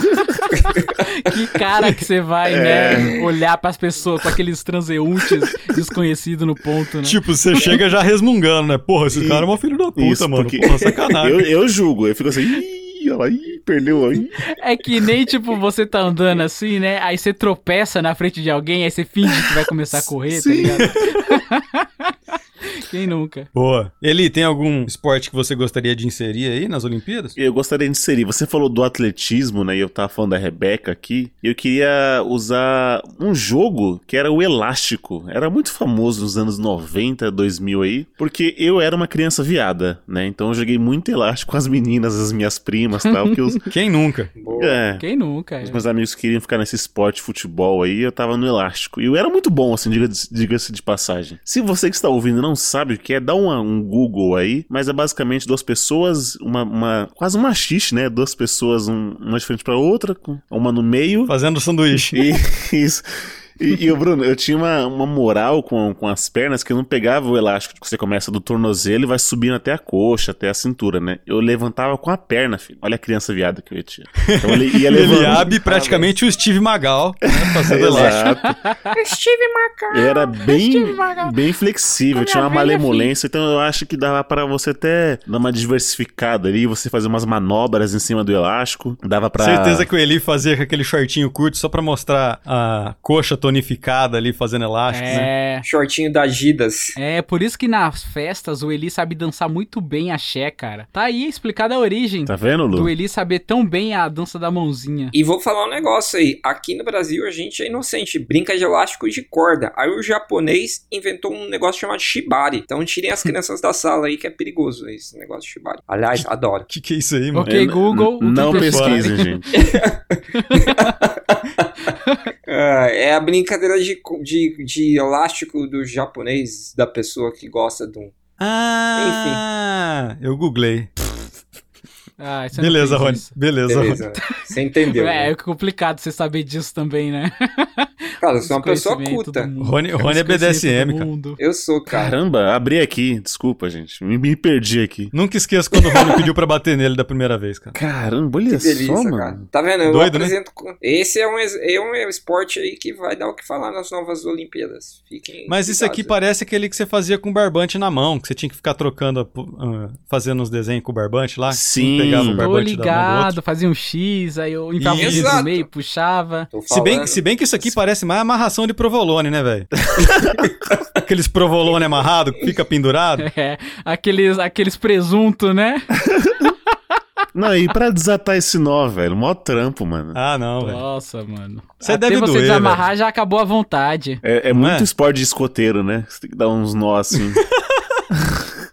[SPEAKER 5] Que cara que você vai, né? Olhar pras pessoas, pra aqueles transeuntes desconhecidos no ponto, né?
[SPEAKER 3] Tipo, você chega já resmungando, né? Porra, esse
[SPEAKER 6] E-
[SPEAKER 3] cara é um filho da puta,
[SPEAKER 6] Isso,
[SPEAKER 3] mano.
[SPEAKER 6] porque-
[SPEAKER 3] Porra, sacanagem.
[SPEAKER 6] Eu, eu julgo, eu fico assim, ih, olha lá, ih, perdeu. Ih.
[SPEAKER 5] É que nem, tipo, você tá andando assim, né? Aí você tropeça na frente de alguém, aí você finge que vai começar a correr, tá
[SPEAKER 6] Sim.
[SPEAKER 5] ligado? Quem nunca?
[SPEAKER 3] Boa. Eli, tem algum esporte que você gostaria de inserir aí nas Olimpíadas?
[SPEAKER 6] Eu gostaria de inserir. Você falou do atletismo, né? E eu tava falando da Rebeca aqui. Eu queria usar um jogo que era o elástico. Era muito famoso nos anos 90, 2000 aí. Porque eu era uma criança viada, né? Então eu joguei muito elástico com as meninas, as minhas primas e tal. Que os,
[SPEAKER 3] Quem nunca?
[SPEAKER 4] Boa.
[SPEAKER 6] é,
[SPEAKER 5] Quem nunca? é?
[SPEAKER 6] os meus amigos queriam ficar nesse esporte futebol aí, eu tava no elástico. E eu era muito bom, assim, diga- diga-se de passagem. Se você que está ouvindo não sabe o que é, dá uma- um Google aí, mas é basicamente duas pessoas, uma. uma- quase um machixe, né? Duas pessoas, um- uma de frente pra outra, com- uma no meio.
[SPEAKER 3] Fazendo sanduíche.
[SPEAKER 6] E isso. E, e o Bruno, eu tinha uma, uma moral com, com as pernas que eu não pegava o elástico. Tipo, Você começa do tornozelo e vai subindo até a coxa, até a cintura, né? Eu levantava com a perna, filho. Olha a criança viada que eu tinha. Então ele ia
[SPEAKER 3] Ele
[SPEAKER 6] levantando.
[SPEAKER 3] abre praticamente o Steve Magal, né, fazendo elástico.
[SPEAKER 6] Exato. Eu era bem, bem flexível, tinha uma malemolência, então eu acho que dava pra você até dar uma diversificada ali, você fazer umas manobras em cima do elástico, dava pra...
[SPEAKER 3] Certeza que o Eli fazia com aquele shortinho curto só pra mostrar a coxa tonificada ali fazendo elástico, né?
[SPEAKER 5] É.
[SPEAKER 4] Shortinho da Gidas.
[SPEAKER 5] É, por isso que nas festas o Eli sabe dançar muito bem axé, cara. Tá aí explicada a origem
[SPEAKER 6] Tá vendo,
[SPEAKER 5] do
[SPEAKER 6] Lu?
[SPEAKER 5] Eli saber tão bem a dança da mãozinha.
[SPEAKER 4] E vou falar um negócio aí. Aqui no Brasil a gente é inocente, brinca de elástico e de corda. Aí o japonês inventou um negócio chamado shibari. Então tirem as crianças da sala aí que é perigoso esse negócio de shibari. Aliás, adoro.
[SPEAKER 3] Que que é isso aí, mano?
[SPEAKER 5] Ok, Google. o que
[SPEAKER 6] Não
[SPEAKER 5] vocês
[SPEAKER 6] pesquisem, gente.
[SPEAKER 4] Ah, É a brincadeira de, co- de, de elástico do japonês, da pessoa que gosta de um.
[SPEAKER 3] Ah, eu googlei.
[SPEAKER 5] Ah, você não
[SPEAKER 3] Beleza,
[SPEAKER 5] fez
[SPEAKER 3] Rony.
[SPEAKER 5] isso.
[SPEAKER 3] Beleza, Rony.
[SPEAKER 4] Beleza, né? Você entendeu.
[SPEAKER 5] É,
[SPEAKER 4] né?
[SPEAKER 5] é complicado você saber disso também, né?
[SPEAKER 4] Cara, eu sou é uma pessoa
[SPEAKER 5] Desconhecimento do
[SPEAKER 4] culta.
[SPEAKER 5] mundo.
[SPEAKER 3] Rony, Rony é
[SPEAKER 5] Desconhecimento
[SPEAKER 3] BDSM,
[SPEAKER 5] do
[SPEAKER 3] cara.
[SPEAKER 5] mundo.
[SPEAKER 4] Eu sou, cara.
[SPEAKER 6] Caramba, abri aqui, desculpa, gente, me, me perdi aqui.
[SPEAKER 3] Nunca esqueço quando o Rony pediu pra bater nele da primeira vez, cara.
[SPEAKER 6] Caramba,
[SPEAKER 4] Que
[SPEAKER 6] olha
[SPEAKER 4] delícia,
[SPEAKER 6] só,
[SPEAKER 4] cara.
[SPEAKER 6] mano.
[SPEAKER 4] Tá vendo? Eu
[SPEAKER 3] Doido, né?
[SPEAKER 4] apresento. co- Esse é um, ex- é um esporte aí que vai dar o que falar nas novas Olimpíadas. Fiquem.
[SPEAKER 3] Mas isso aqui
[SPEAKER 4] cuidados.
[SPEAKER 3] parece aquele que você fazia com barbante na mão, que você tinha que ficar trocando, ah, fazendo uns desenhos com o barbante lá. que um
[SPEAKER 6] Sim.
[SPEAKER 3] Pegava o
[SPEAKER 6] Tô
[SPEAKER 3] barbante
[SPEAKER 5] Tô
[SPEAKER 3] da mão do outro.
[SPEAKER 5] ligado, fazia um X, aí eu entrava o dedo
[SPEAKER 4] Exato.
[SPEAKER 5] no meio, puxava.
[SPEAKER 4] Tô
[SPEAKER 3] Se bem,
[SPEAKER 4] falando.
[SPEAKER 3] se bem que isso aqui parece mais amarração de provolone, né, velho? Aqueles provolone amarrado que fica pendurado.
[SPEAKER 5] É, aqueles, aqueles presunto, né?
[SPEAKER 6] Não, e pra desatar esse nó, velho, mó trampo, mano.
[SPEAKER 3] Ah, não, velho.
[SPEAKER 5] Nossa, mano.
[SPEAKER 3] Você
[SPEAKER 5] Até
[SPEAKER 3] deve
[SPEAKER 5] você
[SPEAKER 3] doer,
[SPEAKER 5] desamarrar, já acabou a vontade.
[SPEAKER 6] É, é
[SPEAKER 3] Não
[SPEAKER 6] muito
[SPEAKER 3] é?
[SPEAKER 6] esporte de escoteiro, né? Você tem que dar uns nó assim.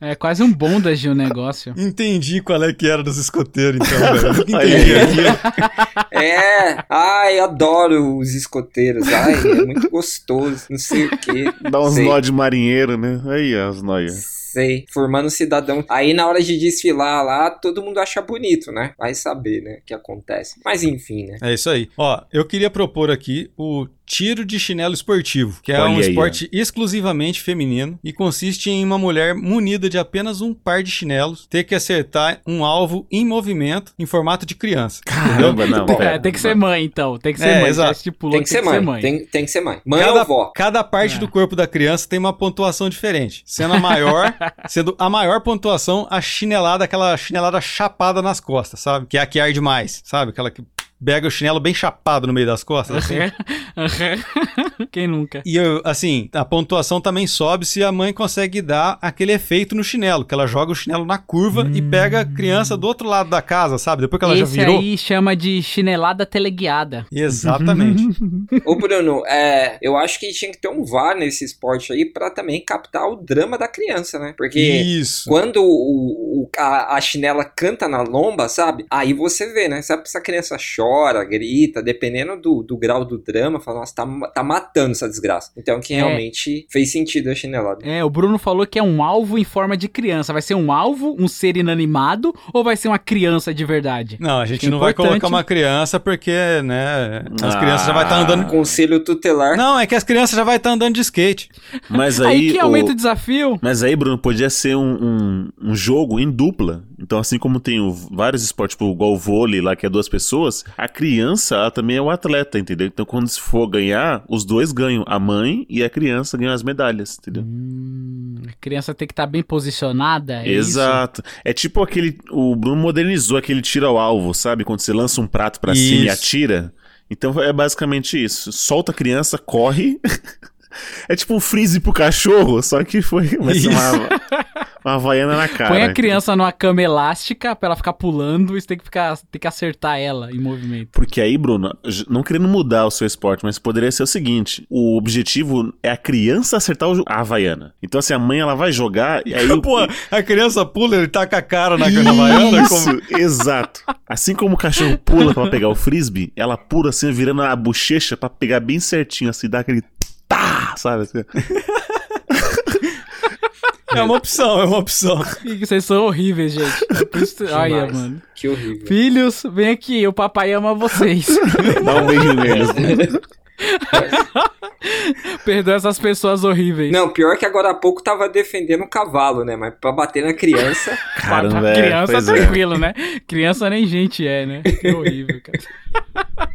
[SPEAKER 5] É quase um bondage o negócio.
[SPEAKER 3] Entendi qual é que era dos escoteiros, então, velho. Nunca
[SPEAKER 6] Aí.
[SPEAKER 3] Entendi aquilo.
[SPEAKER 4] É! Ai, adoro os escoteiros. Ai, é muito gostoso. Não sei o quê.
[SPEAKER 6] Dá uns
[SPEAKER 4] sei,
[SPEAKER 6] nó de marinheiro, né? Aí, ó, as noias.
[SPEAKER 4] Sei. Formando cidadão. Aí na hora de desfilar lá, todo mundo acha bonito, né? Vai saber, né? O que acontece. Mas enfim, né?
[SPEAKER 3] É isso aí. Ó, eu queria propor aqui o tiro de chinelo esportivo, que é
[SPEAKER 6] Olha
[SPEAKER 3] um
[SPEAKER 6] aí, ó.
[SPEAKER 3] esporte exclusivamente feminino e consiste em uma mulher munida de apenas um par de chinelos ter que acertar um alvo em movimento em formato de criança.
[SPEAKER 6] Caramba, não, pera.
[SPEAKER 5] É, tem que ser mãe, então. Tem que ser
[SPEAKER 3] É,
[SPEAKER 5] mãe. tipo
[SPEAKER 3] exato.
[SPEAKER 5] Já estipulou
[SPEAKER 4] Tem que ser mãe. Tem, tem que ser mãe. Mãe ou vó?
[SPEAKER 3] cada parte
[SPEAKER 5] É.
[SPEAKER 3] do corpo da criança tem uma pontuação diferente. Sendo a maior, sendo a maior pontuação a chinelada, aquela chinelada chapada nas costas, sabe? Que é a que arde mais, sabe? Aquela que Pega o chinelo bem chapado no meio das costas, assim.
[SPEAKER 5] Quem nunca?
[SPEAKER 3] E eu, assim, a pontuação também sobe se a mãe consegue dar aquele efeito no chinelo, que ela joga o chinelo na curva e pega a criança do outro lado da casa, sabe? Depois que ela
[SPEAKER 5] Esse
[SPEAKER 3] já virou.
[SPEAKER 5] aí chama de chinelada teleguiada.
[SPEAKER 3] Exatamente.
[SPEAKER 4] Ô, Bruno, é, eu acho que tinha que ter um VAR nesse esporte aí pra também captar o drama da criança, né? Porque
[SPEAKER 3] Isso.
[SPEAKER 4] quando o, o- a, a chinela canta na lomba, sabe? Aí você vê, né? Sabe se a criança chora, grita, dependendo do, do grau do drama, fala, nossa, tá, ma- tá matando essa desgraça. Então que
[SPEAKER 5] É.
[SPEAKER 4] realmente fez sentido a chinelada.
[SPEAKER 5] É, o Bruno falou que é um alvo em forma de criança. Vai ser um alvo, um ser inanimado ou vai ser uma criança de verdade?
[SPEAKER 3] Não, a gente
[SPEAKER 5] Acho
[SPEAKER 3] não vai
[SPEAKER 5] importante.
[SPEAKER 3] colocar uma criança porque, né, as
[SPEAKER 6] Ah.
[SPEAKER 3] crianças já vai estar andando.
[SPEAKER 4] É um Conselho tutelar.
[SPEAKER 3] Não, é que as crianças já vai estar andando de skate.
[SPEAKER 6] Mas
[SPEAKER 5] Aí,
[SPEAKER 6] aí.
[SPEAKER 5] que
[SPEAKER 6] o-
[SPEAKER 5] aumenta o desafio.
[SPEAKER 6] Mas aí, Bruno, podia ser um, um, um jogo em dupla. Então, assim como tem o- vários esportes, tipo igual o vôlei lá, que é duas pessoas, a criança, ela também é o atleta, entendeu? Então, quando se for ganhar, os dois ganham. A mãe e a criança ganham as medalhas, entendeu?
[SPEAKER 5] Hum, a criança tem que estar bem posicionada. é isso?
[SPEAKER 6] Exato. É tipo aquele. O Bruno modernizou aquele tiro ao alvo, sabe? Quando você lança um prato pra cima e
[SPEAKER 3] Isso.
[SPEAKER 6] atira. Então é basicamente isso. Solta a criança, corre. é tipo um freeze pro cachorro, só que foi. Vai ser uma, uma havaiana na cara.
[SPEAKER 5] Põe a criança numa cama elástica pra ela ficar pulando e você tem que, ficar, tem que acertar ela em movimento.
[SPEAKER 6] Porque aí, Bruno, j- não querendo mudar o seu esporte, mas poderia ser o seguinte: o objetivo é a criança acertar o jo- a Havaiana. Então, assim, a mãe ela vai jogar e aí. o-
[SPEAKER 3] Pô, a criança pula, ele tá com a cara na cana baiana. Como...
[SPEAKER 6] Isso, exato. Assim como o cachorro pula pra pegar o frisbee, ela pula assim, virando a bochecha pra pegar bem certinho, assim, dá aquele tá, sabe? assim.
[SPEAKER 3] É uma opção, é uma opção.
[SPEAKER 5] Ih, Vocês são horríveis, gente. É por isso- Olha,
[SPEAKER 4] Demais.
[SPEAKER 5] mano.
[SPEAKER 4] Que horrível.
[SPEAKER 5] Filhos, vem aqui, o papai ama vocês.
[SPEAKER 6] Dá um beijo neles.
[SPEAKER 5] Perdoa essas pessoas horríveis.
[SPEAKER 4] Não, pior que agora há pouco tava defendendo o cavalo, né? Mas pra bater na criança.
[SPEAKER 5] Pra- pra
[SPEAKER 6] Caramba, é,
[SPEAKER 5] criança,
[SPEAKER 6] pois é.
[SPEAKER 5] tranquilo, né? Criança nem gente é, né? Que horrível, cara.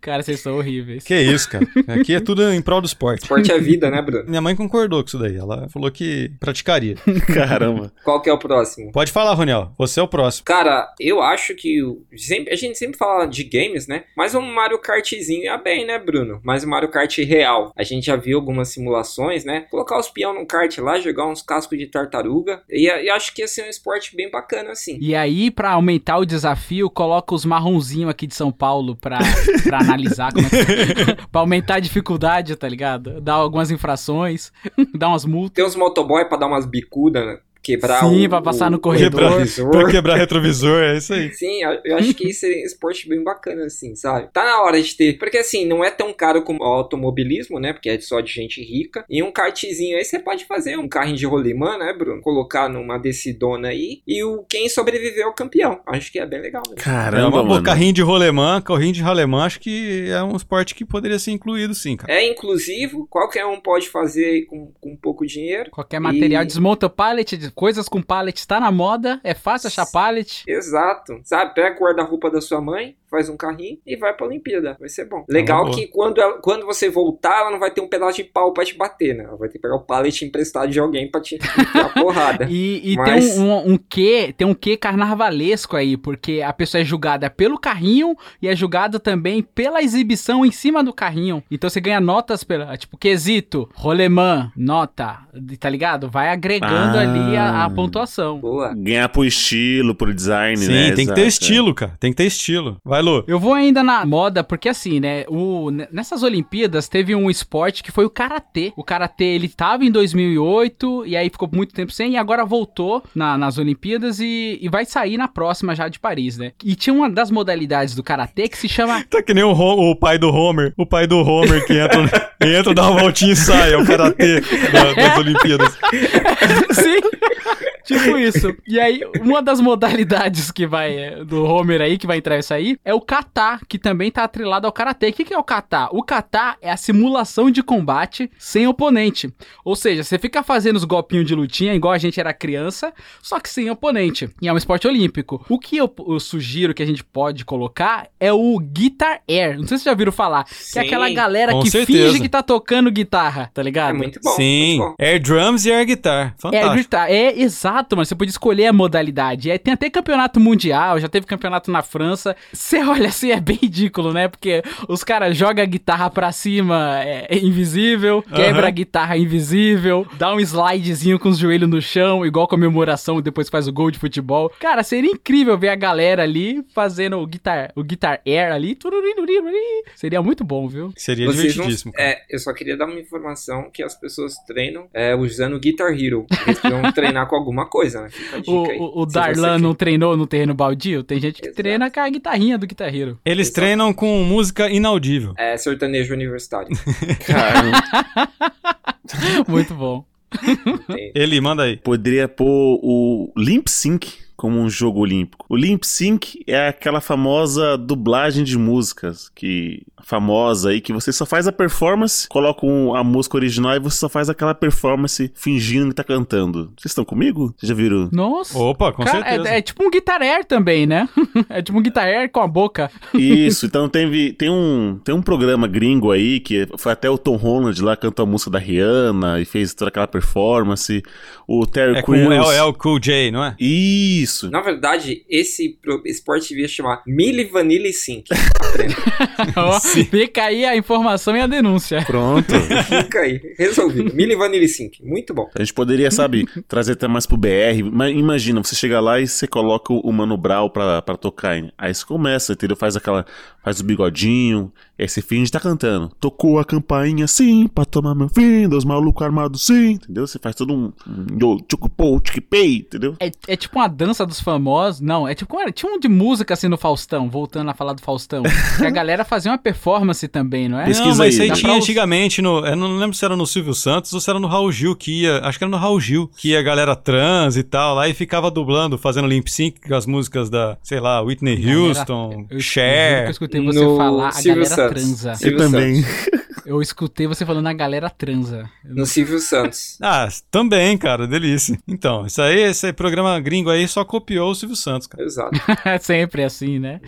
[SPEAKER 5] cara, vocês são horríveis.
[SPEAKER 3] Que isso, cara. Aqui é tudo em prol do esporte.
[SPEAKER 4] Esporte é vida, né, Bruno?
[SPEAKER 3] Minha mãe concordou com isso daí. Ela falou que praticaria.
[SPEAKER 6] Caramba.
[SPEAKER 4] Qual que é o próximo?
[SPEAKER 3] Pode falar, Ronel. Você é o próximo.
[SPEAKER 4] Cara, eu acho que o- sempre- a gente sempre fala de games, né? Mas um Mario Kartzinho ia bem, né, Bruno? Mas um Mario Kart real. A gente já viu algumas simulações, né? Colocar os peão no kart lá, jogar uns cascos de tartaruga. E, a- e acho que ia ser um esporte bem bacana, assim.
[SPEAKER 5] E aí, pra aumentar o desafio, coloca os marronzinhos aqui de São Paulo pra, pra analisar como é que... Pra aumentar a dificuldade, tá ligado? Dá algumas infrações, dá umas multas.
[SPEAKER 4] Tem uns motoboy pra dar umas bicudas, né? quebrar
[SPEAKER 5] Sim,
[SPEAKER 4] o,
[SPEAKER 5] pra passar no
[SPEAKER 4] o
[SPEAKER 5] corredor.
[SPEAKER 4] retrovisor.
[SPEAKER 3] Pra quebrar retrovisor, é isso aí.
[SPEAKER 4] Sim, eu- eu acho que isso é um esporte bem bacana, assim, sabe? Tá na hora de ter. Porque, assim, não é tão caro como o automobilismo, né? Porque é só de gente rica. E um kartzinho aí você pode fazer um carrinho de rolimã, né, Bruno? Colocar numa decidona aí. E o quem sobreviver é o campeão. Acho que é bem legal. Né?
[SPEAKER 3] é
[SPEAKER 6] Caramba,
[SPEAKER 3] uma boa.
[SPEAKER 6] mano.
[SPEAKER 3] Carrinho de rolemã, carrinho de rolemã, acho que é um esporte que poderia ser incluído, sim, cara.
[SPEAKER 4] É inclusivo, qualquer um pode fazer aí com, com pouco dinheiro.
[SPEAKER 5] Qualquer material,
[SPEAKER 4] E-
[SPEAKER 5] desmonta o pallet, de- coisas com pallet, tá na moda, é fácil achar pallet.
[SPEAKER 4] Exato. Sabe? Pega o guarda-roupa da sua mãe, faz um carrinho e vai pra Olimpíada. Vai ser bom. Legal
[SPEAKER 3] boa.
[SPEAKER 4] que quando, ela- quando você voltar, ela não vai ter um pedaço de pau pra te bater, né? Ela vai ter que pegar o pallet emprestado de alguém pra te dar porrada.
[SPEAKER 5] E, e
[SPEAKER 4] Mas-
[SPEAKER 5] tem um, um, um quê, tem um quê carnavalesco aí, porque a pessoa é julgada pelo carrinho e é julgada também pela exibição em cima do carrinho. Então você ganha notas pela, tipo, quesito, rolemã, nota, tá ligado? Vai agregando
[SPEAKER 6] Ah.
[SPEAKER 5] ali a, a pontuação.
[SPEAKER 4] Boa.
[SPEAKER 6] Ganhar pro estilo, pro design,
[SPEAKER 3] Sim,
[SPEAKER 6] né?
[SPEAKER 3] tem que
[SPEAKER 6] Exato,
[SPEAKER 3] ter
[SPEAKER 6] é.
[SPEAKER 3] estilo, cara. Tem que ter estilo. Vai, Lu.
[SPEAKER 5] Eu vou ainda na moda, porque assim, né, o, n- nessas Olimpíadas teve um esporte que foi o Karatê. O Karatê, ele tava em 2008, e aí ficou muito tempo sem, e agora voltou na- nas Olimpíadas e, e vai sair na próxima já de Paris, né. E tinha uma das modalidades do Karatê que se chama...
[SPEAKER 3] Tá que nem o, Ho- o pai do Homer. O pai do Homer que entra, entra dá uma voltinha e sai. É o karatê da- das Olimpíadas.
[SPEAKER 5] Sim! Tipo isso. E aí, uma das modalidades que vai, é, do Homer aí, que vai entrar isso aí, é o kata, que também tá atrelado ao karatê. O que, que é o kata? O kata é a simulação de combate sem oponente. Ou seja, você fica fazendo os golpinhos de lutinha, igual a gente era criança, só que sem oponente. E é um esporte olímpico. O que eu, eu sugiro que a gente pode colocar é o Guitar Air. Não sei se vocês já ouviram falar. Que é aquela galera
[SPEAKER 3] com
[SPEAKER 5] que
[SPEAKER 3] certeza.
[SPEAKER 5] finge que tá tocando guitarra, tá ligado?
[SPEAKER 4] É muito bom.
[SPEAKER 3] Sim.
[SPEAKER 4] muito bom.
[SPEAKER 3] Air drums e air guitar.
[SPEAKER 5] É,
[SPEAKER 3] Fantástico.
[SPEAKER 5] gritar. É, Exato, mano. Você podia escolher a modalidade. E aí tem até campeonato mundial, já teve campeonato na França. Você olha assim, é bem ridículo, né? Porque os caras jogam a guitarra pra cima é, é invisível, quebra a guitarra invisível, dá um slidezinho com os joelhos no chão, igual comemoração e depois faz o gol de futebol. Cara, seria incrível ver a galera ali fazendo o guitar, o guitar air ali. tururiruriruri. Seria muito bom, viu?
[SPEAKER 3] Seria
[SPEAKER 4] Vocês não...
[SPEAKER 3] divertidíssimo. cara.
[SPEAKER 4] É, eu só queria dar uma informação que as pessoas treinam é, usando Guitar Hero. Eles precisam treinar com alguma coisa, né? Fica a dica aí.
[SPEAKER 5] O, o, o
[SPEAKER 4] Se
[SPEAKER 5] Darlan
[SPEAKER 4] você
[SPEAKER 5] não treinou no terreno baldio? Tem gente que
[SPEAKER 4] Exato.
[SPEAKER 5] treina com a guitarrinha do guitarreiro.
[SPEAKER 3] Eles
[SPEAKER 6] é,
[SPEAKER 4] Exato.
[SPEAKER 3] treinam com música inaudível.
[SPEAKER 4] É sertanejo universitário.
[SPEAKER 6] Cara,
[SPEAKER 5] Muito bom.
[SPEAKER 4] Tem-
[SPEAKER 3] Ele, manda aí.
[SPEAKER 6] poderia pôr o Limp Sync como um jogo olímpico. O Limp Sync é aquela famosa dublagem de músicas que famosa aí que você só faz a performance, coloca um- a música original e você só faz aquela performance fingindo que tá cantando. Vocês estão comigo? Vocês já viram?
[SPEAKER 5] Nossa.
[SPEAKER 3] Opa, Oh, com
[SPEAKER 5] Cara,
[SPEAKER 3] certeza.
[SPEAKER 5] é, é tipo um guitar air também, né? é tipo um guitar air com a boca.
[SPEAKER 6] Isso, então teve, tem, um, tem um programa gringo aí que foi até o Tom Holland lá, cantou a música da Rihanna e fez toda aquela performance. O Terry
[SPEAKER 3] É com
[SPEAKER 6] Crews.
[SPEAKER 3] o LL Cool J, não é?
[SPEAKER 6] Isso.
[SPEAKER 4] Na verdade, esse pro- esporte devia chamar Milli Vanilli Sync.
[SPEAKER 5] Ó, Fica aí a informação e a denúncia.
[SPEAKER 6] Pronto.
[SPEAKER 4] Fica aí, resolvido. Milli Vanilli Sync, muito bom.
[SPEAKER 6] A gente poderia, sabe, trazer até mais pro BR. Mas imagina, você chega lá e você coloca o Mano Brown pra, pra tocar. hein? Aí você começa, entendeu? Faz aquela. Faz o bigodinho. E aí você finge tá cantando. Tocou a campainha sim, pra tomar meu fim. Dos malucos armados sim, entendeu? Você faz todo um. um yo, tchucupou, tchucupei, entendeu?
[SPEAKER 5] É, é tipo uma dança dos famosos. Não, é tipo. como era? Tinha um de música assim no Faustão, voltando a falar do Faustão. que a galera fazia uma performance também, não é?
[SPEAKER 6] Pesquisa
[SPEAKER 3] não, mas isso aí
[SPEAKER 6] aí, dá
[SPEAKER 3] tinha
[SPEAKER 5] pra-
[SPEAKER 3] antigamente no. Eu não lembro se era no Silvio Santos ou se era no Raul Gil que ia. Acho que era no Raul Gil, que ia a galera trans e tal lá e ficava dublando, fazendo limp sync com as músicas da, sei lá, Whitney
[SPEAKER 5] Galera-
[SPEAKER 3] Houston,
[SPEAKER 5] eu- eu juro que Eu
[SPEAKER 3] Cher.
[SPEAKER 5] escutei você
[SPEAKER 4] No
[SPEAKER 5] falar a
[SPEAKER 4] Silvio
[SPEAKER 5] galera
[SPEAKER 4] Santos.
[SPEAKER 5] transa.
[SPEAKER 4] Silvio
[SPEAKER 5] Eu escutei você falando a galera transa.
[SPEAKER 4] No Silvio Santos.
[SPEAKER 3] Ah, também, cara, delícia. Então, isso aí, esse programa gringo aí só copiou o Silvio Santos, cara.
[SPEAKER 4] Exato.
[SPEAKER 5] Sempre assim, né?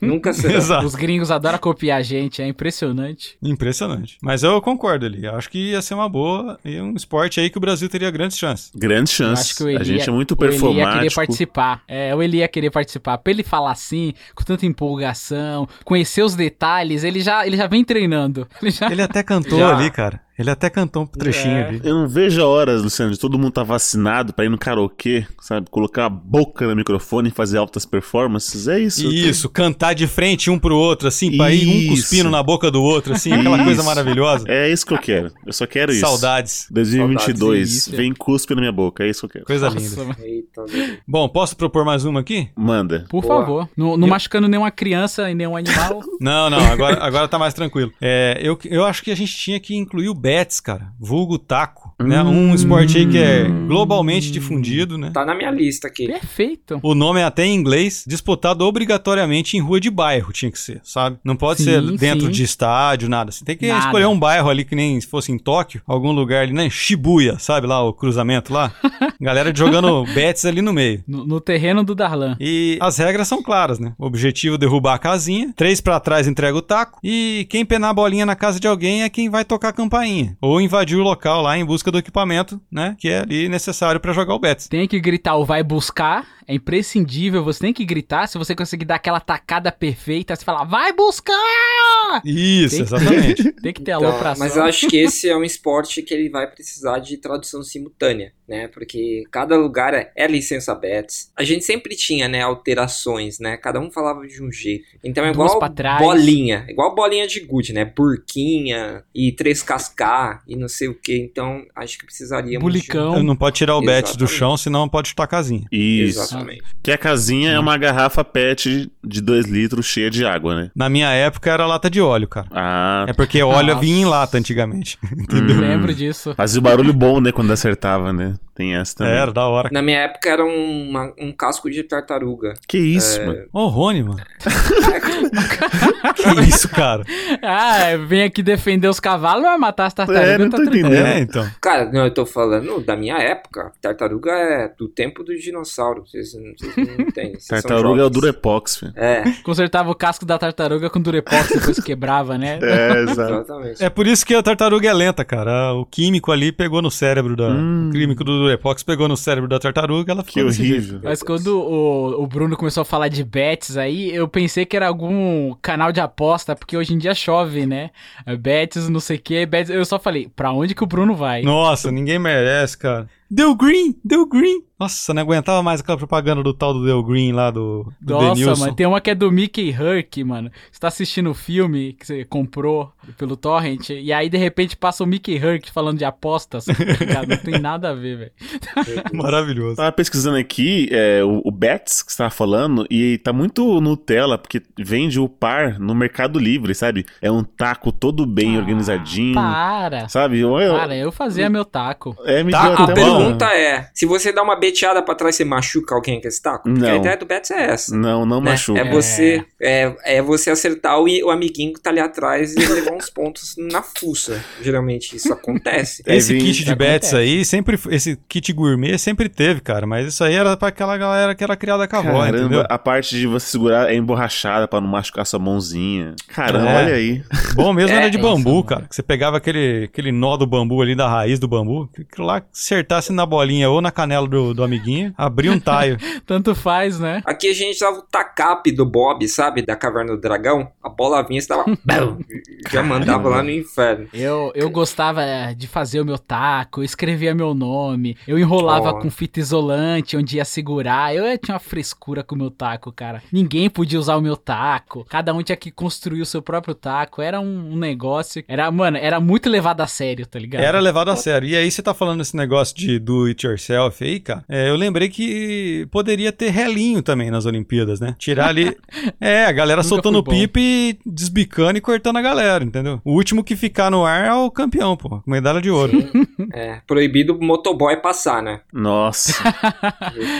[SPEAKER 4] Nunca será.
[SPEAKER 3] Exato.
[SPEAKER 5] Os gringos adoram copiar a gente, é impressionante.
[SPEAKER 3] Impressionante. Mas eu concordo ali. Acho que ia ser uma boa e um esporte aí que o Brasil teria grandes chances.
[SPEAKER 6] Grande
[SPEAKER 5] Eu
[SPEAKER 6] chance.
[SPEAKER 5] acho que o Eli,
[SPEAKER 6] a gente é muito
[SPEAKER 5] o Eli ia querer
[SPEAKER 6] performático.
[SPEAKER 5] participar. É, o Eli ia querer participar. Pra ele falar assim, com tanta empolgação, conhecer os detalhes, ele já, ele já vem treinando. Ele já...
[SPEAKER 3] Ele até cantou
[SPEAKER 5] Já.
[SPEAKER 3] ali, cara. Ele até cantou um trechinho
[SPEAKER 5] É.
[SPEAKER 3] ali.
[SPEAKER 6] Eu não vejo a hora, Luciano, de todo mundo tá vacinado pra ir no karaokê, sabe? Colocar a boca no microfone e fazer altas performances. É isso.
[SPEAKER 3] Isso, cantar de frente um pro outro, assim, pra ir um
[SPEAKER 6] Isso.
[SPEAKER 3] cuspindo na boca do outro, assim, aquela coisa
[SPEAKER 6] Isso.
[SPEAKER 3] maravilhosa.
[SPEAKER 6] É isso que eu quero. Eu só quero isso.
[SPEAKER 3] Saudades.
[SPEAKER 6] 2022.
[SPEAKER 5] Saudades, isso.
[SPEAKER 6] Vem cuspe na minha boca. É isso que eu quero.
[SPEAKER 3] Coisa
[SPEAKER 5] Nossa,
[SPEAKER 3] linda.
[SPEAKER 5] mano.
[SPEAKER 4] Eita, meu.
[SPEAKER 3] Bom, posso propor mais uma aqui?
[SPEAKER 6] Manda.
[SPEAKER 5] por
[SPEAKER 4] Boa.
[SPEAKER 5] favor, não, não machucando nenhuma criança e nenhum animal.
[SPEAKER 3] Não, não, agora, agora tá mais tranquilo. É, eu, eu acho que a gente tinha que incluir o Betis, cara. Vulgo taco, né?
[SPEAKER 6] Hum.
[SPEAKER 3] Um esporte aí que é globalmente difundido, né?
[SPEAKER 4] Tá na minha lista aqui.
[SPEAKER 5] Perfeito.
[SPEAKER 3] O nome é até em inglês, disputado obrigatoriamente em rua de bairro, tinha que ser, sabe? Não pode
[SPEAKER 5] Sim,
[SPEAKER 3] ser dentro
[SPEAKER 5] sim.
[SPEAKER 3] de estádio, nada. Você tem que
[SPEAKER 5] Nada.
[SPEAKER 3] escolher um bairro ali que nem se fosse em Tóquio, algum lugar ali, né? Shibuya, sabe lá o cruzamento lá? Galera jogando bets ali no meio.
[SPEAKER 5] No, no terreno do Darlan.
[SPEAKER 3] E as regras são claras, né? O objetivo é derrubar a casinha, três pra trás entrega o taco e quem penar a bolinha na casa de alguém é quem vai tocar a campainha ou invadir o local lá em busca do equipamento, né, que é ali necessário pra jogar o bets.
[SPEAKER 5] Tem que gritar o vai buscar, é imprescindível, você tem que gritar, se você conseguir dar aquela tacada perfeita, você fala vai buscar!
[SPEAKER 3] Isso,
[SPEAKER 5] Tem-
[SPEAKER 3] exatamente.
[SPEAKER 5] Tem que ter
[SPEAKER 4] Então,
[SPEAKER 5] alopração.
[SPEAKER 4] mas eu acho que esse é um esporte que ele vai precisar de tradução simultânea, né? Porque cada lugar é, é licença bets. A gente sempre tinha, né, alterações, né? Cada um falava de um jeito. Então é
[SPEAKER 5] Duas
[SPEAKER 4] igual
[SPEAKER 5] pra trás.
[SPEAKER 4] bolinha, igual bolinha de gude, né? Burquinha e 3KK e não sei o que. Então acho que precisaria
[SPEAKER 5] Bulicão.
[SPEAKER 3] Não pode tirar o bet do
[SPEAKER 4] Exatamente.
[SPEAKER 3] chão, senão pode chutar a casinha.
[SPEAKER 6] Isso.
[SPEAKER 4] Exatamente.
[SPEAKER 6] Que a casinha é
[SPEAKER 3] Hum.
[SPEAKER 6] uma garrafa PET de 2 litros cheia de água, né?
[SPEAKER 3] Na minha época era lata de óleo, cara.
[SPEAKER 6] Ah.
[SPEAKER 3] É porque óleo
[SPEAKER 5] Nossa.
[SPEAKER 3] vinha em lata antigamente.
[SPEAKER 6] hum.
[SPEAKER 5] Lembro disso.
[SPEAKER 6] Fazia o barulho bom, né? Quando acertava, né? Tem essa também.
[SPEAKER 3] Era, da hora.
[SPEAKER 4] Na minha época era uma- um casco de tartaruga. É,
[SPEAKER 6] Que isso, mano.
[SPEAKER 3] Ô, Rony, mano. que isso, cara?
[SPEAKER 5] Ah, vem aqui defender os cavalos, vai matar as tartarugas.
[SPEAKER 6] É, não tô
[SPEAKER 5] tá tranquilo.
[SPEAKER 6] entendendo.
[SPEAKER 3] É, então.
[SPEAKER 4] Cara, não, eu tô falando da minha época. Tartaruga é do tempo do dinossauro. Vocês, vocês não entendem. vocês são
[SPEAKER 6] Tartaruga é o
[SPEAKER 4] jovens.
[SPEAKER 6] Durepox, velho.
[SPEAKER 4] É,
[SPEAKER 5] Consertava o casco da tartaruga com durepox, depois quebrava, né?
[SPEAKER 6] É, exato.
[SPEAKER 4] exatamente.
[SPEAKER 3] É por isso que a tartaruga é lenta, cara. O químico ali pegou no cérebro da.
[SPEAKER 6] Hum.
[SPEAKER 3] O químico do Durepox pegou no cérebro da tartaruga, ela ficou
[SPEAKER 6] Que
[SPEAKER 3] desse
[SPEAKER 6] horrível.
[SPEAKER 5] Mas quando o, o Bruno começou a falar de bets aí, eu pensei que era algum canal de aposta, porque hoje em dia chove, né? Bets, não sei o quê, bets. Eu só falei, pra onde que o Bruno vai?
[SPEAKER 3] Nossa, ninguém merece, cara. Deu green, deu green. Nossa, não aguentava mais aquela propaganda do tal do Deu Green lá do, do
[SPEAKER 5] Nossa,
[SPEAKER 3] Denilson.
[SPEAKER 5] mano, tem uma que é do Mickey Herc, mano. Você tá assistindo o filme que você comprou pelo Torrent, e aí de repente passa o Mickey Herc falando de apostas. Cara, não tem nada a ver, velho.
[SPEAKER 3] Maravilhoso.
[SPEAKER 6] Tava pesquisando aqui é, o, o Bets que você tava falando e tá muito Nutella, porque vende o par no Mercado Livre, sabe? É um taco todo bem organizadinho,
[SPEAKER 5] Ah, Para!
[SPEAKER 6] sabe? Eu, eu-
[SPEAKER 5] Para, eu fazia meu taco.
[SPEAKER 6] é, me
[SPEAKER 3] Tá,
[SPEAKER 6] deu
[SPEAKER 3] a
[SPEAKER 6] até
[SPEAKER 4] A
[SPEAKER 6] uma-
[SPEAKER 4] pergunta é: se você dá uma beteada pra trás, você machuca alguém com esse taco? Porque a
[SPEAKER 6] Não.
[SPEAKER 4] ideia do Betis é essa.
[SPEAKER 6] Não, não
[SPEAKER 4] né?
[SPEAKER 6] machuca.
[SPEAKER 4] É você, é, é você acertar o, o amiguinho que tá ali atrás e levar uns pontos na fuça. Geralmente isso acontece.
[SPEAKER 3] Esse
[SPEAKER 6] Teve-
[SPEAKER 3] kit de bets aí, sempre. Esse kit gourmet sempre teve, cara. Mas isso aí era pra aquela galera que era criada com a avó, entendeu?
[SPEAKER 6] Caramba, a parte de você segurar é emborrachada pra não machucar sua mãozinha. Caramba,
[SPEAKER 3] É.
[SPEAKER 6] olha aí.
[SPEAKER 3] Bom mesmo
[SPEAKER 4] É,
[SPEAKER 3] era de
[SPEAKER 5] é
[SPEAKER 3] bambu,
[SPEAKER 5] isso,
[SPEAKER 3] cara. Que você pegava aquele, aquele nó do bambu ali, da raiz do bambu, que aquilo lá acertasse na bolinha ou na canela do, do amiguinho, abria um taio.
[SPEAKER 5] Tanto faz, né?
[SPEAKER 4] Aqui a gente usava o tacape do Bob, sabe? Da Caverna do Dragão. A bola vinha e dava. bum, e já mandava lá no inferno.
[SPEAKER 5] Eu, eu gostava eh, de fazer o meu taco, eu escrevia meu nome, eu enrolava
[SPEAKER 4] Ó.
[SPEAKER 5] com fita isolante onde ia segurar. Eu eh, tinha uma frescura com o meu taco, cara. Ninguém podia usar o meu taco. Cada um tinha que construir o seu próprio taco. Era um, um negócio. Era, mano, era muito levado a sério, tá ligado?
[SPEAKER 3] Era levado a sério. E aí você tá falando esse negócio de do it yourself aí, cara. É, eu lembrei que poderia ter relinho também nas Olimpíadas, né? Tirar ali. é, a galera
[SPEAKER 5] Nunca
[SPEAKER 3] soltando o
[SPEAKER 5] foi bom.
[SPEAKER 3] pipe, e desbicando e cortando a galera, entendeu? O último que ficar no ar é o campeão, pô. com Medalha de ouro.
[SPEAKER 5] Uhum.
[SPEAKER 4] É, proibido o motoboy passar, né?
[SPEAKER 6] Nossa.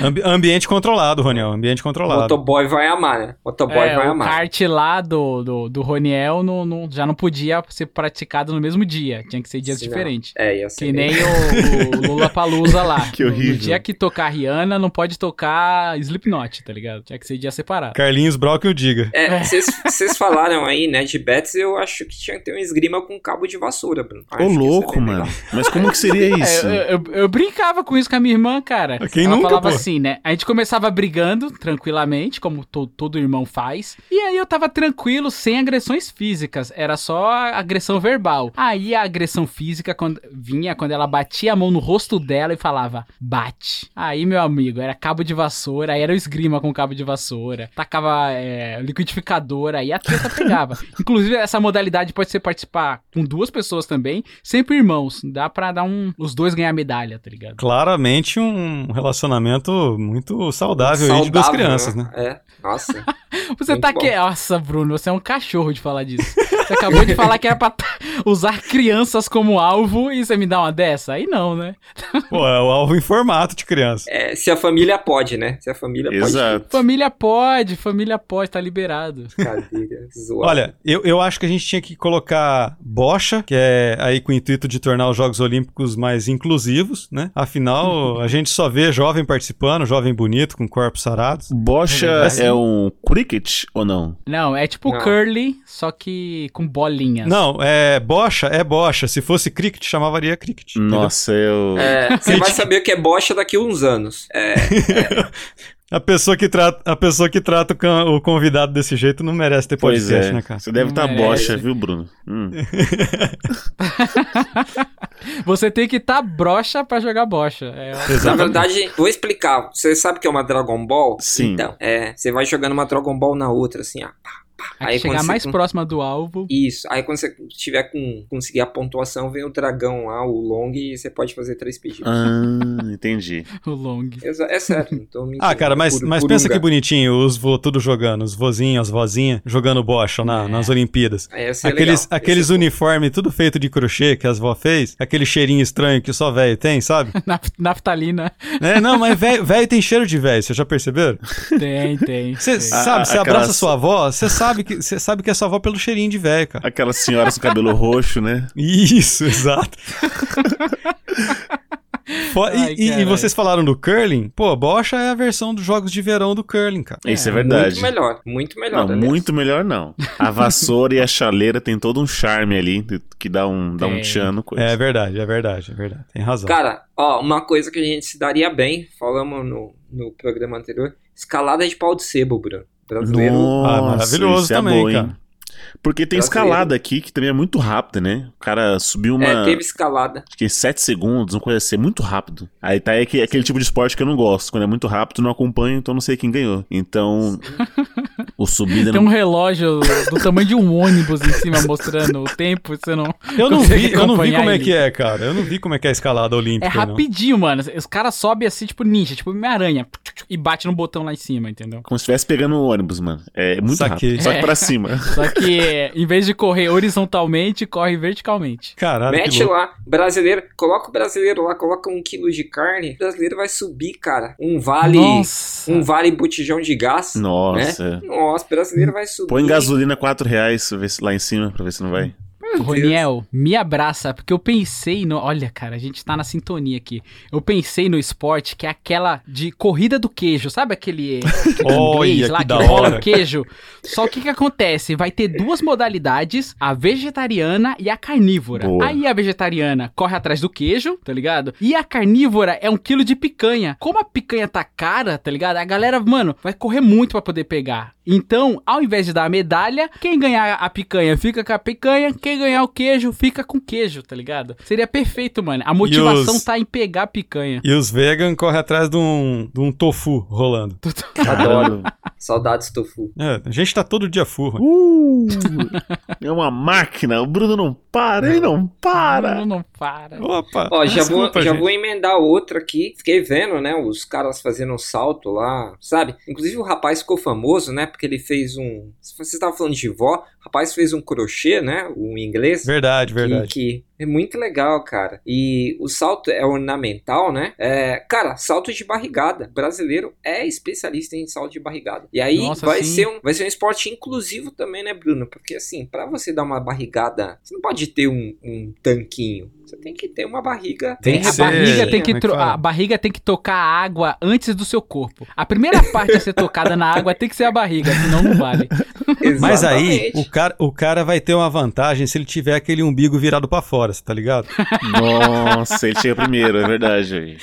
[SPEAKER 3] Ambi- ambiente controlado, Roniel. Ambiente
[SPEAKER 4] O
[SPEAKER 3] controlado.
[SPEAKER 4] motoboy vai amar, né? Motoboy
[SPEAKER 5] É,
[SPEAKER 4] vai
[SPEAKER 5] o
[SPEAKER 4] amar.
[SPEAKER 5] kart lá do, do, do Roniel não, não- já não podia ser praticado no mesmo dia. Tinha que ser dias
[SPEAKER 4] Sim, não.
[SPEAKER 5] diferentes.
[SPEAKER 4] É, ia ser
[SPEAKER 5] Que
[SPEAKER 4] bem-
[SPEAKER 5] nem o, o Lula Palusa lá.
[SPEAKER 6] Que
[SPEAKER 5] No-
[SPEAKER 6] horrível.
[SPEAKER 5] No dia que tocar Rihanna, não pode tocar Slipknot, tá ligado? Tinha que ser dia separado.
[SPEAKER 3] Carlinhos Brock e o Diga.
[SPEAKER 4] É, vocês vocês falaram aí, né, de bets, eu acho que tinha que ter um esgrima com cabo de vassoura, Bruno. Acho
[SPEAKER 6] Ô
[SPEAKER 4] que isso é
[SPEAKER 6] louco,
[SPEAKER 4] bem
[SPEAKER 6] mano.
[SPEAKER 4] legal.
[SPEAKER 6] Mas como que seria isso?
[SPEAKER 5] É, eu, eu- eu brincava com isso com a minha irmã, cara.
[SPEAKER 3] Quem
[SPEAKER 5] Ela
[SPEAKER 3] nunca,
[SPEAKER 5] falava
[SPEAKER 3] pô?
[SPEAKER 5] assim, né? A gente começava brigando tranquilamente, como to- todo irmão faz. E aí eu tava tranquilo, sem agressões físicas. Era só a agressão verbal. Aí a agressão física quando- vinha quando ela batia a mão no rosto dela e falava, bate. Aí, meu amigo, era cabo de vassoura, aí era o esgrima com cabo de vassoura. Tacava é, liquidificador, aí a treta pegava. Inclusive, essa modalidade pode ser participar com duas pessoas também, sempre irmãos. Dá pra dar um. Os dois ganhar medalha, tá ligado?
[SPEAKER 3] Claramente um relacionamento muito saudável, aí de duas crianças, né?
[SPEAKER 4] É, nossa.
[SPEAKER 5] Você
[SPEAKER 4] Muito
[SPEAKER 5] tá
[SPEAKER 4] bom.
[SPEAKER 5] que. Nossa, Bruno, você é um cachorro de falar disso. Você acabou de falar que era pra tá- usar crianças como alvo e você me dá uma dessa? Aí não, né?
[SPEAKER 3] Pô, é o alvo em formato de criança.
[SPEAKER 4] É, se a família pode, né? Se a família
[SPEAKER 6] Exato.
[SPEAKER 5] Família pode, família pode, tá liberado.
[SPEAKER 4] pode. Brincadeira, zoado.
[SPEAKER 3] Olha, eu, eu acho que a gente tinha que colocar bocha, que é aí com o intuito de tornar os Jogos Olímpicos mais inclusivos, né? Afinal, a gente só vê jovem participando, jovem bonito, com corpos sarados.
[SPEAKER 6] Bocha é um cricket ou não?
[SPEAKER 5] Não, é tipo
[SPEAKER 4] Não.
[SPEAKER 5] curly, só que com bolinhas.
[SPEAKER 3] Não, é bocha, é bocha. Se fosse cricket, chamaria cricket. entendeu?
[SPEAKER 6] Nossa, eu.
[SPEAKER 4] É, você vai saber o que é bocha daqui a uns anos. É,
[SPEAKER 3] A pessoa que trata, a pessoa que trata o can- o convidado desse jeito não merece ter
[SPEAKER 6] Pois
[SPEAKER 3] podcast,
[SPEAKER 6] é.
[SPEAKER 3] né, cara?
[SPEAKER 6] Você deve
[SPEAKER 5] Não
[SPEAKER 6] estar
[SPEAKER 5] merece.
[SPEAKER 6] bocha, viu, Bruno? Hum.
[SPEAKER 5] Você tem que tá brocha pra jogar bocha. É,
[SPEAKER 4] na
[SPEAKER 3] Exato.
[SPEAKER 4] verdade, vou explicar. Você sabe o que é uma Dragon Ball?
[SPEAKER 6] Sim.
[SPEAKER 4] Então, é, você vai jogando uma Dragon Ball na outra, assim, ó. pá, pá.
[SPEAKER 5] a que chegar
[SPEAKER 4] quando você
[SPEAKER 5] mais
[SPEAKER 4] con-
[SPEAKER 5] próxima do alvo.
[SPEAKER 4] Isso. Aí quando você tiver com conseguir a pontuação, vem o dragão lá, o long, e você pode fazer três pedidos.
[SPEAKER 6] Ah, entendi.
[SPEAKER 5] O long.
[SPEAKER 4] Exa- É certo, não tô mentindo.
[SPEAKER 3] Ah, cara, mas,
[SPEAKER 4] Curu-
[SPEAKER 3] mas pensa que
[SPEAKER 4] coringa.
[SPEAKER 3] bonitinho, os vô tudo jogando, os vozinhos, as vozinhas, jogando bocha lá
[SPEAKER 5] É.
[SPEAKER 3] nas Olimpíadas.
[SPEAKER 4] É, esse é
[SPEAKER 3] Aqueles,
[SPEAKER 4] legal.
[SPEAKER 3] aqueles
[SPEAKER 4] Esse é bom.
[SPEAKER 3] uniformes tudo feito de crochê que as vó fez, aquele cheirinho estranho que só velho tem, sabe?
[SPEAKER 5] Naf- Naftalina.
[SPEAKER 3] é, não, mas velho velho tem cheiro de velho, vocês já perceberam?
[SPEAKER 5] Tem, tem.
[SPEAKER 3] Você
[SPEAKER 5] tem.
[SPEAKER 6] Ah,
[SPEAKER 3] sabe, você
[SPEAKER 6] aquelas-
[SPEAKER 3] abraça sua avó, você sabe, que, você sabe que é sua avó pelo cheirinho de velho, cara.
[SPEAKER 6] Aquelas senhoras com cabelo roxo, né?
[SPEAKER 3] Isso, exato. foda. E-
[SPEAKER 5] Ai,
[SPEAKER 3] e, e
[SPEAKER 5] caralho.
[SPEAKER 3] vocês falaram do curling? Pô, bocha é a versão dos jogos de verão do curling, cara.
[SPEAKER 6] Isso é, verdade.
[SPEAKER 4] Muito melhor, muito melhor.
[SPEAKER 6] Não,
[SPEAKER 4] aliás.
[SPEAKER 6] muito melhor não. A vassoura e a chaleira tem todo um charme ali que dá um, dá um
[SPEAKER 5] Tem.
[SPEAKER 6] tchan no coisa.
[SPEAKER 3] É verdade, é verdade, é verdade. Tem razão.
[SPEAKER 4] Cara, ó, uma coisa que a gente se daria bem, falamos no, no programa anterior, escalada de pau de sebo, Bruno. Brasileiro.
[SPEAKER 6] Nossa,
[SPEAKER 3] Ah, maravilhoso
[SPEAKER 6] isso
[SPEAKER 3] também,
[SPEAKER 6] hein?
[SPEAKER 3] cara.
[SPEAKER 6] Porque tem
[SPEAKER 4] Brasileiro.
[SPEAKER 6] escalada aqui que também é muito rápida, né? O cara subiu uma.
[SPEAKER 4] É, teve escalada.
[SPEAKER 6] Acho que 7 segundos, uma coisa assim, muito rápido. Aí tá aí que- aquele tipo de esporte que eu não gosto. Quando é muito rápido, não acompanho, então não sei quem ganhou. Então, o subida
[SPEAKER 5] Tem
[SPEAKER 6] não.
[SPEAKER 5] um relógio do tamanho de um ônibus em cima mostrando o tempo, e você não.
[SPEAKER 3] eu não vi,
[SPEAKER 5] consegue
[SPEAKER 3] eu não vi
[SPEAKER 5] acompanhar
[SPEAKER 3] como é
[SPEAKER 5] ele.
[SPEAKER 3] que é, cara. Eu não vi como é que é a escalada
[SPEAKER 5] É
[SPEAKER 3] olímpica. não.
[SPEAKER 5] rapidinho, mano. Os caras sobem assim, tipo ninja, tipo Homem-Aranha, e bate no botão lá em cima, entendeu?
[SPEAKER 6] Como se estivesse pegando um ônibus, mano. É muito
[SPEAKER 3] Saquei.
[SPEAKER 6] rápido. Só que pra cima.
[SPEAKER 5] Só que é, em vez de correr horizontalmente, corre verticalmente.
[SPEAKER 3] Caralho, que
[SPEAKER 4] Mete
[SPEAKER 3] louco.
[SPEAKER 4] lá, brasileiro, coloca o brasileiro lá, coloca um quilo de carne, o brasileiro vai subir, cara. Um vale,
[SPEAKER 5] Nossa!
[SPEAKER 4] um vale botijão de gás.
[SPEAKER 6] Nossa.
[SPEAKER 4] Nossa, o brasileiro vai
[SPEAKER 3] É.
[SPEAKER 4] subir.
[SPEAKER 6] Põe gasolina 4 reais vê se- lá em cima pra ver se não vai.
[SPEAKER 4] Meu Deus.
[SPEAKER 5] Roniel, me abraça, porque eu pensei no. Olha, cara, a gente tá na sintonia aqui. Eu pensei no esporte que é aquela de corrida do queijo, sabe aquele, aquele
[SPEAKER 3] Olha,
[SPEAKER 5] inglês
[SPEAKER 3] que
[SPEAKER 5] lá
[SPEAKER 3] da
[SPEAKER 5] que rola
[SPEAKER 3] hora.
[SPEAKER 5] o queijo? Só o que que acontece? Vai ter duas modalidades, a vegetariana e a carnívora.
[SPEAKER 6] Boa.
[SPEAKER 5] Aí a vegetariana corre atrás do queijo, tá ligado? E a carnívora é um quilo de picanha. Como a picanha tá cara, tá ligado? A galera, mano, vai correr muito pra poder pegar. Então, ao invés de dar a medalha, quem ganhar a picanha fica com a picanha, quem ganhar o queijo fica com o queijo, tá ligado? Seria perfeito, mano. A motivação
[SPEAKER 3] os-
[SPEAKER 5] tá em pegar a picanha.
[SPEAKER 3] E os vegan correm atrás de um, de um tofu rolando.
[SPEAKER 6] Adoro.
[SPEAKER 4] Saudades tofu.
[SPEAKER 3] É, a gente tá todo dia furra.
[SPEAKER 6] Uh, é uma máquina. O Bruno não para, ele não para.
[SPEAKER 5] Não, não para.
[SPEAKER 3] Opa!
[SPEAKER 4] Ó, já, vou,
[SPEAKER 3] Ah, desculpa,
[SPEAKER 4] já
[SPEAKER 3] gente.
[SPEAKER 4] vou emendar outra aqui. Fiquei vendo, né, os caras fazendo um salto lá, sabe? Inclusive o rapaz ficou famoso, né, porque ele fez um... Se você tava falando de vó, o rapaz fez um crochê, né, um inglês.
[SPEAKER 3] Verdade, verdade.
[SPEAKER 4] Que, que é muito legal, cara. E o salto é ornamental, né? É, cara, salto de barrigada. O brasileiro é especialista em salto de barrigada. E aí
[SPEAKER 5] Nossa,
[SPEAKER 4] vai,
[SPEAKER 5] sim.
[SPEAKER 4] ser um, vai ser um esporte inclusivo também, né, Bruno? Porque assim, pra você dar uma barrigada, você não pode ter um, um tanquinho. Você tem que ter uma barriga.
[SPEAKER 3] Tem
[SPEAKER 4] bem
[SPEAKER 3] que
[SPEAKER 5] A
[SPEAKER 3] ser-
[SPEAKER 4] abarrigada.
[SPEAKER 5] barriga, tem
[SPEAKER 3] Como
[SPEAKER 5] que
[SPEAKER 3] é que
[SPEAKER 5] tro-
[SPEAKER 3] fala?
[SPEAKER 5] a barriga tem que tocar a água antes do seu corpo. A primeira parte a ser tocada na água tem que ser a barriga, senão não vale.
[SPEAKER 3] Mas aí,
[SPEAKER 4] Exatamente.
[SPEAKER 3] o cara, o cara vai ter uma vantagem se ele tiver aquele umbigo virado pra fora, você tá ligado?
[SPEAKER 6] Nossa, ele chega primeiro, é verdade. velho.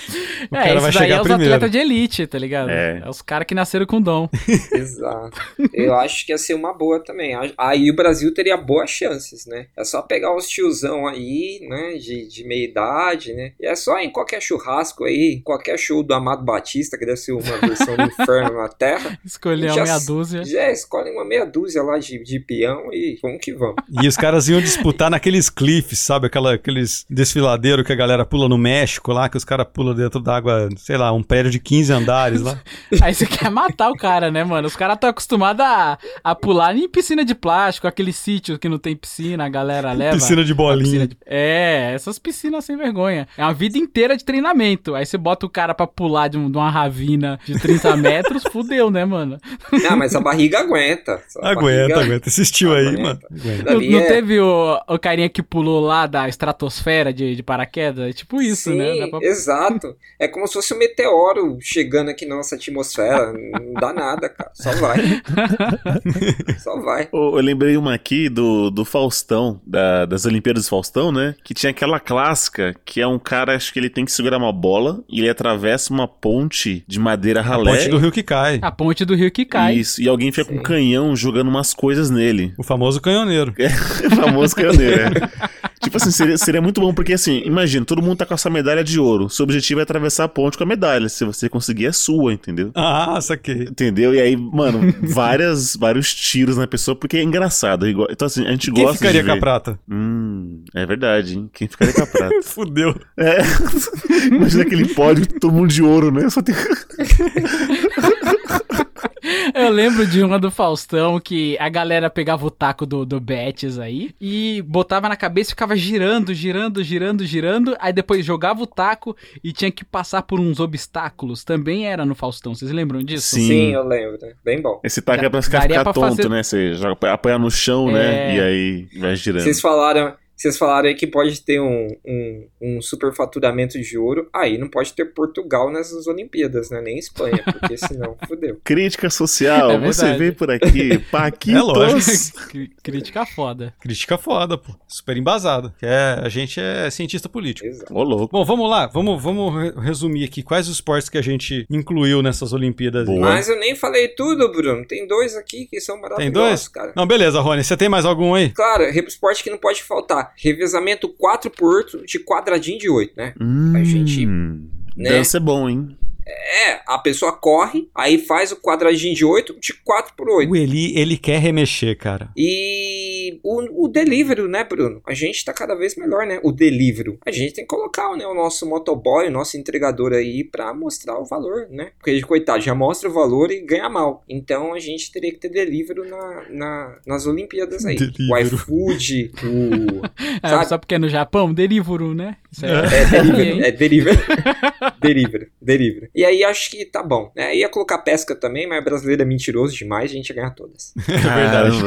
[SPEAKER 3] O cara vai chegar
[SPEAKER 5] é os
[SPEAKER 3] primeiro.
[SPEAKER 5] atletas de elite, tá ligado?
[SPEAKER 6] É.
[SPEAKER 5] É, os caras que nasceram com dom.
[SPEAKER 4] Exato. Eu acho que ia ser uma boa também. Aí o Brasil teria boas chances, né? É só pegar os tiozão aí, né? De, de meia idade, né? E é só em qualquer churrasco aí, qualquer show do Amado Batista, que deve ser uma versão do inferno na Terra.
[SPEAKER 5] Escolher
[SPEAKER 4] Já-
[SPEAKER 5] uma meia dúzia.
[SPEAKER 4] Já escolhe uma meia dúzia lá de, de peão e vamos que vamos.
[SPEAKER 3] E os caras iam disputar naqueles cliffs, sabe? Aquela, aqueles desfiladeiros que a galera pula no México lá, que os caras pulam dentro d'água, sei lá, um prédio de 15 andares lá.
[SPEAKER 5] Aí você quer matar o cara, né, mano? Os caras estão acostumados a, a pular em piscina de plástico, aquele sítio que não tem piscina, a galera leva.
[SPEAKER 3] Piscina de
[SPEAKER 5] Uma piscina
[SPEAKER 3] bolinha.
[SPEAKER 5] de- É, essas piscinas sem vergonha. É uma vida inteira de treinamento. Aí você bota o cara pra pular de, um- de uma ravina de 30 metros, fudeu, né, mano?
[SPEAKER 4] Não, mas a barriga aguenta. A
[SPEAKER 3] Aguenta,
[SPEAKER 4] barriga-
[SPEAKER 3] aguenta. Assistiu aí,
[SPEAKER 4] Aguenta.
[SPEAKER 3] mano. Aguenta.
[SPEAKER 5] Não,
[SPEAKER 4] Ali
[SPEAKER 5] não
[SPEAKER 4] é-
[SPEAKER 5] teve o, o carinha que pulou lá da estratosfera de, de paraquedas? É tipo isso,
[SPEAKER 4] Sim,
[SPEAKER 5] né? Dá pra-
[SPEAKER 4] Exato. É como se fosse um meteoro chegando aqui na nossa atmosfera. Não dá nada, cara. Só vai. Só vai.
[SPEAKER 6] Ô, Eu lembrei uma aqui do, do Faustão, da- das Olimpíadas do Faustão, né? Que tinha aquela clássica que é um cara, acho que ele tem que segurar uma bola e ele atravessa uma ponte de madeira
[SPEAKER 3] A
[SPEAKER 6] ralé.
[SPEAKER 3] ponte do rio que cai.
[SPEAKER 5] A ponte do rio que cai.
[SPEAKER 6] Isso, e alguém fica com
[SPEAKER 4] Sim.
[SPEAKER 6] um canhão jogando umas coisas nele.
[SPEAKER 3] O famoso canhoneiro.
[SPEAKER 6] O famoso canhão dele, né? Tipo assim, seria, seria muito bom, porque assim, imagina, todo mundo tá com essa medalha de ouro. Seu objetivo é atravessar a ponte com a medalha. Se você conseguir, é sua, entendeu?
[SPEAKER 3] Ah, saquei.
[SPEAKER 6] Entendeu? E aí, mano, várias, vários tiros na pessoa, porque é engraçado. igual- Então, assim, a gente
[SPEAKER 3] Quem
[SPEAKER 6] gosta
[SPEAKER 3] ficaria
[SPEAKER 6] de
[SPEAKER 3] com a
[SPEAKER 6] ver.
[SPEAKER 3] prata?
[SPEAKER 6] Hum, é verdade, hein? Quem ficaria com a prata?
[SPEAKER 3] Fudeu.
[SPEAKER 6] É. Imagina aquele pódio, todo mundo de ouro, né? Só tem...
[SPEAKER 5] Eu lembro de uma do Faustão que a galera pegava o taco do, do Betis aí e botava na cabeça e ficava girando, girando, girando, girando. Aí depois jogava o taco e tinha que passar por uns obstáculos. Também era no Faustão, vocês lembram disso?
[SPEAKER 6] Sim.
[SPEAKER 4] Sim, eu lembro. Bem bom.
[SPEAKER 6] Esse taco é pra ficar,
[SPEAKER 5] Daria pra
[SPEAKER 6] ficar tonto,
[SPEAKER 5] fazer-
[SPEAKER 6] né? Você joga, apanhar no chão, né?
[SPEAKER 5] É.
[SPEAKER 6] E aí vai girando.
[SPEAKER 4] Vocês falaram, vocês Vocês falaram aí que pode ter um, um, um superfaturamento de ouro. Aí não pode ter Portugal nessas Olimpíadas, né? Nem Espanha, porque senão fodeu.
[SPEAKER 6] Crítica social,
[SPEAKER 5] É
[SPEAKER 6] você
[SPEAKER 5] verdade.
[SPEAKER 6] vem por aqui,
[SPEAKER 3] É
[SPEAKER 6] Paquitos.
[SPEAKER 3] lógico.
[SPEAKER 5] Cri- Crítica foda.
[SPEAKER 3] Crítica foda, pô. Super embasada. Que É, a gente é cientista político.
[SPEAKER 4] Exato.
[SPEAKER 6] Ô, louco.
[SPEAKER 3] Bom, vamos lá. Vamos, vamos re- resumir aqui quais os esportes que a gente incluiu nessas Olimpíadas. aí.
[SPEAKER 6] Boa.
[SPEAKER 4] Mas eu nem falei tudo, Bruno. Tem dois aqui que são maravilhosos,
[SPEAKER 3] Tem dois?
[SPEAKER 4] cara.
[SPEAKER 3] Não, beleza, Rony. Você tem mais algum aí?
[SPEAKER 4] Claro, re- esporte que não pode faltar. Revezamento 4 por 8 de quadradinho de 8, né?
[SPEAKER 6] Hum,
[SPEAKER 4] A gente, né?
[SPEAKER 6] Dança é bom, hein?
[SPEAKER 4] É, a pessoa corre, aí faz o quadradinho de 8 de 4 por 8.
[SPEAKER 3] O Eli, ele quer remexer, cara.
[SPEAKER 4] E o, o delivery, né, Bruno? A gente tá cada vez melhor, né? O delivery. A gente tem que colocar né, o nosso motoboy, o nosso entregador aí pra mostrar o valor, né? Porque, coitado, já mostra o valor e ganha mal. Então a gente teria que ter delivery na, na- nas Olimpíadas aí. O
[SPEAKER 3] Delivery.
[SPEAKER 4] iFood, o.
[SPEAKER 5] É,
[SPEAKER 4] Sabe-
[SPEAKER 5] Só porque é no Japão, Deliveroo, né? Isso
[SPEAKER 4] É
[SPEAKER 5] E
[SPEAKER 4] delivery,
[SPEAKER 5] aí?
[SPEAKER 4] é delivery. delivery, delivery. E aí acho que tá bom, né? Ia colocar pesca também, mas brasileiro é mentiroso demais, a gente ia ganhar todas.
[SPEAKER 6] É verdade.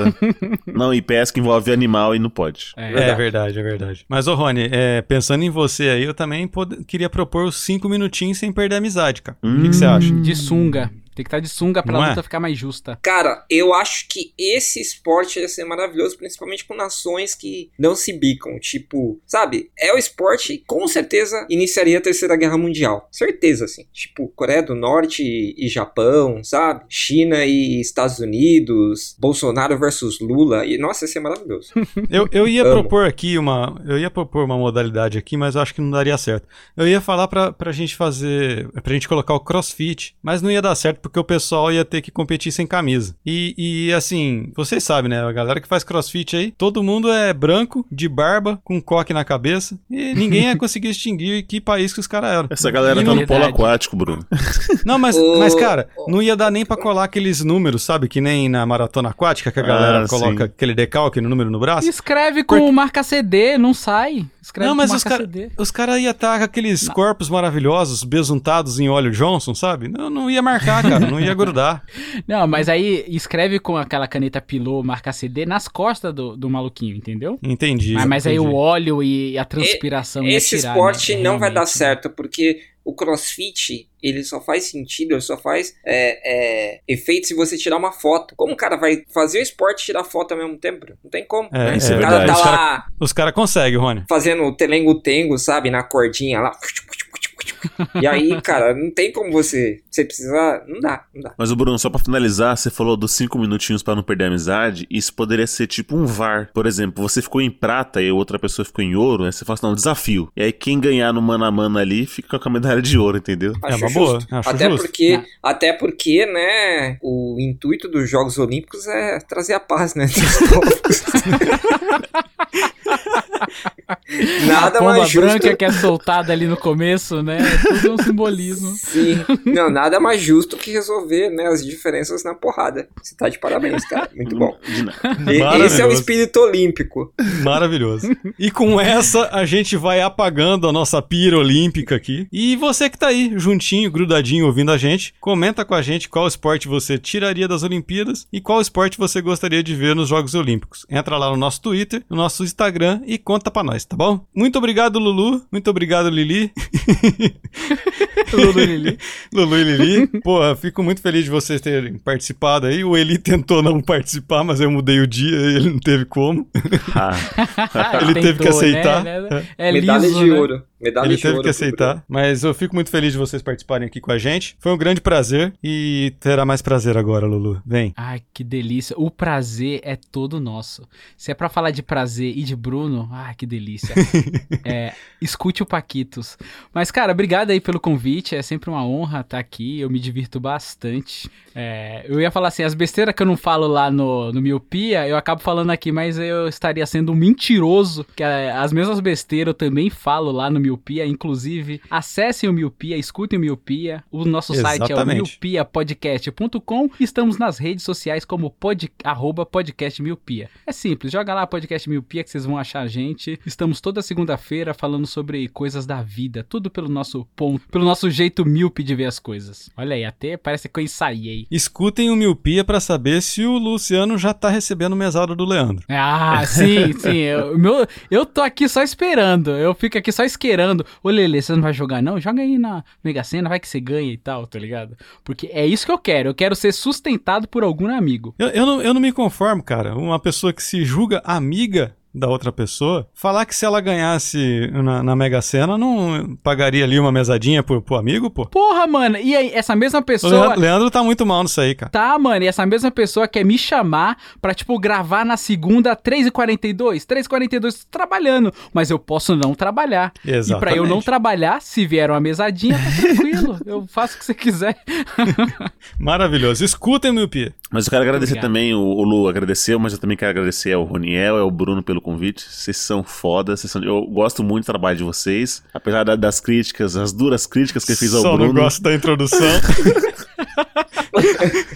[SPEAKER 6] não, e pesca envolve animal e não pode.
[SPEAKER 5] É.
[SPEAKER 3] É verdade, é verdade. Mas, ô Rony, é, pensando em você aí, eu também pod- queria propor os cinco minutinhos sem perder a amizade, cara. O que que você
[SPEAKER 6] Hum.
[SPEAKER 3] acha?
[SPEAKER 5] De sunga. Tem que estar de sunga pra
[SPEAKER 3] Não é?
[SPEAKER 5] luta ficar mais justa.
[SPEAKER 4] Cara, eu acho que esse esporte ia ser maravilhoso, principalmente com nações que não se bicam. Tipo, sabe? É o esporte que com certeza iniciaria a Terceira Guerra Mundial. Certeza, assim. Tipo, Coreia do Norte e, e Japão, sabe? China e Estados Unidos, Bolsonaro versus Lula. E, nossa, ia ser maravilhoso.
[SPEAKER 3] Eu, eu ia
[SPEAKER 4] Amo.
[SPEAKER 3] propor aqui uma. Eu ia propor uma modalidade aqui, mas eu acho que não daria certo. Eu ia falar pra, pra gente fazer. pra gente colocar o crossfit, mas não ia dar certo porque o pessoal ia ter que competir sem camisa. E, e assim, vocês sabem, né? A galera que faz crossfit aí, todo mundo é branco, de barba, com coque na cabeça, e ninguém ia conseguir distinguir que país que os caras eram.
[SPEAKER 6] Essa galera
[SPEAKER 3] E
[SPEAKER 6] tá
[SPEAKER 5] não-
[SPEAKER 6] no polo
[SPEAKER 5] Verdade.
[SPEAKER 6] aquático, Bruno.
[SPEAKER 3] Não, mas,
[SPEAKER 4] Ô,
[SPEAKER 3] mas cara, não ia dar nem pra colar aqueles números, sabe? Que nem na maratona aquática, que a galera
[SPEAKER 6] Ah,
[SPEAKER 3] coloca
[SPEAKER 6] sim.
[SPEAKER 3] aquele decalque no número no braço.
[SPEAKER 5] Escreve com
[SPEAKER 3] Porque-
[SPEAKER 5] marca CD, não sai. Escreve
[SPEAKER 3] Não,
[SPEAKER 5] com
[SPEAKER 3] mas
[SPEAKER 5] marca
[SPEAKER 3] os caras
[SPEAKER 5] CD.
[SPEAKER 3] os cara iam estar com aqueles corpos maravilhosos, besuntados em óleo Johnson, sabe? Não, não ia marcar, cara, não ia grudar.
[SPEAKER 5] Não, mas aí escreve com aquela caneta pilô, marca CD, nas costas do, do maluquinho, entendeu?
[SPEAKER 3] Entendi.
[SPEAKER 5] Mas, mas aí
[SPEAKER 3] entendi.
[SPEAKER 5] o óleo e a transpiração ia
[SPEAKER 4] Esse
[SPEAKER 5] tirar,
[SPEAKER 4] esporte
[SPEAKER 5] né?
[SPEAKER 4] não vai dar
[SPEAKER 5] Realmente.
[SPEAKER 4] certo, porque o crossfit, ele só faz sentido, ele só faz é, é, efeito se você tirar uma foto. Como o cara vai fazer o esporte e tirar foto ao mesmo tempo? Não tem como.
[SPEAKER 3] É,
[SPEAKER 4] né?
[SPEAKER 6] isso é
[SPEAKER 4] o cara
[SPEAKER 6] verdade.
[SPEAKER 4] tá
[SPEAKER 3] Os cara-
[SPEAKER 4] lá
[SPEAKER 3] Os caras conseguem, Rony.
[SPEAKER 4] fazendo o telengo-tengo, sabe, na cordinha lá. E aí, cara, não tem como você. Você precisa. Não dá, não dá.
[SPEAKER 6] Mas, o Bruno, só pra finalizar, você falou dos cinco minutinhos pra não perder a amizade. Isso poderia ser tipo um VAR. Por exemplo, você ficou em prata e outra pessoa ficou em ouro, aí você fala assim, não, desafio. E aí quem ganhar no mano a mano ali fica com a medalha de ouro, entendeu?
[SPEAKER 3] É uma boa, acho
[SPEAKER 4] até
[SPEAKER 3] justo.
[SPEAKER 4] porque,
[SPEAKER 5] Não.
[SPEAKER 4] até porque, né, o intuito dos Jogos Olímpicos é trazer a paz, né, dos povos. Nada
[SPEAKER 5] a pomba
[SPEAKER 4] mais justo.
[SPEAKER 5] branca que é soltada ali no começo, né? É tudo um simbolismo.
[SPEAKER 4] Sim. Não, nada mais justo que resolver, né, as diferenças na porrada. Você tá de parabéns, cara. Muito bom.
[SPEAKER 6] De nada.
[SPEAKER 4] E- esse é o
[SPEAKER 3] Maravilhoso.
[SPEAKER 4] espírito olímpico.
[SPEAKER 3] Maravilhoso. E com essa, a gente vai apagando a nossa pira olímpica aqui. E você que tá aí, juntinho, grudadinho, ouvindo a gente, comenta com a gente qual esporte você tiraria das Olimpíadas e qual esporte você gostaria de ver nos Jogos Olímpicos. Entra lá no nosso Twitter, no nosso Instagram e conta pra nós, tá bom? Muito obrigado, Lulu. Muito obrigado, Lili.
[SPEAKER 5] Lulu Lili.
[SPEAKER 3] Lulu e Lili. Porra, fico muito feliz de vocês terem participado aí. O Eli tentou não participar, mas eu mudei o dia e ele não teve como.
[SPEAKER 6] Ah,
[SPEAKER 3] Ele teve que
[SPEAKER 5] Tentou, né?
[SPEAKER 3] aceitar.
[SPEAKER 5] É
[SPEAKER 4] Medalha
[SPEAKER 5] liso,
[SPEAKER 4] de
[SPEAKER 5] né?
[SPEAKER 4] ouro. Medalha
[SPEAKER 3] Ele
[SPEAKER 4] de
[SPEAKER 3] teve
[SPEAKER 4] ouro
[SPEAKER 3] que
[SPEAKER 4] pro
[SPEAKER 3] aceitar, mas eu fico muito feliz de vocês participarem aqui com a gente. Foi um grande prazer e terá mais prazer agora, Lulu. Vem.
[SPEAKER 5] Ai, que delícia. O prazer é todo nosso. Se é pra falar de prazer e de Bruno, ai, que delícia. É, escute o Paquitos. Mas, cara, obrigado aí pelo convite. É sempre uma honra estar aqui. Eu me divirto bastante. É, eu ia falar assim, as besteiras que eu não falo lá no, no Miopia, eu acabo falando aqui, mas eu estaria sendo um mentiroso, que é, as mesmas besteiras eu também falo lá no Miopia. Inclusive, acessem o Miopia, escutem o Miopia. O nosso site é o
[SPEAKER 3] Exatamente.
[SPEAKER 5] miopiapodcast.com. Estamos nas redes sociais como pod, arroba podcast miopia. É simples, joga lá podcast miopia que vocês vão achar a gente. Estamos toda segunda-feira falando sobre coisas da vida, tudo pelo nosso nosso ponto, pelo nosso jeito míope de ver as coisas. Olha aí, até parece que eu ensaiei.
[SPEAKER 3] Escutem o Miopia pra saber se o Luciano já tá recebendo o mesada do Leandro.
[SPEAKER 5] Ah, sim, sim. Eu, meu, eu tô aqui só esperando. Eu fico aqui só esquerando. Ô, Lele, você não vai jogar, não? Joga aí na Mega Sena, vai que você ganha e tal, tá ligado? Porque é isso que eu quero. Eu quero ser sustentado por algum amigo.
[SPEAKER 3] Eu, eu, não, eu não me conformo, cara. Uma pessoa que se julga amiga da outra pessoa, falar que se ela ganhasse na, na Mega Sena, não pagaria ali uma mesadinha pro, pro amigo, pô.
[SPEAKER 5] Porra, mano. E aí, essa mesma
[SPEAKER 3] O
[SPEAKER 5] pessoa.
[SPEAKER 3] Leandro, Leandro tá muito mal nisso aí, cara.
[SPEAKER 5] Tá, mano, e essa mesma pessoa quer me chamar pra, tipo, gravar na segunda 3h42. 3h42 tô trabalhando, mas eu posso não trabalhar. E pra eu não
[SPEAKER 3] Exatamente.
[SPEAKER 5] trabalhar, se vier uma mesadinha, tá tranquilo. eu faço o que você quiser.
[SPEAKER 3] Maravilhoso. Escutem, Miopia.
[SPEAKER 6] Mas eu quero agradecer
[SPEAKER 5] Obrigado.
[SPEAKER 6] também, o, o Lu agradeceu, mas eu também quero agradecer ao Roniel e ao Bruno pelo convite. Vocês são foda, vocês são... eu gosto muito do trabalho de vocês. Apesar da- das críticas, as duras críticas que eu fiz ao
[SPEAKER 3] Só
[SPEAKER 6] Bruno
[SPEAKER 3] não gosto da introdução.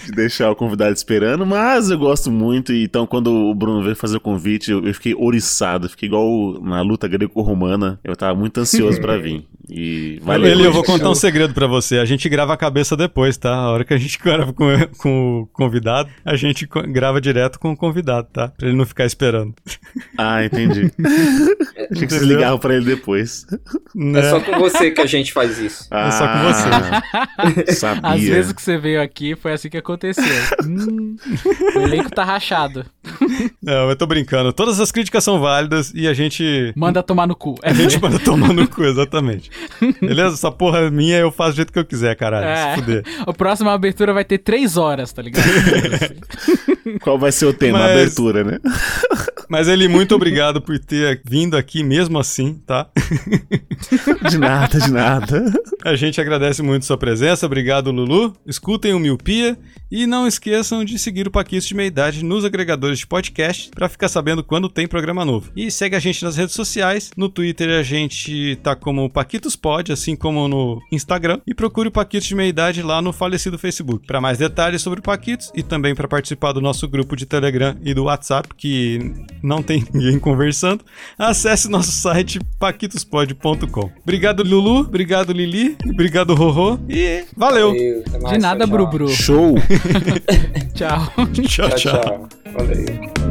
[SPEAKER 6] de deixar o convidado esperando, mas eu gosto muito. e Então, quando o Bruno veio fazer o convite, eu, eu fiquei oriçado, fiquei igual o- na luta greco-romana. Eu tava muito ansioso pra vir. E valeu.
[SPEAKER 3] Ele, eu vou
[SPEAKER 6] gente.
[SPEAKER 3] contar um segredo pra você. A gente grava a cabeça depois, tá? A hora que a gente grava com, com o convidado, a gente co- grava direto com o convidado, tá? Pra ele não ficar esperando.
[SPEAKER 6] Ah, entendi. Achei que vocês
[SPEAKER 3] Entendeu?
[SPEAKER 6] ligavam pra ele depois.
[SPEAKER 3] Né?
[SPEAKER 4] É só com você que a gente faz isso.
[SPEAKER 3] É só com
[SPEAKER 6] você. Ah, Sabia.
[SPEAKER 5] Às vezes que você veio aqui, foi assim que aconteceu. Hum, o elenco tá rachado.
[SPEAKER 3] Não, eu tô brincando. Todas as críticas são válidas e a gente.
[SPEAKER 5] Manda tomar no cu. É,
[SPEAKER 3] A gente manda tomar no cu, exatamente. Beleza? Essa porra é minha, eu faço do jeito que eu quiser, caralho.
[SPEAKER 5] É.
[SPEAKER 3] Se fuder.
[SPEAKER 5] A próxima abertura vai ter 3 horas, tá ligado?
[SPEAKER 6] Qual vai ser o tema? A
[SPEAKER 3] Mas-
[SPEAKER 6] Abertura, né?
[SPEAKER 3] Mas ele, muito obrigado por ter vindo aqui mesmo assim, tá?
[SPEAKER 6] De nada, de nada.
[SPEAKER 3] A gente agradece muito sua presença, obrigado Lulu. Escutem o Miopia e não esqueçam de seguir o Paquito de Meia Idade nos agregadores de podcast para ficar sabendo quando tem programa novo. E segue a gente nas redes sociais, no Twitter a gente tá como Paquitos Pod, assim como no Instagram, e procure o Paquitos de Meia Idade lá no falecido Facebook. Para mais detalhes sobre o Paquitos e também para participar do nosso grupo de Telegram e do WhatsApp, que não tem ninguém conversando, acesse nosso site paquitospod.com. Obrigado, Lulu. Obrigado, Lili. Obrigado, Rorô. E valeu.
[SPEAKER 4] Valeu, até mais,
[SPEAKER 5] De
[SPEAKER 4] tchau, tchau.
[SPEAKER 5] nada, Brubru.
[SPEAKER 6] Show!
[SPEAKER 5] Tchau.
[SPEAKER 3] Tchau,
[SPEAKER 4] Tchau,
[SPEAKER 3] tchau.
[SPEAKER 4] tchau. Valeu.